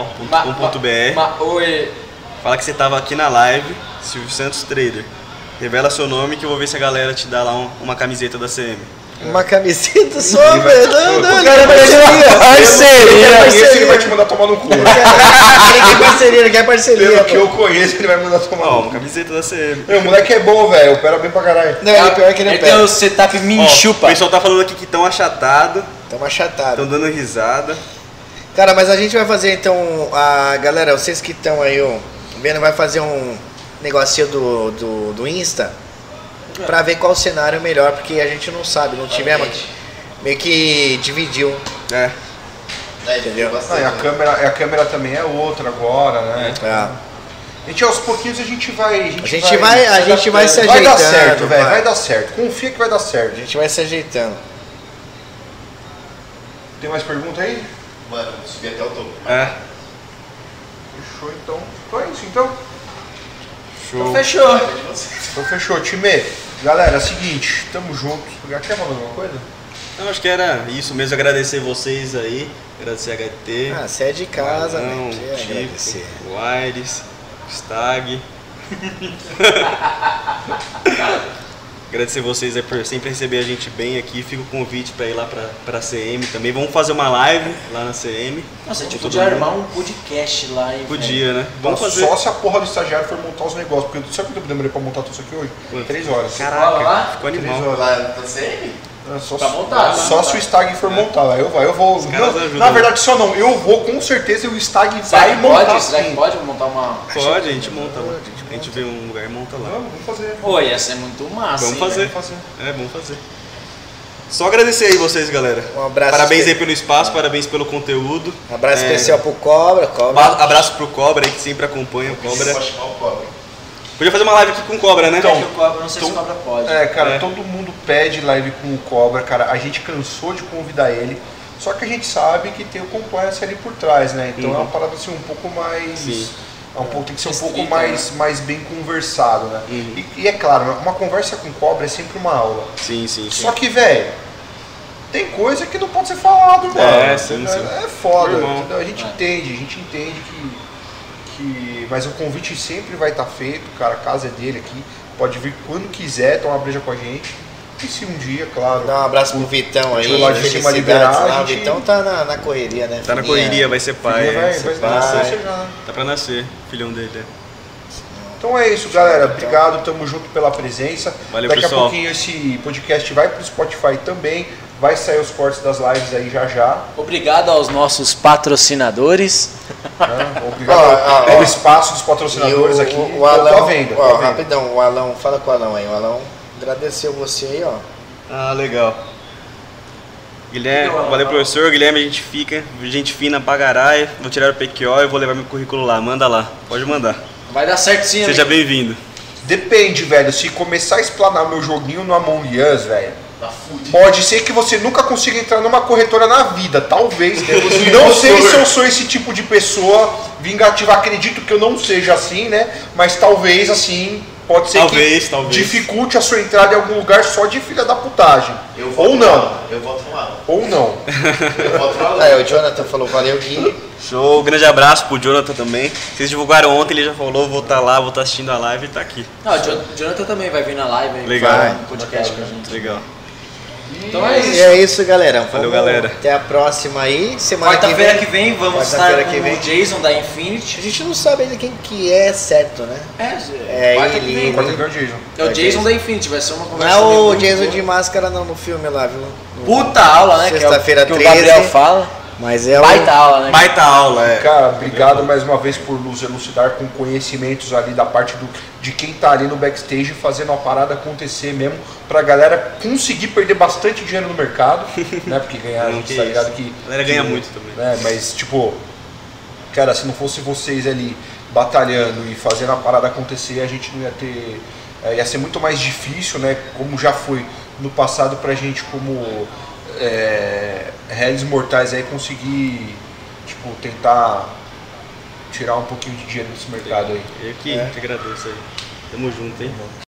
atendimento.cmcapital.com.br.
oi.
Fala que você tava aqui na live, Silvio Santos Trader. Revela seu nome que eu vou ver se a galera te dá lá um- uma camiseta da CM.
Uma camiseta só, velho. Não, não, ele quer
E
Parceria!
aí,
parceria.
esse ele vai te mandar tomar no cu.
parceria. Ele quer parceria, ele é quer parceria.
Pelo que eu conheço, ele vai mandar tomar
Ó, um
no
uma
cu.
camiseta da CM.
Meu, O moleque é bom, velho. Opera bem pra caralho.
Não, ele é pior que ele é
Ele tem
pé.
o setup
Ó,
minchupa.
O pessoal tá falando aqui que tão achatado,
Tamo achatado.
tão dando risada.
Cara, mas a gente vai fazer então. A galera, vocês que estão aí ó, vendo, vai fazer um negocinho do, do, do Insta pra ver qual cenário é melhor, porque a gente não sabe, não tivemos. Meio que dividiu.
É.
Daí ele
Entendeu?
viu
Ah,
bastante,
e a
né?
câmera, e a câmera também é outra agora, né?
É.
A gente, aos pouquinhos a gente vai. A gente,
A gente vai, a gente vai se
Vai
ajeitando.
dar certo, velho.
vai.
Vai dar certo. Confia que vai dar
A
certo.
gente vai se ajeitando.
Tem mais pergunta aí?
Mano, subi até o topo.
É.
Fechou então. Então é isso então.
Show.
Fechou.
Então fechou, time. Galera, é o seguinte, tamo junto. Quer mandar alguma coisa?
Então acho que era isso mesmo, agradecer vocês aí, agradecer a HT.
Ah, você é de casa,
Não,
né? Que agradecer.
Tico, o Aires, o Stag. Agradecer vocês aí por sempre receber a gente bem aqui. Fica o convite pra ir lá pra, pra CM também. Vamos fazer uma live lá na CM.
Nossa, a gente
Todo
podia
mundo.
armar um podcast lá, hein? velho?
Podia, né? Vamos
Então,
fazer.
Só se a porra do estagiário for montar os negócios. Porque sabe quanto tempo eu demorei pra montar tudo isso aqui hoje?
Quanto?
Três horas.
Bora
Caraca,
lá?
ficou
Três
animal.
horas.
Lá na CM?
É, só
Pra
se-
montar,
Só
né?
se o Stag for montar, vai, eu vai, eu vou.
caras
Não,
ajudam.
na verdade, só não. Eu vou com certeza e o Stag
Será
vai
que
montar.
pode? Será
sim.
que pode montar assim. uma.
Pode, a gente monta lá. A gente vê um lugar e monta lá.
Vamos, vamos fazer.
Oi, essa é muito massa.
Vamos
hein,
fazer.
velho?
É, vamos fazer. Só agradecer aí vocês, galera.
Um abraço
Parabéns
espe-
aí pelo espaço, parabéns pelo conteúdo.
Abraço
É,
especial pro Cobra, Cobra.
ba- Abraço pro Cobra aí que sempre acompanha o Cobra.
Pode chamar o pobre.
Podia fazer uma live aqui com Cobra, né?
É que eu cobro, não sei se
Então-
cobra pode.
É, cara,
É.
todo mundo pede live com o Cobra, cara. A gente cansou de convidar ele. Só que a gente sabe que tem o compliance ali por trás, né? Então é uma parada assim um pouco mais.
Sim.
É um pouco, tem que ser um pouco
Uhum. Restrita, né? Uhum.
mais, mais bem conversado, né? E, e é claro, uma conversa com cobra é sempre uma aula.
Sim, sim, sim.
Só que, velho, tem coisa que não pode ser falado, mano.
sim,
é,
sim. É.
é foda,
Normal.
entendeu? A gente entende, a gente entende que, que. Mas o convite sempre vai estar feito, cara. A casa é dele aqui. Pode vir quando quiser tomar breja com a gente. E se um dia, claro.
Dá um abraço pro Vitão aí.
Deixa eu lá, deixa eu
Justiça
liberar,
Cidades lá.
a
O
gente-
Vitão tá na, na correria, né?
Tá na
Filhinha?
correria, vai ser
um
pai.
dia vai, vai,
ser pai.
vai
vai.
chegar.
Tá pra nascer, filhão dele. é.
Então é isso, galera. Obrigado, tamo junto pela presença.
Valeu,
Daqui
pessoal.
a pouquinho esse podcast vai pro Spotify também. Vai sair os cortes das lives aí já já.
Obrigado aos nossos patrocinadores.
né? Obrigado
Ó, ó,
pelo
ó.
espaço dos patrocinadores
E o,
aqui.
O, o
Tá
Alão,
vendo,
ó,
tá vendo.
rapidão, o Alão, fala com o Alão aí. O Alão agradeceu você aí, ó.
Ah, legal. Guilherme, valeu professor, Guilherme, a gente fica, gente fina pra caralho. Vou tirar o PQO e vou levar meu currículo lá, manda lá, pode mandar.
Vai dar certo sim,
Seja
amigo.
bem-vindo.
Depende, velho. Se começar a explanar meu joguinho no Among Us, velho.
Na food.
Pode ser que você nunca consiga entrar numa corretora na vida, talvez.
um
não sei se eu sou esse tipo de pessoa vingativa. Acredito que eu não seja assim, né? Mas talvez assim, pode ser
Talvez,
que
talvez.
dificulte a sua entrada em algum lugar só de filha da putagem.
Eu voto
Ou
no
não.
Alan. Eu voto no Alan.
Ou não.
Eu voto no Alan.
Aí, É, o Jonathan falou, valeu Gui.
Show, Um grande abraço pro Jonathan também. Vocês divulgaram ontem, ele já falou, vou estar lá, vou estar assistindo a live e tá aqui.
Não, o Jon- Jonathan também vai vir na live aí.
Legal.
falar um podcast com a gente.
Legal.
Então é
E
isso.
é isso, galera.
Valeu,
Vamos-
galera.
Até a próxima aí. Semana que
Quarta-feira que
vem.
vem vamos estar
Quarta-feira
com
que vem.
o Jason da
A
Infinity.
gente não sabe ainda quem que é certo, né?
É,
É
Quarta que
ele.
vem, quarta que
ele-
vem é o Jason.
é o Jason da Infinity, vai ser uma
Não
conversa.
é o
bem
Jason
boa.
de máscara não no filme lá, viu? No-
Puta aula, né? que é o-
Sexta-feira
que o
13.
Gabriel fala.
Mas é o.
Baita aula, né?
Baita aula, é.
Cara, obrigado mais uma vez por nos elucidar com conhecimentos ali da parte do, de quem tá ali no backstage fazendo a parada acontecer mesmo, pra galera conseguir perder bastante dinheiro no mercado, né? Porque ganhar, a
Não,
gente
que
tá
isso.
ligado que.
A galera
que-
ganha muito também.
Né? Mas, tipo, cara, se não fosse vocês ali batalhando e fazendo a parada acontecer, a gente não ia ter. eh, ia ser muito mais difícil, né? Como já foi no passado pra gente, como eh, réis mortais aí, conseguir, tipo, tentar tirar um pouquinho de dinheiro desse mercado aí.
Eu que, que agradeço aí. Tamo junto, hein?